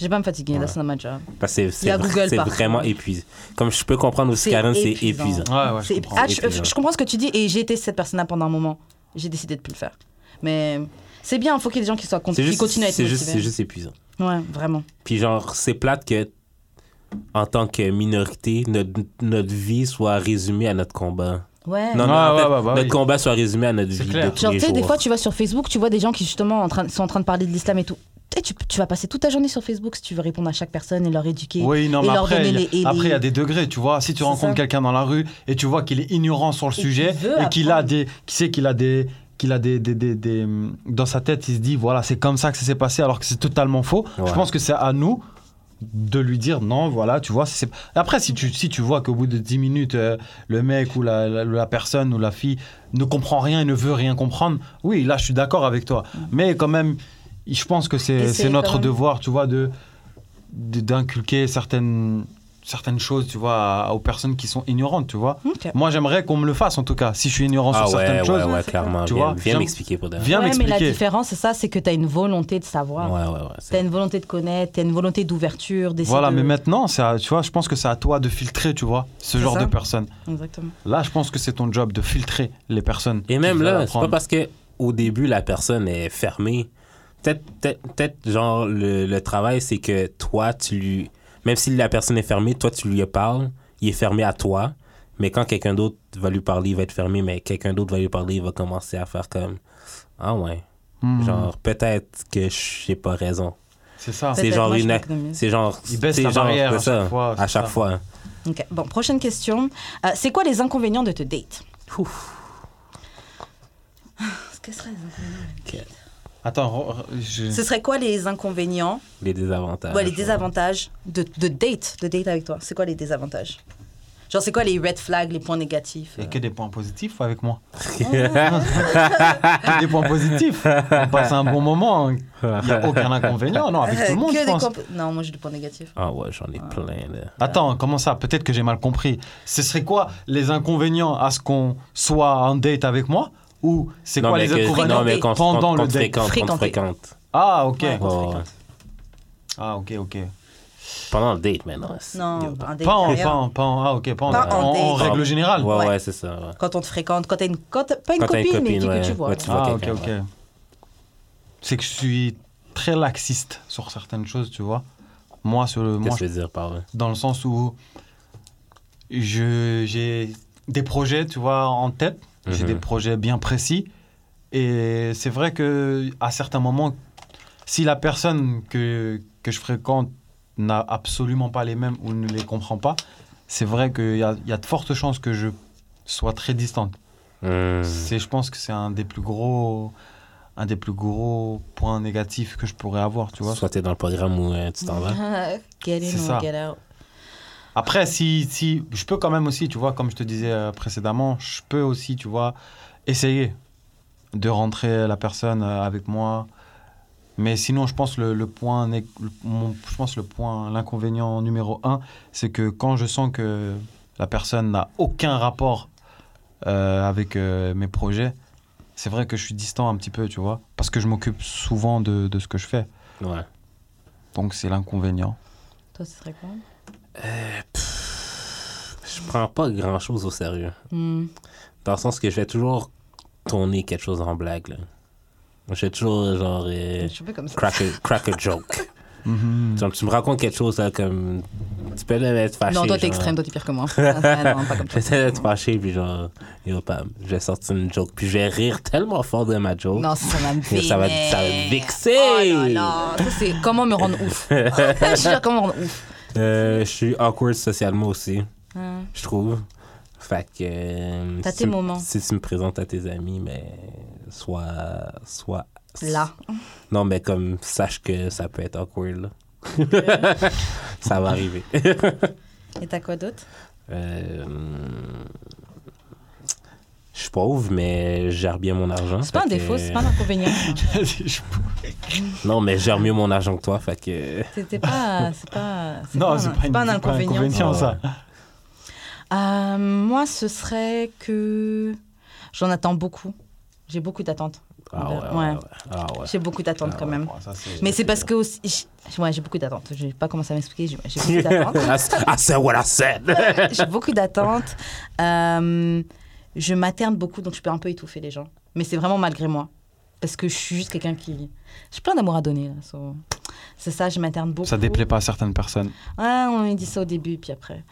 A: Je vais pas me fatiguer,
B: Ouais.
A: that's not my job.
B: Parce que c'est
A: y a
B: vra-
A: Google
B: c'est
A: partout.
B: vraiment épuisant. Comme je peux comprendre aussi,
A: C'est
B: Karen, c'est
A: épuisant.
B: épuisant.
C: ouais ouais je
A: C'est-
C: comprends.
A: Ah, je,
B: Et puis,
A: je-
B: euh,
A: je comprends ce que tu dis et j'ai été cette personne-là pendant un moment. J'ai décidé de plus le faire. Mais c'est bien, il faut qu'il y ait des gens qui soient
B: C'est
A: contents, qui
B: juste,
A: continuent à être
B: c'est juste, c'est
A: motivés.
B: juste épuisant.
A: Ouais, vraiment.
B: Puis genre, c'est plate que, en tant que minorité, notre, notre vie soit résumée à notre combat.
A: Ouais.
B: Non, non,
C: Ouais,
B: en fait,
C: ouais, ouais, bah
B: notre
C: oui.
B: combat soit résumé à notre
C: C'est
B: vie
C: clair.
B: de tous
A: Genre,
B: les
A: tu sais, des
B: jours.
A: fois, tu vas sur Facebook, tu vois des gens qui, justement, en train, de- sont en train de parler de l'islam et tout. Tu, sais, tu, tu vas passer toute ta journée sur Facebook si tu veux répondre à chaque personne et leur éduquer.
C: oui, non,
A: et
C: mais
A: leur
C: après,
A: donner
C: il y a-
A: les- et les-
C: après, il y a des degrés, tu vois. Si tu
A: C'est ça.
C: rencontres quelqu'un dans la rue et tu vois qu'il est ignorant sur le
A: qu'il
C: sujet
A: veut
C: et qu'il a
A: apprendre.
C: des, qui sait qu'il a des, qu'il a des, des, des- des- hum, dans sa tête, il se dit voilà, c'est comme ça que ça s'est passé, alors que c'est totalement faux.
B: Ouais.
C: Je pense que c'est à nous de lui dire non, voilà, tu vois. c'est- Après, si tu, si tu vois qu'au bout de 10 minutes, euh, le mec ou la, la, la personne ou la fille ne comprend rien et ne veut rien comprendre, oui, là, je suis d'accord avec toi. Mais quand même, je pense que c'est
A: Essayer
C: c'est notre
A: Mm. quand même.
C: devoir, tu vois, de de- d'inculquer certaines certaines choses, tu vois, à- aux personnes qui sont ignorantes, tu vois.
A: Ok.
C: Moi, j'aimerais qu'on me le fasse, en tout cas, si je suis ignorant
B: Ah
C: sur
B: ouais,
C: certaines
B: ouais,
C: choses.
B: ouais,
A: Ouais, c'est
B: clairement.
C: Tu
B: viens
C: vois,
B: viens
C: viens-
B: m'expliquer pour de vrai.
C: Viens
A: Ouais, mais la
C: m'expliquer.
A: différence, c'est ça, c'est que tu as une volonté de savoir.
B: Ouais, ouais, ouais.
A: Tu as
B: c'est-
A: une volonté de connaître, tu as une volonté d'ouverture, d'essayer
C: Voilà,
A: de-
C: mais maintenant, c'est à- tu vois, je pense que c'est à toi de filtrer, tu vois, ce
A: C'est
C: genre
A: ça.
C: de personnes.
A: Exactement.
C: Là, je pense que c'est ton job de filtrer les personnes.
B: Et même
C: qui veulent
B: là, c'est
C: apprendre.
B: pas parce que au début, la personne est fermée. Peut-être, peut-être, peut-être, genre, le, le travail, c'est que toi, tu lui. Même si la personne est fermée, toi, tu lui parles, il est fermé à toi. Mais quand quelqu'un d'autre va lui parler, il va être fermé. Mais quelqu'un d'autre va lui parler, il va commencer à faire comme. Ah ouais.
C: Mhm.
B: Genre, peut-être que j'ai pas raison.
C: C'est ça.
A: Peut-être,
B: C'est genre
A: moi, je
B: une-
A: pense que mieux.
B: C'est genre.
C: Il baisse
B: c'est
C: la
B: genre,
C: barrière
B: c'est
C: à
B: ça,
C: chaque fois,
B: À
C: c'est
B: chaque
C: ça.
B: fois.
A: Ok. Bon, prochaine question. Euh, c'est quoi les inconvénients de te date Qu'est-ce que ce serait les inconvénients
C: Attends, re- re- je-
A: Ce serait quoi les inconvénients
B: Les désavantages.
A: Ouais, les désavantages de, de date, de date avec toi. C'est quoi les désavantages Genre, c'est quoi les red flags, les points négatifs
C: il y
A: euh?
C: a que des points positifs avec moi. Que des points positifs. On passe un bon moment. hein. Il n'y a aucun inconvénient. Non, avec tout le monde,
A: Euh, Que
C: je
A: des
C: pense.
A: comp- Non, moi j'ai des points négatifs.
B: Ah ouais, j'en ai plein. Là.
C: Attends, comment ça Peut-être que j'ai mal compris. Ce serait quoi les inconvénients à ce qu'on soit en date avec moi Ou c'est
B: Non,
C: quoi
B: mais
C: les
B: que-
C: inconvénients
B: non, mais qu'on-
C: pendant
B: qu'on- qu'on
C: le
B: te
C: date
B: fréquente, qu'on te
A: Fréquenter.
B: fréquente.
C: Ah, ok.
A: Ouais.
B: Ouais, ouais.
C: Ah, ok, ok.
B: Pendant le date, maintenant. c'est-
A: Non,
B: Yo,
A: un date.
C: Pas en,
A: derrière.
C: pas en, pas en- ah, ok, pas en,
A: Pas en
C: en- en
A: date.
C: règle générale.
B: Ouais,
A: Ouais.
B: ouais, c'est ça. ouais.
A: Quand on te fréquente, quand t'as une. Quand t'as- pas une,
B: Quand t'as
A: copine,
B: une
A: mais
B: copine,
A: qui que
B: ouais,
A: tu vois.
B: ouais, tu
A: ouais.
B: vois.
C: Ah, ok,
B: quelqu'un,
C: ok.
B: ouais.
C: C'est que je suis très laxiste sur certaines choses, tu vois. Moi, sur le, moi
B: Qu'est-ce que tu veux dire par là?
C: dans le sens où je- j'ai des projets, tu vois, en tête. J'ai
B: Mhm.
C: des projets bien précis. Et c'est vrai que à certains moments, si la personne que, que je fréquente n'a absolument pas les mêmes ou ne les comprend pas, c'est vrai qu'il y a, il y a de fortes chances que je sois très distante.
B: Hmm.
C: C'est, je pense que c'est un des plus gros un des plus gros points négatifs que je pourrais avoir, tu vois.
B: Soit t'es dans le programme ou euh, tu t'en vas.
A: Get in
C: C'est
A: or
C: ça.
A: get out.
C: Après, si, si je peux quand même aussi, tu vois, comme je te disais euh, précédemment, je peux aussi, tu vois, essayer de rentrer la personne euh, avec moi. Mais sinon, je pense le, le point, né- le- mon- je pense le point, l'inconvénient numéro un, c'est que quand je sens que la personne n'a aucun rapport euh, avec euh, mes projets, c'est vrai que je suis distant un petit peu, tu vois, parce que je m'occupe souvent de, de ce que je fais.
B: Ouais.
C: Donc c'est l'inconvénient.
A: Toi, ce serait quoi
B: Je prends pas grand chose au sérieux.
A: Hmm.
B: Dans le sens que je vais toujours tourner quelque chose en blague. Là. Je vais toujours, genre, euh,
A: Je suis un peu comme ça.
B: crack, a, crack a joke.
C: Mhm.
B: Genre, tu me racontes quelque chose, là, comme. Tu peux même être fâché.
A: Non, toi, t'es
B: Ah, genre.
A: extrême, toi, t'es pire que moi. Ah, ça, non, pas comme ça.
B: J'essaie d'être fâché, puis genre, yo, bam, je vais sortir une joke, puis je vais rire tellement fort de ma joke.
A: Non, ça va me
B: Yo,
A: vexer.
B: Oh. ça va, ça va me vexer.
A: Oh là là, ça, c'est comment me rendre ouf. je suis comment me rendre ouf.
B: Euh, je suis awkward socialement aussi,
A: Hein.
B: je trouve. Fait que. euh,
A: T'as
B: si
A: tes
B: tu-
A: moments.
B: Si tu me présentes à tes amis, ben, mais. Sois. Sois.
A: Là.
B: Non, mais comme, sache que ça peut être awkward, là. ça va arriver.
A: Et t'as quoi d'autre
B: Euh, je suis pauvre, mais je gère bien mon argent.
A: C'est pas un
B: fait que-
A: défaut, c'est pas un inconvénient.
C: Je-
B: Non, mais je gère mieux mon argent que toi, fait que...
A: C'était pas. C'est pas. c'est
C: non,
A: pas
C: c'est
A: un-
C: pas, une-
A: c'est pas un
C: c'est
A: inconvénient.
C: ça.
A: Euh, moi, ce serait que j'en attends beaucoup. J'ai beaucoup d'attentes.
B: Ah ouais, ouais,
A: Ouais.
B: ouais. Ah ouais.
A: J'ai beaucoup d'attentes quand même.
C: Ouais, ça, c'est-
A: Mais c'est parce que aussi, j'ai- ouais, j'ai beaucoup d'attentes. Je vais pas commencer à m'expliquer. J'ai j'ai beaucoup d'attentes.
B: I said ah, what I said.
A: j'ai beaucoup d'attentes. Euh, je materne beaucoup, donc je peux un peu étouffer les gens. Mais c'est vraiment malgré moi. Parce que je suis juste quelqu'un qui. J'ai plein d'amour à donner. là, so- C'est ça, je materne beaucoup.
C: Ça déplaît pas à certaines personnes.
A: Ouais, on me dit ça au début, puis après.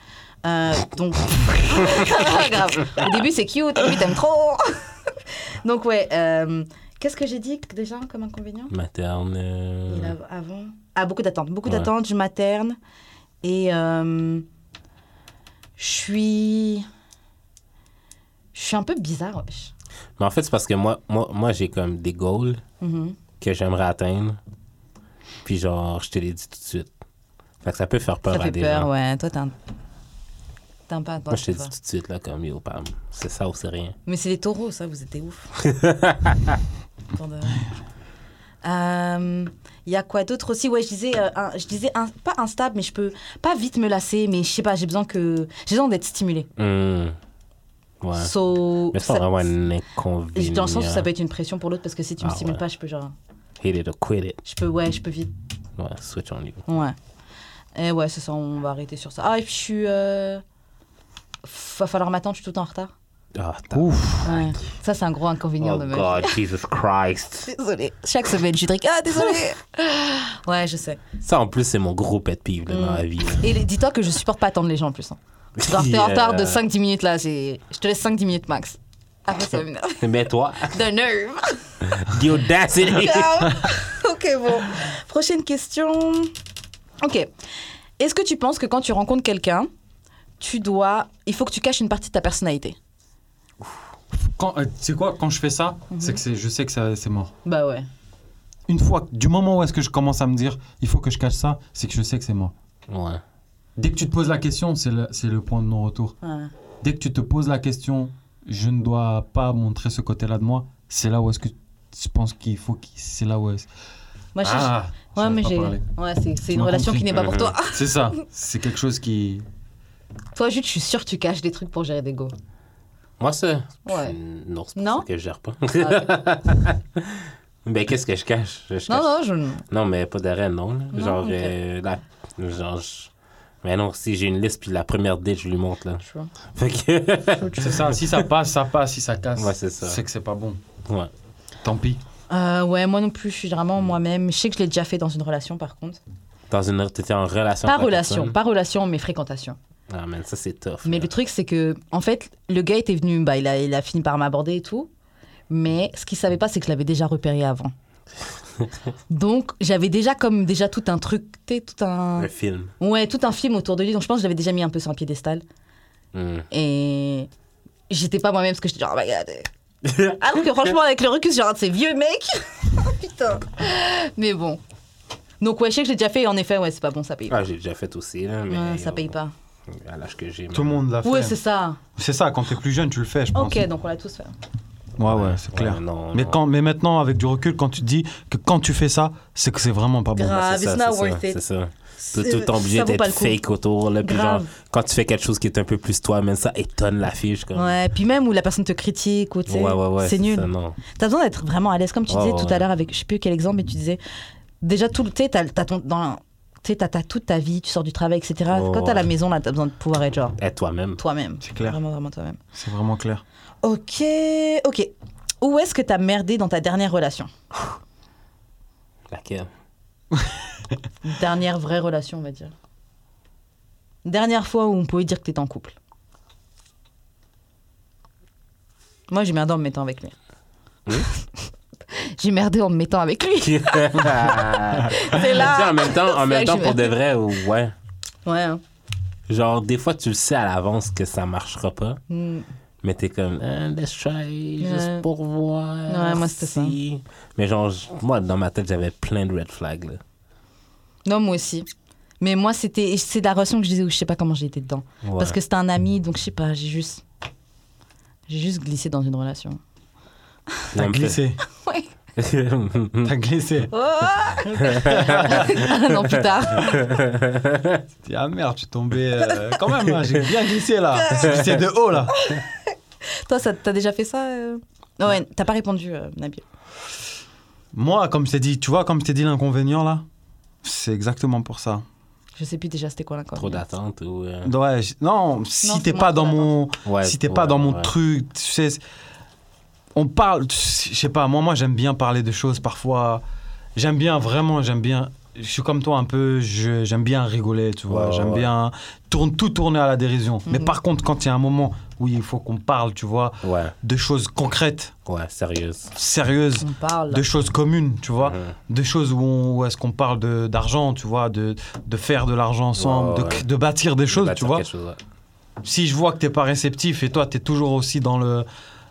A: Euh, donc. Grave. Au début, c'est cute. Au début, t'aimes trop. donc, ouais. euh, Qu'est-ce que j'ai dit déjà comme inconvénient
B: Materne... euh,
A: Il a- Avant. Ah, beaucoup d'attentes. Beaucoup
B: Ouais.
A: d'attentes. Je materne. Et. euh, je suis. Je suis un peu bizarre, wesh.
B: Mais en fait, c'est parce que moi, moi, moi j'ai comme des goals
A: Mhm.
B: que j'aimerais atteindre. Puis genre, je te les dis tout de suite. Fait que ça peut faire peur
A: Ça
B: à
A: fait
B: des
A: peur,
B: gens.
A: ouais. Toi, t'es un. T'es un peu à droite,
B: Moi, je te
A: toi.
B: dis tout de suite, là, comme yo, pam, c'est ça ou c'est rien.
A: Mais c'est les taureaux, ça, vous êtes des ouf. Pour de vrai. Euh, Il y a quoi d'autre aussi Ouais, je disais, euh, un- je disais un- pas instable, mais je peux pas vite me lasser, mais je sais pas, j'ai besoin que j'ai besoin d'être stimulée.
B: Hum. Ouais.
A: So,
B: Mais c'est
A: ça-
B: pas vraiment un inconvénient.
A: dans le sens où ça peut être une pression pour l'autre parce que si tu me
B: Ah,
A: stimules
B: ouais.
A: pas, je peux genre,
B: Hit it or quit it.
A: je peux ouais, je peux vite,
B: Ouais, switch on you.
A: ouais. Et ouais, c'est ça, on va arrêter sur ça. Ah, et puis je suis, euh, va falloir m'attendre, je suis tout en retard.
B: Ah,
C: Ouf.
A: Ouais. Ça, c'est un gros inconvénient
B: Oh
A: de me.
B: God, Jesus Christ.
A: Désolée. Chaque semaine, je drink. Ah, désolée. ouais, je sais.
B: Ça, en plus, c'est mon gros pet peeve là, dans
A: Mm.
B: la vie.
A: Et les- dis-toi que je supporte pas attendre les gens en plus. Hein. Genre, t'es en
B: euh,
A: retard de 5-10 minutes là. j'ai- Je te laisse 5-10 minutes max. Après, ça va m'énerver.
B: Mais toi,
A: De nerve.
B: the audacity.
A: Ah. ok, bon. Prochaine question. Ok. Est-ce que tu penses que quand tu rencontres quelqu'un, tu dois. Il faut que tu caches une partie de ta personnalité
C: Quand, euh, tu sais quoi, quand je fais ça,
A: Mhm.
C: c'est que c'est- je sais que ça- c'est mort.
A: Bah ouais.
C: Une fois, que- du moment où est-ce que je commence à me dire, il faut que je cache ça, c'est que je sais que c'est mort.
B: ouais.
C: Dès que tu te poses la question, c'est le, c'est le point de non-retour. Dès que tu te poses la question, je ne dois pas montrer ce côté-là de moi, c'est là où est-ce que tu penses qu'il faut qu'il- C'est là où est-ce.
A: Moi, je-
C: Ah,
A: ouais,
C: j'arrive
A: mais
C: pas
A: j'ai.
C: parlé. euh,
A: Ouais, c'est- c'est
C: Tu
A: une
C: m'as
A: relation
C: compris.
A: qui n'est pas pour toi.
C: C'est ça. C'est quelque chose qui.
A: Toi, juste, je suis sûre que tu caches des trucs pour gérer des go.
B: Moi, ça.
A: Ouais.
B: Non, c'est
A: Non?
B: pas ça que je gère pas.
A: Ah,
B: Mais qu'est-ce que je cache? Je, je
A: Non,
B: cache-
A: non, je.
B: Non, mais pas d'arrêt, non. là.
A: Non,
B: genre,
A: ok.
B: euh, là, genre, je- Mais non, si j'ai une liste, puis la première date, je lui montre, là.
A: je vois.
B: Fait que...
C: C'est ça. Si ça passe, ça passe. Si ça casse,
B: Ouais, c'est ça.
C: que c'est pas bon.
B: Ouais.
C: Tant pis.
A: Euh, ouais, moi non plus, je suis
C: Mm.
A: vraiment moi-même. Je sais que je l'ai déjà fait dans une relation, par contre.
B: Dans une... T'étais en relation
A: Pas
B: avec la
A: relation,
B: personne.
A: pas relation, mais fréquentation.
B: Ah, man, ça, c'est tough.
A: Mais
B: là.
A: le truc, c'est que, en fait, le gars était venu, bah, il, a, il a fini par m'aborder et tout. Mais ce qu'il savait pas, c'est que je l'avais déjà repéré avant. Donc, j'avais déjà comme déjà tout un truc, tu sais, tout un...
B: Un film.
A: Ouais, tout un film autour de lui. Donc, je pense que j'avais déjà mis un peu sur un piédestal.
B: Hmm.
A: Et j'étais pas moi-même parce que j'étais genre, oh my god. euh. Alors que franchement, avec le recul, c'est genre, c'est vieux mec. Oh, Putain. Mais bon. Donc, ouais, je sais que j'ai déjà fait et en effet, ouais, c'est pas bon, ça paye pas.
B: Ah, j'ai déjà fait aussi, là, mais...
A: Ouais, euh, ça paye pas.
B: À l'âge que j'ai.
C: Tout le
B: man.
C: monde l'a fait.
A: Ouais, c'est ça.
C: c'est ça. Quand t'es plus jeune, tu le fais, je pense.
A: Ok, donc on l'a tous fait.
C: Ah Ouais, ouais, c'est
B: Ouais,
C: clair.
B: non,
C: Mais,
B: non.
C: quand, mais maintenant, avec du recul, quand tu te dis que quand tu fais ça, c'est que c'est vraiment pas bon.
A: Grave.
B: Ah,
A: Ah,
B: c'est
A: it's
B: ça,
A: not
B: c'est
A: worth
B: ça,
A: it.
B: C'est ça. Tout,
A: C'est-
B: tout obligé
A: ça vaut pas
B: d'être
A: le coup.
B: fake autour. Là, puis
A: Grave.
B: genre, quand tu fais quelque chose qui est un peu plus toi, même ça étonne la fiche. Comme...
A: Ouais, puis même où la personne te critique ou tu sais,
B: hein. ouais, ouais, ouais,
A: c'est nul.
B: ça, non.
A: T'as besoin d'être vraiment à l'aise, comme tu
B: Ouais,
A: disais
B: ouais,
A: tout
B: ouais.
A: à l'heure avec, je sais plus quel exemple, mais tu disais, déjà tout, le- tu sais, t'as, t'as ton, dans, tu sais, t'as, t'as toute ta vie, tu sors du travail, etc.
B: Ouais,
A: Quand t'es à la
B: ouais.
A: maison, là, t'as besoin de pouvoir être genre
B: Être toi-même.
A: toi-même.
C: C'est clair.
A: Vraiment, vraiment toi-même.
C: C'est vraiment clair.
A: Ok, ok. Où est-ce que t'as merdé dans ta dernière relation
B: Laquelle
A: Dernière vraie relation, on va dire. Dernière fois où on pouvait dire que t'étais en couple. Moi, j'ai merdé en me mettant avec lui.
D: J'ai merdé en me mettant avec lui.
B: Tu sais,
A: C'est là.
B: en même temps, en
A: C'est
B: même temps
A: que
B: pour
A: je
B: de vrai, ouais.
A: Ouais. hein.
B: Genre, des fois, tu le sais à l'avance que ça marchera pas.
A: Mm.
B: Mais t'es comme, ah, let's try,
A: Ouais.
B: juste pour voir.
A: Ouais, moi, c'était ça.
B: si. Mais genre, j- moi, dans ma tête, j'avais plein de red flags. Là.
A: Non, moi aussi. Mais moi, c'était c'est la relation que je disais où je sais pas comment j'ai été dedans.
B: Ouais.
A: Parce que c'était un ami, donc je sais pas, j'ai juste. J'ai juste glissé dans une relation.
C: T'as
B: Non,
C: glissé.
B: mais-
C: T'as glissé.
A: Un an plus tard.
C: T'es- Ah merde, tu es tombé. euh, quand même, hein, j'ai bien glissé là. J'ai glissé de haut là.
A: Toi, ça- t'as déjà fait ça euh Non, ouais, t'as pas répondu, euh, Nabil.
C: Moi, comme je t'ai dit, tu vois, comme je t'ai dit l'inconvénient là, c'est exactement pour ça.
A: Je sais plus déjà c'était quoi l'inconvénient.
B: Trop d'attente ou. euh,
C: Ouais, j- non,
A: Non,
C: si t'es
A: c'est
C: pas
D: moi,
C: dans
D: c'est
C: mon,
B: ouais,
C: si t'es
B: ouais,
C: pas dans mon
B: ouais.
C: truc, tu sais, c'est- on parle, tu sais, je sais pas, moi, moi j'aime bien parler de choses parfois. J'aime bien, vraiment, j'aime bien. Je suis comme toi un peu, je- j'aime bien rigoler, tu vois.
B: Ouais,
C: j'aime
B: ouais.
C: bien tourne, tout tourner à la dérision. Mais
A: Mhm.
C: par contre, quand il y a un moment où il faut qu'on parle, tu vois,
B: Ouais,
C: de choses concrètes,
B: ouais, sérieuse.
C: sérieuses,
A: On parle.
C: de choses communes, tu vois
B: Mhm.
C: de choses où, on- où est-ce qu'on parle de- d'argent, tu vois, de, de faire de l'argent ensemble,
B: Ouais,
C: de
B: ouais.
C: cr- De, bâtir des choses,
B: Bah,
C: tu
B: t'as
C: vois.
B: quelque chose, ouais.
C: Si je vois que t'es pas réceptif et toi, t'es toujours aussi dans, le,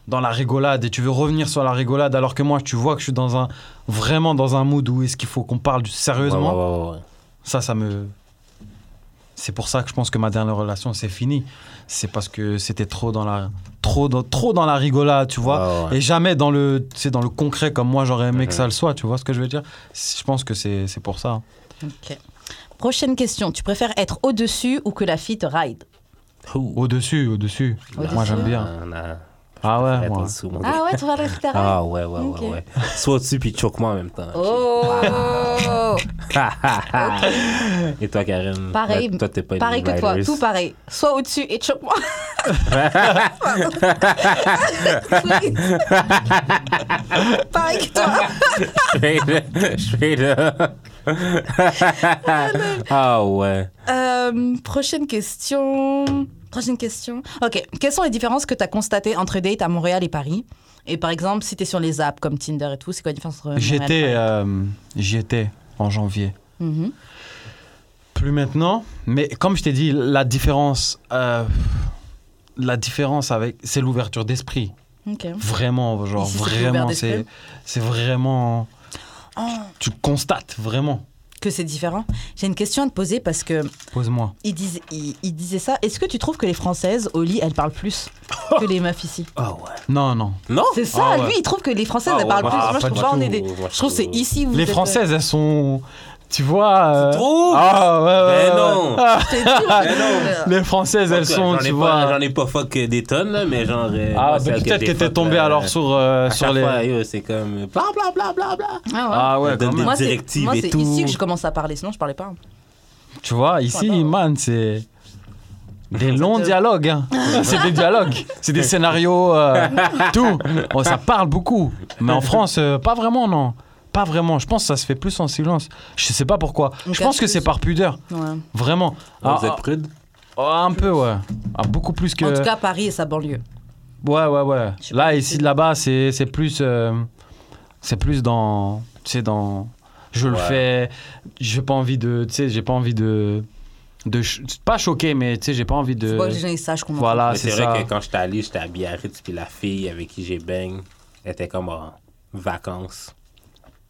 C: dans la rigolade et tu veux revenir sur la rigolade alors que moi, tu vois que je suis dans un, vraiment dans un mood où est-ce qu'il faut qu'on parle du- sérieusement,
B: Ouais, ouais, ouais, ouais.
C: ça, ça me... C'est pour ça que je pense que ma dernière relation, c'est fini. C'est parce que c'était trop dans la... Trop dans, trop dans la rigolade, tu vois.
B: Ouais, ouais, ouais.
C: Et jamais dans le, tu sais, dans le concret comme moi j'aurais aimé
B: Mhm.
C: que ça le soit, tu vois ce que je veux dire Je pense que c'est c'est pour ça.
A: Ok. Prochaine question. Tu préfères être au-dessus ou que la fille te ride
B: Ouh.
C: Au-dessus, au-dessus.
A: Au-dessus.
C: moi j'aime bien.
B: Non, non.
C: Ah ouais,
B: Arrête en
C: moi.
B: dessous, mon gars.
A: Ah ouais, tu vas rester
B: Ah ouais, ouais, ouais,
A: Ok.
B: ouais. Sois au-dessus puis choque-moi en même temps.
A: Oh
B: Et toi, Karen
A: Pareil,
B: Ouais, toi, t'es pas une
A: Pareil que toi,
B: riders.
A: tout pareil. Soit au-dessus et choque-moi. Please. pareil que toi.
B: Je suis là. Ah ouais.
A: Euh, prochaine question. Prochaine question. Ok. Quelles sont les différences que tu as constatées entre dates à Montréal et Paris Et par exemple, si tu es sur les apps comme Tinder et tout, c'est quoi la différence entre. Montréal et
C: J'étais,
A: Paris
C: euh, j'y étais en janvier.
A: Mhm.
C: Plus maintenant, mais comme je t'ai dit, la différence, euh, la différence avec, c'est l'ouverture d'esprit.
A: Ok.
C: Vraiment, genre
A: Ici, c'est plus ouvert
C: vraiment,
A: d'esprit.
C: c'est, c'est vraiment, tu constates vraiment.
A: Que c'est différent. J'ai une question à te poser parce que
C: Pose-moi.
A: il disait, il, il disait ça. Est-ce que tu trouves que les Françaises au lit, elles parlent plus que les meufs ici
B: Ah ouais.
C: Non, non.
B: Non
A: C'est ça.
C: Ah ouais.
A: Lui, il trouve que les Françaises
B: Ah
A: elles
B: ouais,
A: parlent
B: moi,
A: plus.
B: ah,
A: Moi, je
C: pas
A: trouve
C: du
A: pas. On
B: tout.
A: est des.
B: Moi, je
A: Je trouve que c'est
B: trouve-
A: ici. Où vous
C: Les
A: êtes- euh,
C: Françaises, elles sont, tu vois. euh,
B: Tu trouves
C: Ah ouais, ouais,
B: Mais
C: ouais,
B: non.
C: ouais. Ah,
A: Je t'ai dit, vous êtes-
C: les Françaises, elles sont,
B: J'en ai
C: tu
B: pas-
C: vois.
B: J'en ai pas fuck euh, des tonnes, là, mais genre. euh,
C: Ah,
B: moi,
C: bah,
B: celle
C: peut-être
B: j'ai
C: que t'es
B: fuck,
C: tombé
B: là,
C: alors sur, euh,
B: à
C: sur
B: chaque
C: les.
B: fois, yo, c'est comme. euh, Bla bla bla bla bla.
A: Ah ouais.
C: Ah ouais,
B: Elle donne
C: quand
B: des
C: même.
A: Moi, c'est
B: directives
A: moi,
B: et
A: c'est
B: tout.
A: ici que je commence à parler, sinon je parlais pas.
C: Tu
A: Ah
C: vois, ici,
A: Voilà.
C: man, c'est. Des longs
A: te-
C: dialogues. hein. c'est des dialogues. C'est des scénarios. euh, tout. Bon, ça parle beaucoup. Mais en France, euh, pas vraiment, non. Pas vraiment. Je pense que ça se fait plus en silence. Je sais pas pourquoi.
A: On
C: Je
A: cache
C: pense que
A: plus.
C: c'est par pudeur.
A: Ouais.
C: Vraiment.
B: Ah,
C: Ah,
B: vous êtes prude
C: ah, un peu, ouais. Ah, beaucoup plus que.
A: En tout cas, Paris et sa banlieue.
C: Ouais, ouais, ouais.
A: Je sais pas
C: Là,
A: si
C: ici,
A: c'est-
C: là-bas, c'est c'est plus. euh, c'est plus dans. Tu sais, dans. Je le
B: Ouais.
C: fais. J'ai pas envie de. Tu sais, j'ai pas envie de. de ch- pas choquer, mais tu sais, j'ai pas envie
A: Faut
C: de.
A: pas que les gens ils sachent qu'on en
C: Voilà,
B: Mais
C: Ah, c'est
B: c'est
C: ça.
B: vrai que quand j'étais allé, j'étais à Biarritz, puis la fille avec qui j'ai bang était comme en vacances.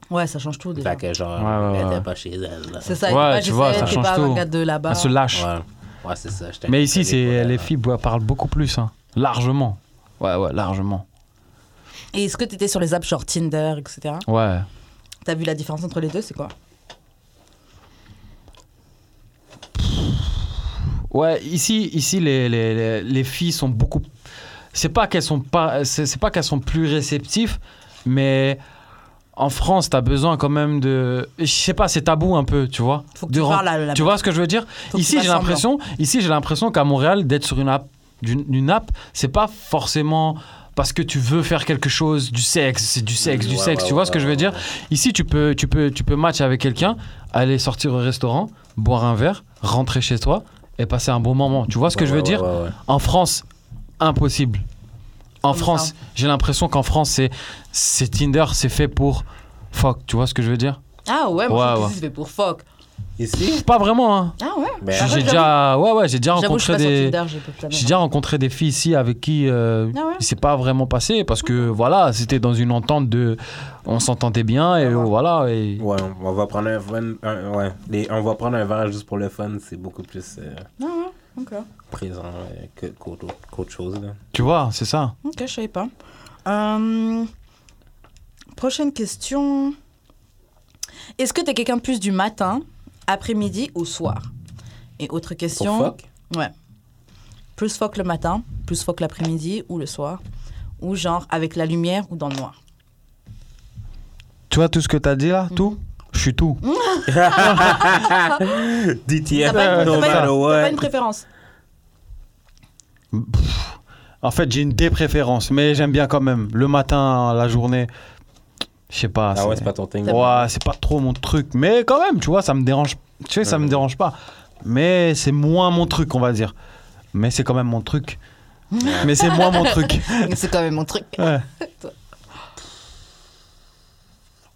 A: parle. Ouais, ça change tout déjà.
B: Fait que genre,
C: Ouais, ouais,
B: elle
C: ouais.
B: était pas chez elle. là.
A: Mm. C'est ça,
C: Bah, Ouais,
A: ouais,
C: tu vois, ça change
A: pas un
C: tout.
A: gars de là-bas.
C: Elle se lâche.
B: Ouais, ouais c'est ça. j'étais
C: Mais ici,
B: allé pour
C: c'est
B: elle,
C: les
B: hein.
C: filles bah, parlent beaucoup plus, hein. largement. Ouais, ouais, largement.
A: Et est-ce que t'étais sur les apps genre Tinder, etc.
C: Ouais.
A: T'as vu la différence entre les deux, c'est quoi
C: Ouais, ici, ici les, les, les, les filles sont beaucoup. C'est pas qu'elles sont pas, c'est c'est pas qu'elles sont plus réceptives, mais en France, t'as besoin quand même de. Je sais pas, c'est tabou un peu, tu vois.
A: Faut que
C: De
A: tu
C: ren-
A: parles à la-
C: Tu vois ce que je veux dire
A: Faut que tu
C: Ici,
A: fasses
C: j'ai l'impression, ici, j'ai l'impression qu'à Montréal, d'être sur une app, d'une d'une app, c'est pas forcément parce que tu veux faire quelque chose du sexe, c'est du sexe, du
B: Ouais,
C: sexe,
B: ouais,
C: tu vois
B: ouais,
C: ce que je veux
B: ouais,
C: dire
B: ouais.
C: Ici, tu peux, tu peux, tu peux match avec quelqu'un, aller sortir au restaurant, boire un verre, rentrer chez toi et passer un bon moment. Tu vois ce que
B: Ouais,
C: je veux
B: ouais,
C: dire
B: ouais, ouais, ouais.
C: En France, impossible. En
A: Comment
C: France,
A: ça
C: j'ai l'impression qu'en France, c'est, c'est Tinder, c'est fait pour fuck. Tu vois ce que je veux dire
A: Ah ouais,
C: Ouais,
A: moi je
C: ouais.
A: me suis dit, c'est pour fuck.
B: Ici
C: Pas vraiment. Hein.
A: Ah ouais.
B: Ben,
A: Ah,
C: J'ai
A: ouais,
C: déjà, ouais, ouais, j'ai déjà
A: J'avoue, je suis
C: rencontré
A: pas sur
C: Ah, des,
A: Tinder, j'ai pas plein de-
C: j'ai déjà rencontré des filles ici avec qui euh,
A: Ah ouais.
C: il s'est pas vraiment passé parce que voilà, c'était dans une entente de, on s'entendait bien et
A: Ah ouais.
C: voilà et
B: Ouais, on on va prendre un, fun- un- ouais, les- on va prendre un verre juste pour le fun, c'est beaucoup plus euh,
A: Ah ouais, ok.
B: présent euh, que- qu'autre qu'autre chose. Là.
C: tu vois, c'est ça.
A: Ok, je savais pas. Euh, prochaine question. Est-ce que t'es quelqu'un de plus du matin, après-midi ou soir Et autre
B: Pour
A: question.
B: fuck,
A: Ouais. Plus fuck le matin, plus fuck l'après-midi ou le soir Ou genre avec la lumière ou dans le noir
C: Tu vois tout ce que t'as dit
A: Mm.
C: là, tout. Je suis tout.
B: DTF,
A: T'as pas une-
B: no
A: t'as pas une-
B: matter
A: T'as pas
B: what.
A: une préférence
C: En fait, j'ai une dépréférence, mais j'aime bien quand même le matin, la journée. Je sais pas.
B: Ah ouais,
C: c'est-
B: c'est pas ton thing.
C: Ouais, c'est pas trop mon truc, mais quand même, tu vois, ça me dérange. Tu sais, ça me
B: Mhm.
C: dérange pas. Mais c'est moins mon truc, on va dire. Mais c'est quand même mon truc. mais c'est moins mon truc.
A: C'est quand même mon truc.
C: Ouais.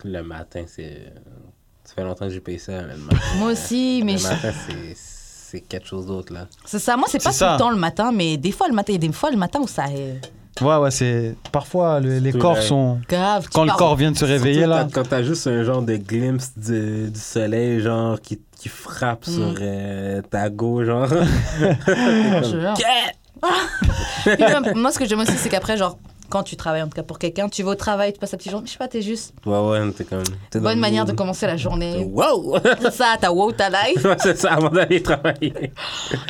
B: Le matin, c'est. euh, Ça fait longtemps que j'ai payé ça, mais le matin.
A: Moi aussi, mais
B: le
A: je-
B: matin, c'est- c'est quelque chose d'autre, là.
A: c'est ça. Moi, c'est pas tout
C: C'est ça.
A: le temps le matin, mais des fois le matin, et des fois le matin où ça est
C: Ouais, ouais, c'est. Parfois, le- les
B: Surtout,
C: corps
B: ouais.
C: sont.
A: grave. tu
C: Quand le
A: pars-
C: corps vient de se réveiller,
B: Surtout
C: là.
B: Quand, quand t'as juste un genre de glimpse du, du soleil, genre, qui, qui frappe
A: Mm.
B: sur euh, ta gauche, genre.
A: Je te jure. Puis même, moi, ce que j'aime aussi, c'est qu'après, genre, quand tu travailles, en tout cas pour quelqu'un, tu vas au travail, tu passes ta petite journée, je sais pas, t'es juste
B: ouais, ouais, t'es comme. t'es dans
A: bonne
B: le
A: manière de
B: mood.
A: commencer la journée.
B: Wow!
A: C'est ça, t'as wow, ta life.
B: Ouais, c'est ça, avant d'aller travailler.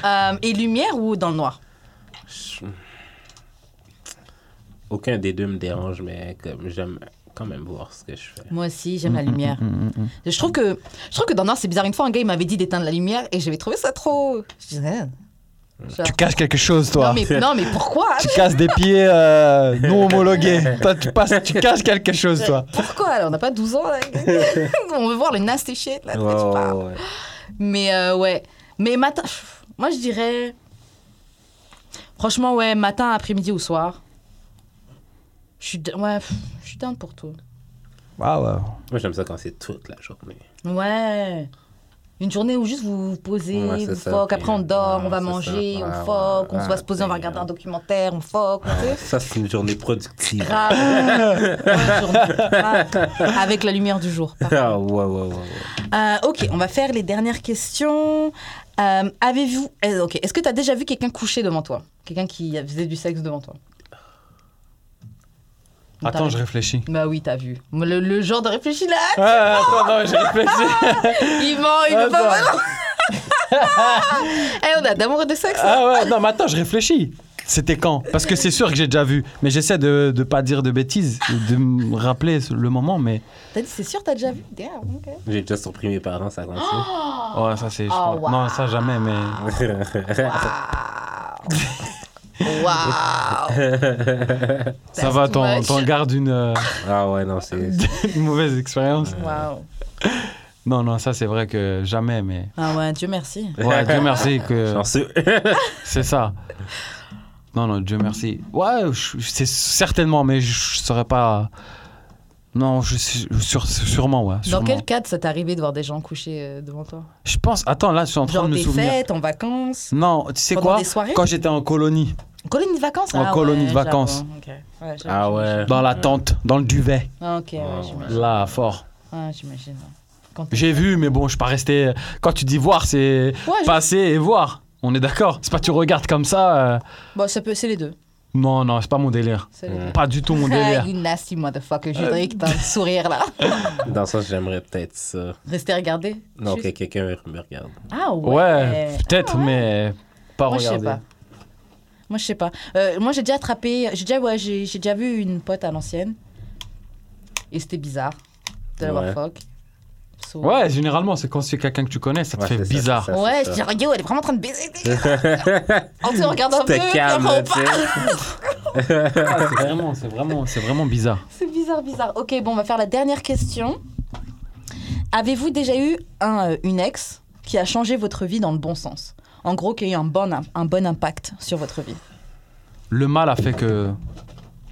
A: Euh, et lumière ou dans le noir
B: Aucun des deux me dérange, mais comme j'aime quand même voir ce que je fais.
A: Moi aussi, j'aime la lumière.
C: Mm,
A: Je trouve que je trouve que dans le noir, c'est bizarre. Une fois, un gars, il m'avait dit d'éteindre la lumière et j'avais trouvé ça trop. Je disais, Genre,
C: Tu caches quelque chose,
A: non,
C: toi.
A: mais, non, mais pourquoi
C: Tu casses des pieds euh, non homologués. toi, tu, passes, tu caches quelque chose, toi.
A: Pourquoi alors, On n'a pas 12 ans, là. On veut voir le nasty shit, là. de quoi tu
B: Ouais,
A: parles.
B: ouais, ouais.
A: Mais euh, ouais. Mais matin. pff, Moi, je dirais. Franchement, ouais, matin, après-midi ou soir. Je suis d- ouais, pff, je suis dingue pour tout.
C: Ah ouais.
B: Moi, j'aime ça quand c'est toute la journée.
A: Ouais. Une journée où juste vous vous posez,
B: Ouais, c'est
A: vous
B: ça,
A: fuck,
B: puis,
A: après on dort,
B: ouais,
A: on va
B: c'est
A: manger,
B: ça.
A: on
B: Ouais, ouais,
A: fuck, on
B: ouais, euh,
A: va se poser, on va
B: c'est-
A: regarder un documentaire, on fuck, tu sais.
B: Ça, c'est une journée productive.
A: Grave. Ouais, journée, grave. Avec la lumière du jour. parfait.
B: Ah, ouais, ouais, ouais. ouais.
A: Euh, ok, on va faire les dernières questions. Euh, Avez-vous. euh, ok, est-ce que tu as déjà vu quelqu'un coucher devant toi Quelqu'un qui faisait du sexe devant toi
C: Attends, je réfléchis.
A: Bah oui, t'as vu. Le, le genre de réfléchir là,
C: Ah, attends, non, je réfléchis.
A: il ment, il veut
C: Attends.
A: pas vraiment. Eh, on a d'amour et de sexe.
C: Ah ouais, non, mais attends, je réfléchis. C'était quand Parce que c'est sûr que j'ai déjà vu. Mais j'essaie de ne pas dire de bêtises, de me rappeler le moment, mais.
A: T'as dit, c'est sûr, t'as déjà vu Damn, ok.
B: J'ai déjà surpris mes parents, ça compte ça.
C: Ouais, ça c'est. je
A: Oh,
C: crois-
A: wow.
C: Non, ça jamais, mais.
A: Ah. Waouh.
C: ça va,
A: too
C: t'en
A: much.
C: t'en gardes une, euh,
B: ah, ouais, non, c'est.
C: une mauvaise expérience.
A: Waouh.
C: Non, non, ça c'est vrai que jamais, mais.
A: Ah ouais, Dieu merci.
C: Ouais, Dieu merci que.
B: Chanceux.
C: C'est ça. Non, non, Dieu merci. Ouais, je- c'est certainement, mais je, je saurais pas. Non, je, sûr- sûrement, ouais.
A: Dans
C: Sûrement.
A: quel cadre ça t'est arrivé de voir des gens coucher euh, devant toi
C: Je pense. Attends, là, je suis en train
A: Genre
C: de me
A: des
C: souvenir.
A: fêtes, en vacances
C: Non, tu sais
A: Pendant
C: quoi
A: des soirées
C: Quand j'étais en colonie,
A: Colonie de vacances
C: En
A: Ah
C: colonie de
A: ouais, j'avoue,
C: vacances.
A: ok. Ouais, j'avoue,
B: Ah,
A: j'imagine.
B: ouais.
C: dans la tente, dans le duvet,
A: Ah, ok, ouais,
B: Ouais,
A: j'imagine.
C: là, fort.
A: Ouais, j'imagine. ouais. Quand t'es-
C: J'ai vu, mais bon, je suis pas resté. Quand tu dis voir, c'est
A: Ouais, Ah, je-
C: passer et voir. On est d'accord. C'est pas tu regardes comme ça. euh,
A: Bon, ça peut, c'est les deux.
C: Non, non, c'est pas mon délire.
A: C'est les deux.
C: Pas du tout Mm. mon
A: Ah,
C: délire. Euh,
A: you nasty motherfucker. Je dirais que t'as un sourire là.
B: Dans le sens, j'aimerais peut-être ça.
A: Restez regarder.
B: Non,
A: Juste-
B: que quelqu'un me regarde.
A: Ah ouais.
C: Ouais, peut-être, mais pas
A: Moi, je sais
C: regarder.
A: pas. Moi, je sais pas. Euh, moi, j'ai déjà attrapé. J'ai déjà, ouais, j'ai j'ai déjà vu une pote à l'ancienne. Et c'était bizarre de l'avoir
B: Ouais.
A: fuck. So-
C: Ouais, généralement, c'est quand c'est quelqu'un que tu connais, ça te
B: Ouais,
C: fait
B: c'est ça,
C: bizarre.
B: c'est ça.
A: Ouais, je dis, yo, elle est vraiment en train de baiser. on se regarde un
B: Tu
A: peu.
B: te calmes,
A: après, on
B: tu sais.
A: part.
C: Ah, c'est vraiment, c'est vraiment, c'est vraiment bizarre.
A: C'est bizarre, bizarre. Ok, bon, on va faire la dernière question. Avez-vous déjà eu un, euh, une ex qui a changé votre vie dans le bon sens En gros, qui a eu un bon, im- un bon impact sur votre vie
C: Le mal a fait que.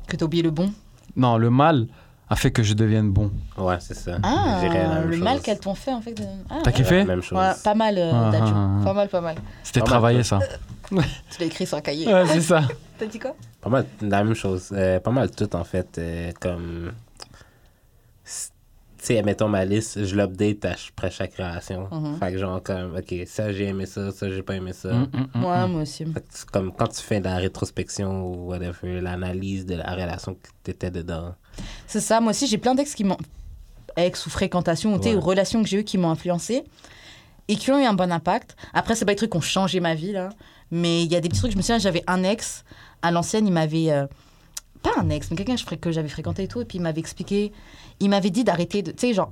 A: Que t'as oublié le bon
C: Non, le mal a fait que je devienne bon.
B: Ouais, c'est ça.
A: Ah,
B: Je dirais la même
A: le
B: chose.
A: mal qu'elles t'ont fait, en fait. euh, ah,
C: T'as
A: ouais.
B: Je dirais la
C: kiffé
B: Même chose.
A: Ouais, pas mal, euh,
C: Ah,
A: Dadju.
C: ah, ah.
A: Pas mal, pas mal.
C: C'était
B: Pas mal,
C: travaillé
B: toi.
C: ça.
A: Tu l'as écrit sur un cahier.
C: Ouais, c'est ça.
A: T'as dit quoi
B: Pas mal la même chose. Euh, pas mal tout, en fait. Euh, comme. s- Tu sais, mettons ma liste, je l'update à ch- après chaque relation.
A: Mhm.
B: Fait que, genre, comme, OK, ça, j'ai aimé ça, ça, j'ai pas aimé ça.
C: Mm, mm, mm.
A: Ouais, moi aussi.
B: Fait que c'est comme quand tu fais de la rétrospection ou whatever, l'analyse de la relation que t'étais dedans.
A: C'est ça, moi aussi j'ai plein d'ex qui m'ont. ex ou fréquentations ou, tu sais,
B: Ouais.
A: ou relations que j'ai eues qui m'ont influencé et qui ont eu un bon impact. Après, c'est pas des trucs qui ont changé ma vie, là. Mais il y a des petits trucs, je me souviens, j'avais un ex à l'ancienne, il m'avait. euh, pas un ex, mais quelqu'un que je fré- que j'avais fréquenté et tout, et puis il m'avait expliqué. Il m'avait dit d'arrêter de. Tu sais, genre,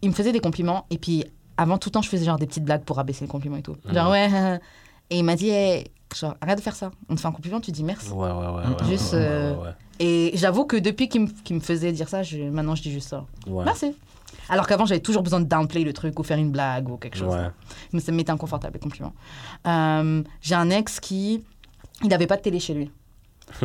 A: il me faisait des compliments, et puis avant tout le temps, je faisais genre des petites blagues pour abaisser le compliment et tout. Genre, ouais. Et il m'a dit, hey, genre, arrête de faire ça. On te fait un compliment, tu dis merci.
B: Ouais, ouais, ouais. ouais,
A: Juste,
B: ouais, ouais,
A: euh,
B: ouais,
A: Et j'avoue que depuis qu'il me, qu'il me faisait dire ça, je- maintenant je dis juste ça.
B: ouais.
A: Merci. Alors qu'avant, j'avais toujours besoin de downplay le truc ou faire une blague ou quelque chose.
B: Ouais.
A: Mais ça m'était inconfortable, les compliments. Euh, J'ai un ex qui. Il n'avait pas de télé chez lui.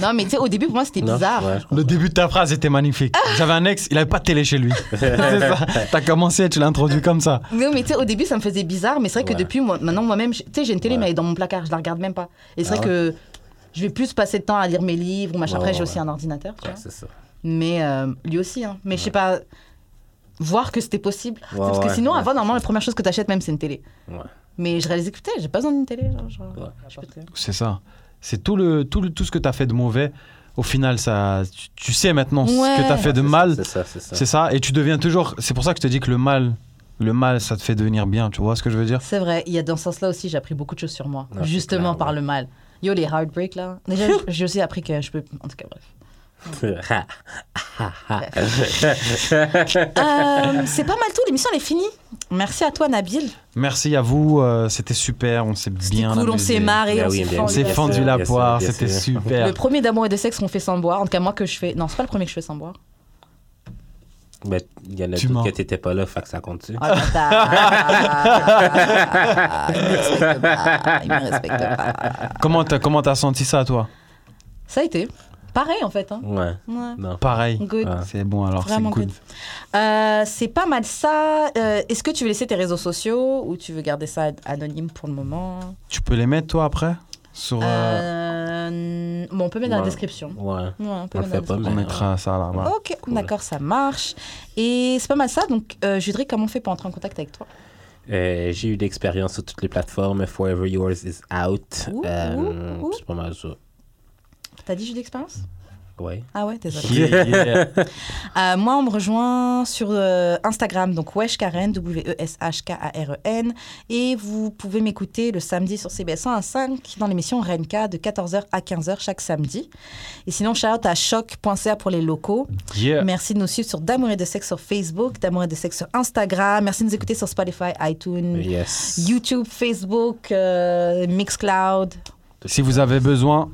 A: non, mais tu sais, au début, pour moi, c'était
B: Non,
A: bizarre.
B: ouais, je comprends.
C: Le début de ta phrase était magnifique. J'avais un ex, il avait pas de télé chez lui. C'est ça. T'as commencé, tu l'as introduit comme ça.
A: Non, mais tu sais, au début, ça me faisait bizarre, mais c'est vrai que
B: Ouais.
A: depuis, moi, maintenant, moi-même, j'ai- tu sais, j'ai une télé,
B: Ouais.
A: mais elle est dans mon placard, je la regarde même pas. Et c'est
B: Ah
A: vrai que je vais plus passer de temps à lire mes livres ou machin.
B: Ouais,
A: Après,
B: ouais,
A: j'ai aussi
B: ouais.
A: un ordinateur, tu
B: Ouais,
A: vois.
B: c'est ça.
A: Mais euh, lui aussi, hein. Mais je sais pas, voir que c'était possible.
B: Ouais,
A: parce que
B: ouais,
A: sinon,
B: ouais.
A: avant, normalement, la première chose que t'achètes même, c'est une télé.
B: Ouais.
A: Mais je réalisais que putain, j'ai pas besoin d'une télé. Genre, genre,
B: Ouais.
A: je peux te-
C: C'est ça. C'est tout, le, tout, le- tout ce que tu as fait de mauvais. Au final, ça, tu, tu sais maintenant
A: Ouais.
C: ce que tu as fait de
B: C'est ça,
C: mal.
B: C'est ça, c'est ça.
C: C'est ça. Et tu deviens toujours. C'est pour ça que je te dis que le mal, le mal, ça te fait devenir bien. Tu vois ce que je veux dire
A: C'est vrai, il y a dans ce sens-là aussi, j'ai appris beaucoup de choses sur moi,
B: Ouais, c'est
A: justement
B: clair,
A: par
B: ouais.
A: le mal. Yo, les heartbreaks là. Déjà, j'ai aussi appris que je peux. En tout cas, bref. Euh, c'est pas mal tout, l'émission elle est finie. Merci à toi, Nabil.
C: Merci à vous. euh, C'était super. On s'est
A: C'était
C: bien.
A: cool, on
C: amusé.
A: s'est marré,
B: Bah
A: on
B: oui,
A: s'est
B: bien
C: On
A: fendu
C: s'est
A: la-
B: Yes,
C: fendu
B: sir,
C: la
B: yes,
C: poire.
B: sir, yes,
C: C'était
B: sir.
C: super.
A: Le premier d'amour et de sexe qu'on fait sans boire. En tout cas, moi que je fais. Non, c'est pas le premier que je fais sans boire.
B: Mais Ben, il y en a
C: Tu
B: d'autres
C: mens.
B: que t'étais pas là, fait que ça compte-tu?
A: Ah, bâtard. Il me respecte pas. Il me respecte pas.
C: Comment t'as comment t'as senti ça, toi
A: Ça a été. Pareil en fait. Hein.
B: Ouais.
A: Ouais.
B: Non.
C: Pareil. Ah.
A: Good.
B: Ouais.
C: C'est bon alors. C'est
A: Vraiment
C: good.
A: good. Euh, c'est pas mal ça. Euh, Est-ce que tu veux laisser tes réseaux sociaux ou tu veux garder ça ad- anonyme pour le moment
C: Tu peux les mettre toi après sur. euh,
A: Euh, Bon, on peut mettre dans la
B: Ouais.
A: description.
B: Ouais.
A: Ouais, on peut
B: On le
A: mettre dans la
B: fait pas,
C: On
B: mais.
C: mettra ça là. voilà.
A: description. Ok,
B: Cool.
A: d'accord, ça marche. Et c'est pas mal ça. Donc, euh, Judric, comment on fait pour entrer en contact avec toi
B: Euh, j'ai eu l'expérience sur toutes les plateformes. Forever Yours is out.
A: Ouh,
B: Euh,
A: ouh, ouh.
B: C'est pas mal ça.
A: T'as dit Jude Expérience
B: Ouais.
A: Ah ouais, désolé.
C: Yeah, yeah.
A: Euh, moi, on me rejoint sur euh, Instagram, donc Weshkaren, W-E-S-H-K-A-R-E-N. E Et vous pouvez m'écouter le samedi sur CBS 1 à 5 dans l'émission Renka de 14h à 15h chaque samedi. Et sinon, shout à choc.ca pour les locaux.
C: Yeah.
A: Merci de nous suivre sur D'amour et de sexe sur Facebook, D'amour et de sexe sur Instagram. Merci de nous écouter sur Spotify, iTunes,
B: Yes.
A: YouTube, Facebook, euh, Mixcloud.
C: Si vous avez besoin,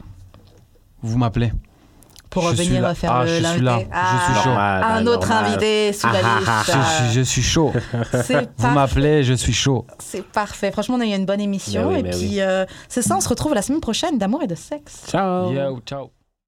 C: vous m'appelez.
A: Pour
C: Je suis
A: revenir
C: là.
A: faire
C: Ah,
A: le-
C: je suis
A: l'invité.
C: là. Je suis
A: Ah,
C: chaud.
A: Un
B: Normal,
A: autre
B: normal.
A: invité sous la
B: Ah,
A: liste.
B: ah,
C: Je suis, je suis chaud.
A: C'est
C: Vous
A: Bah. parfait.
C: m'appelez, je suis chaud.
A: C'est parfait. Franchement, on a eu une bonne émission.
B: Ben oui,
A: et
B: ben
A: puis,
B: oui.
A: euh, c'est ça, on se retrouve la semaine prochaine d'amour et de sexe.
B: Ciao.
C: ciao.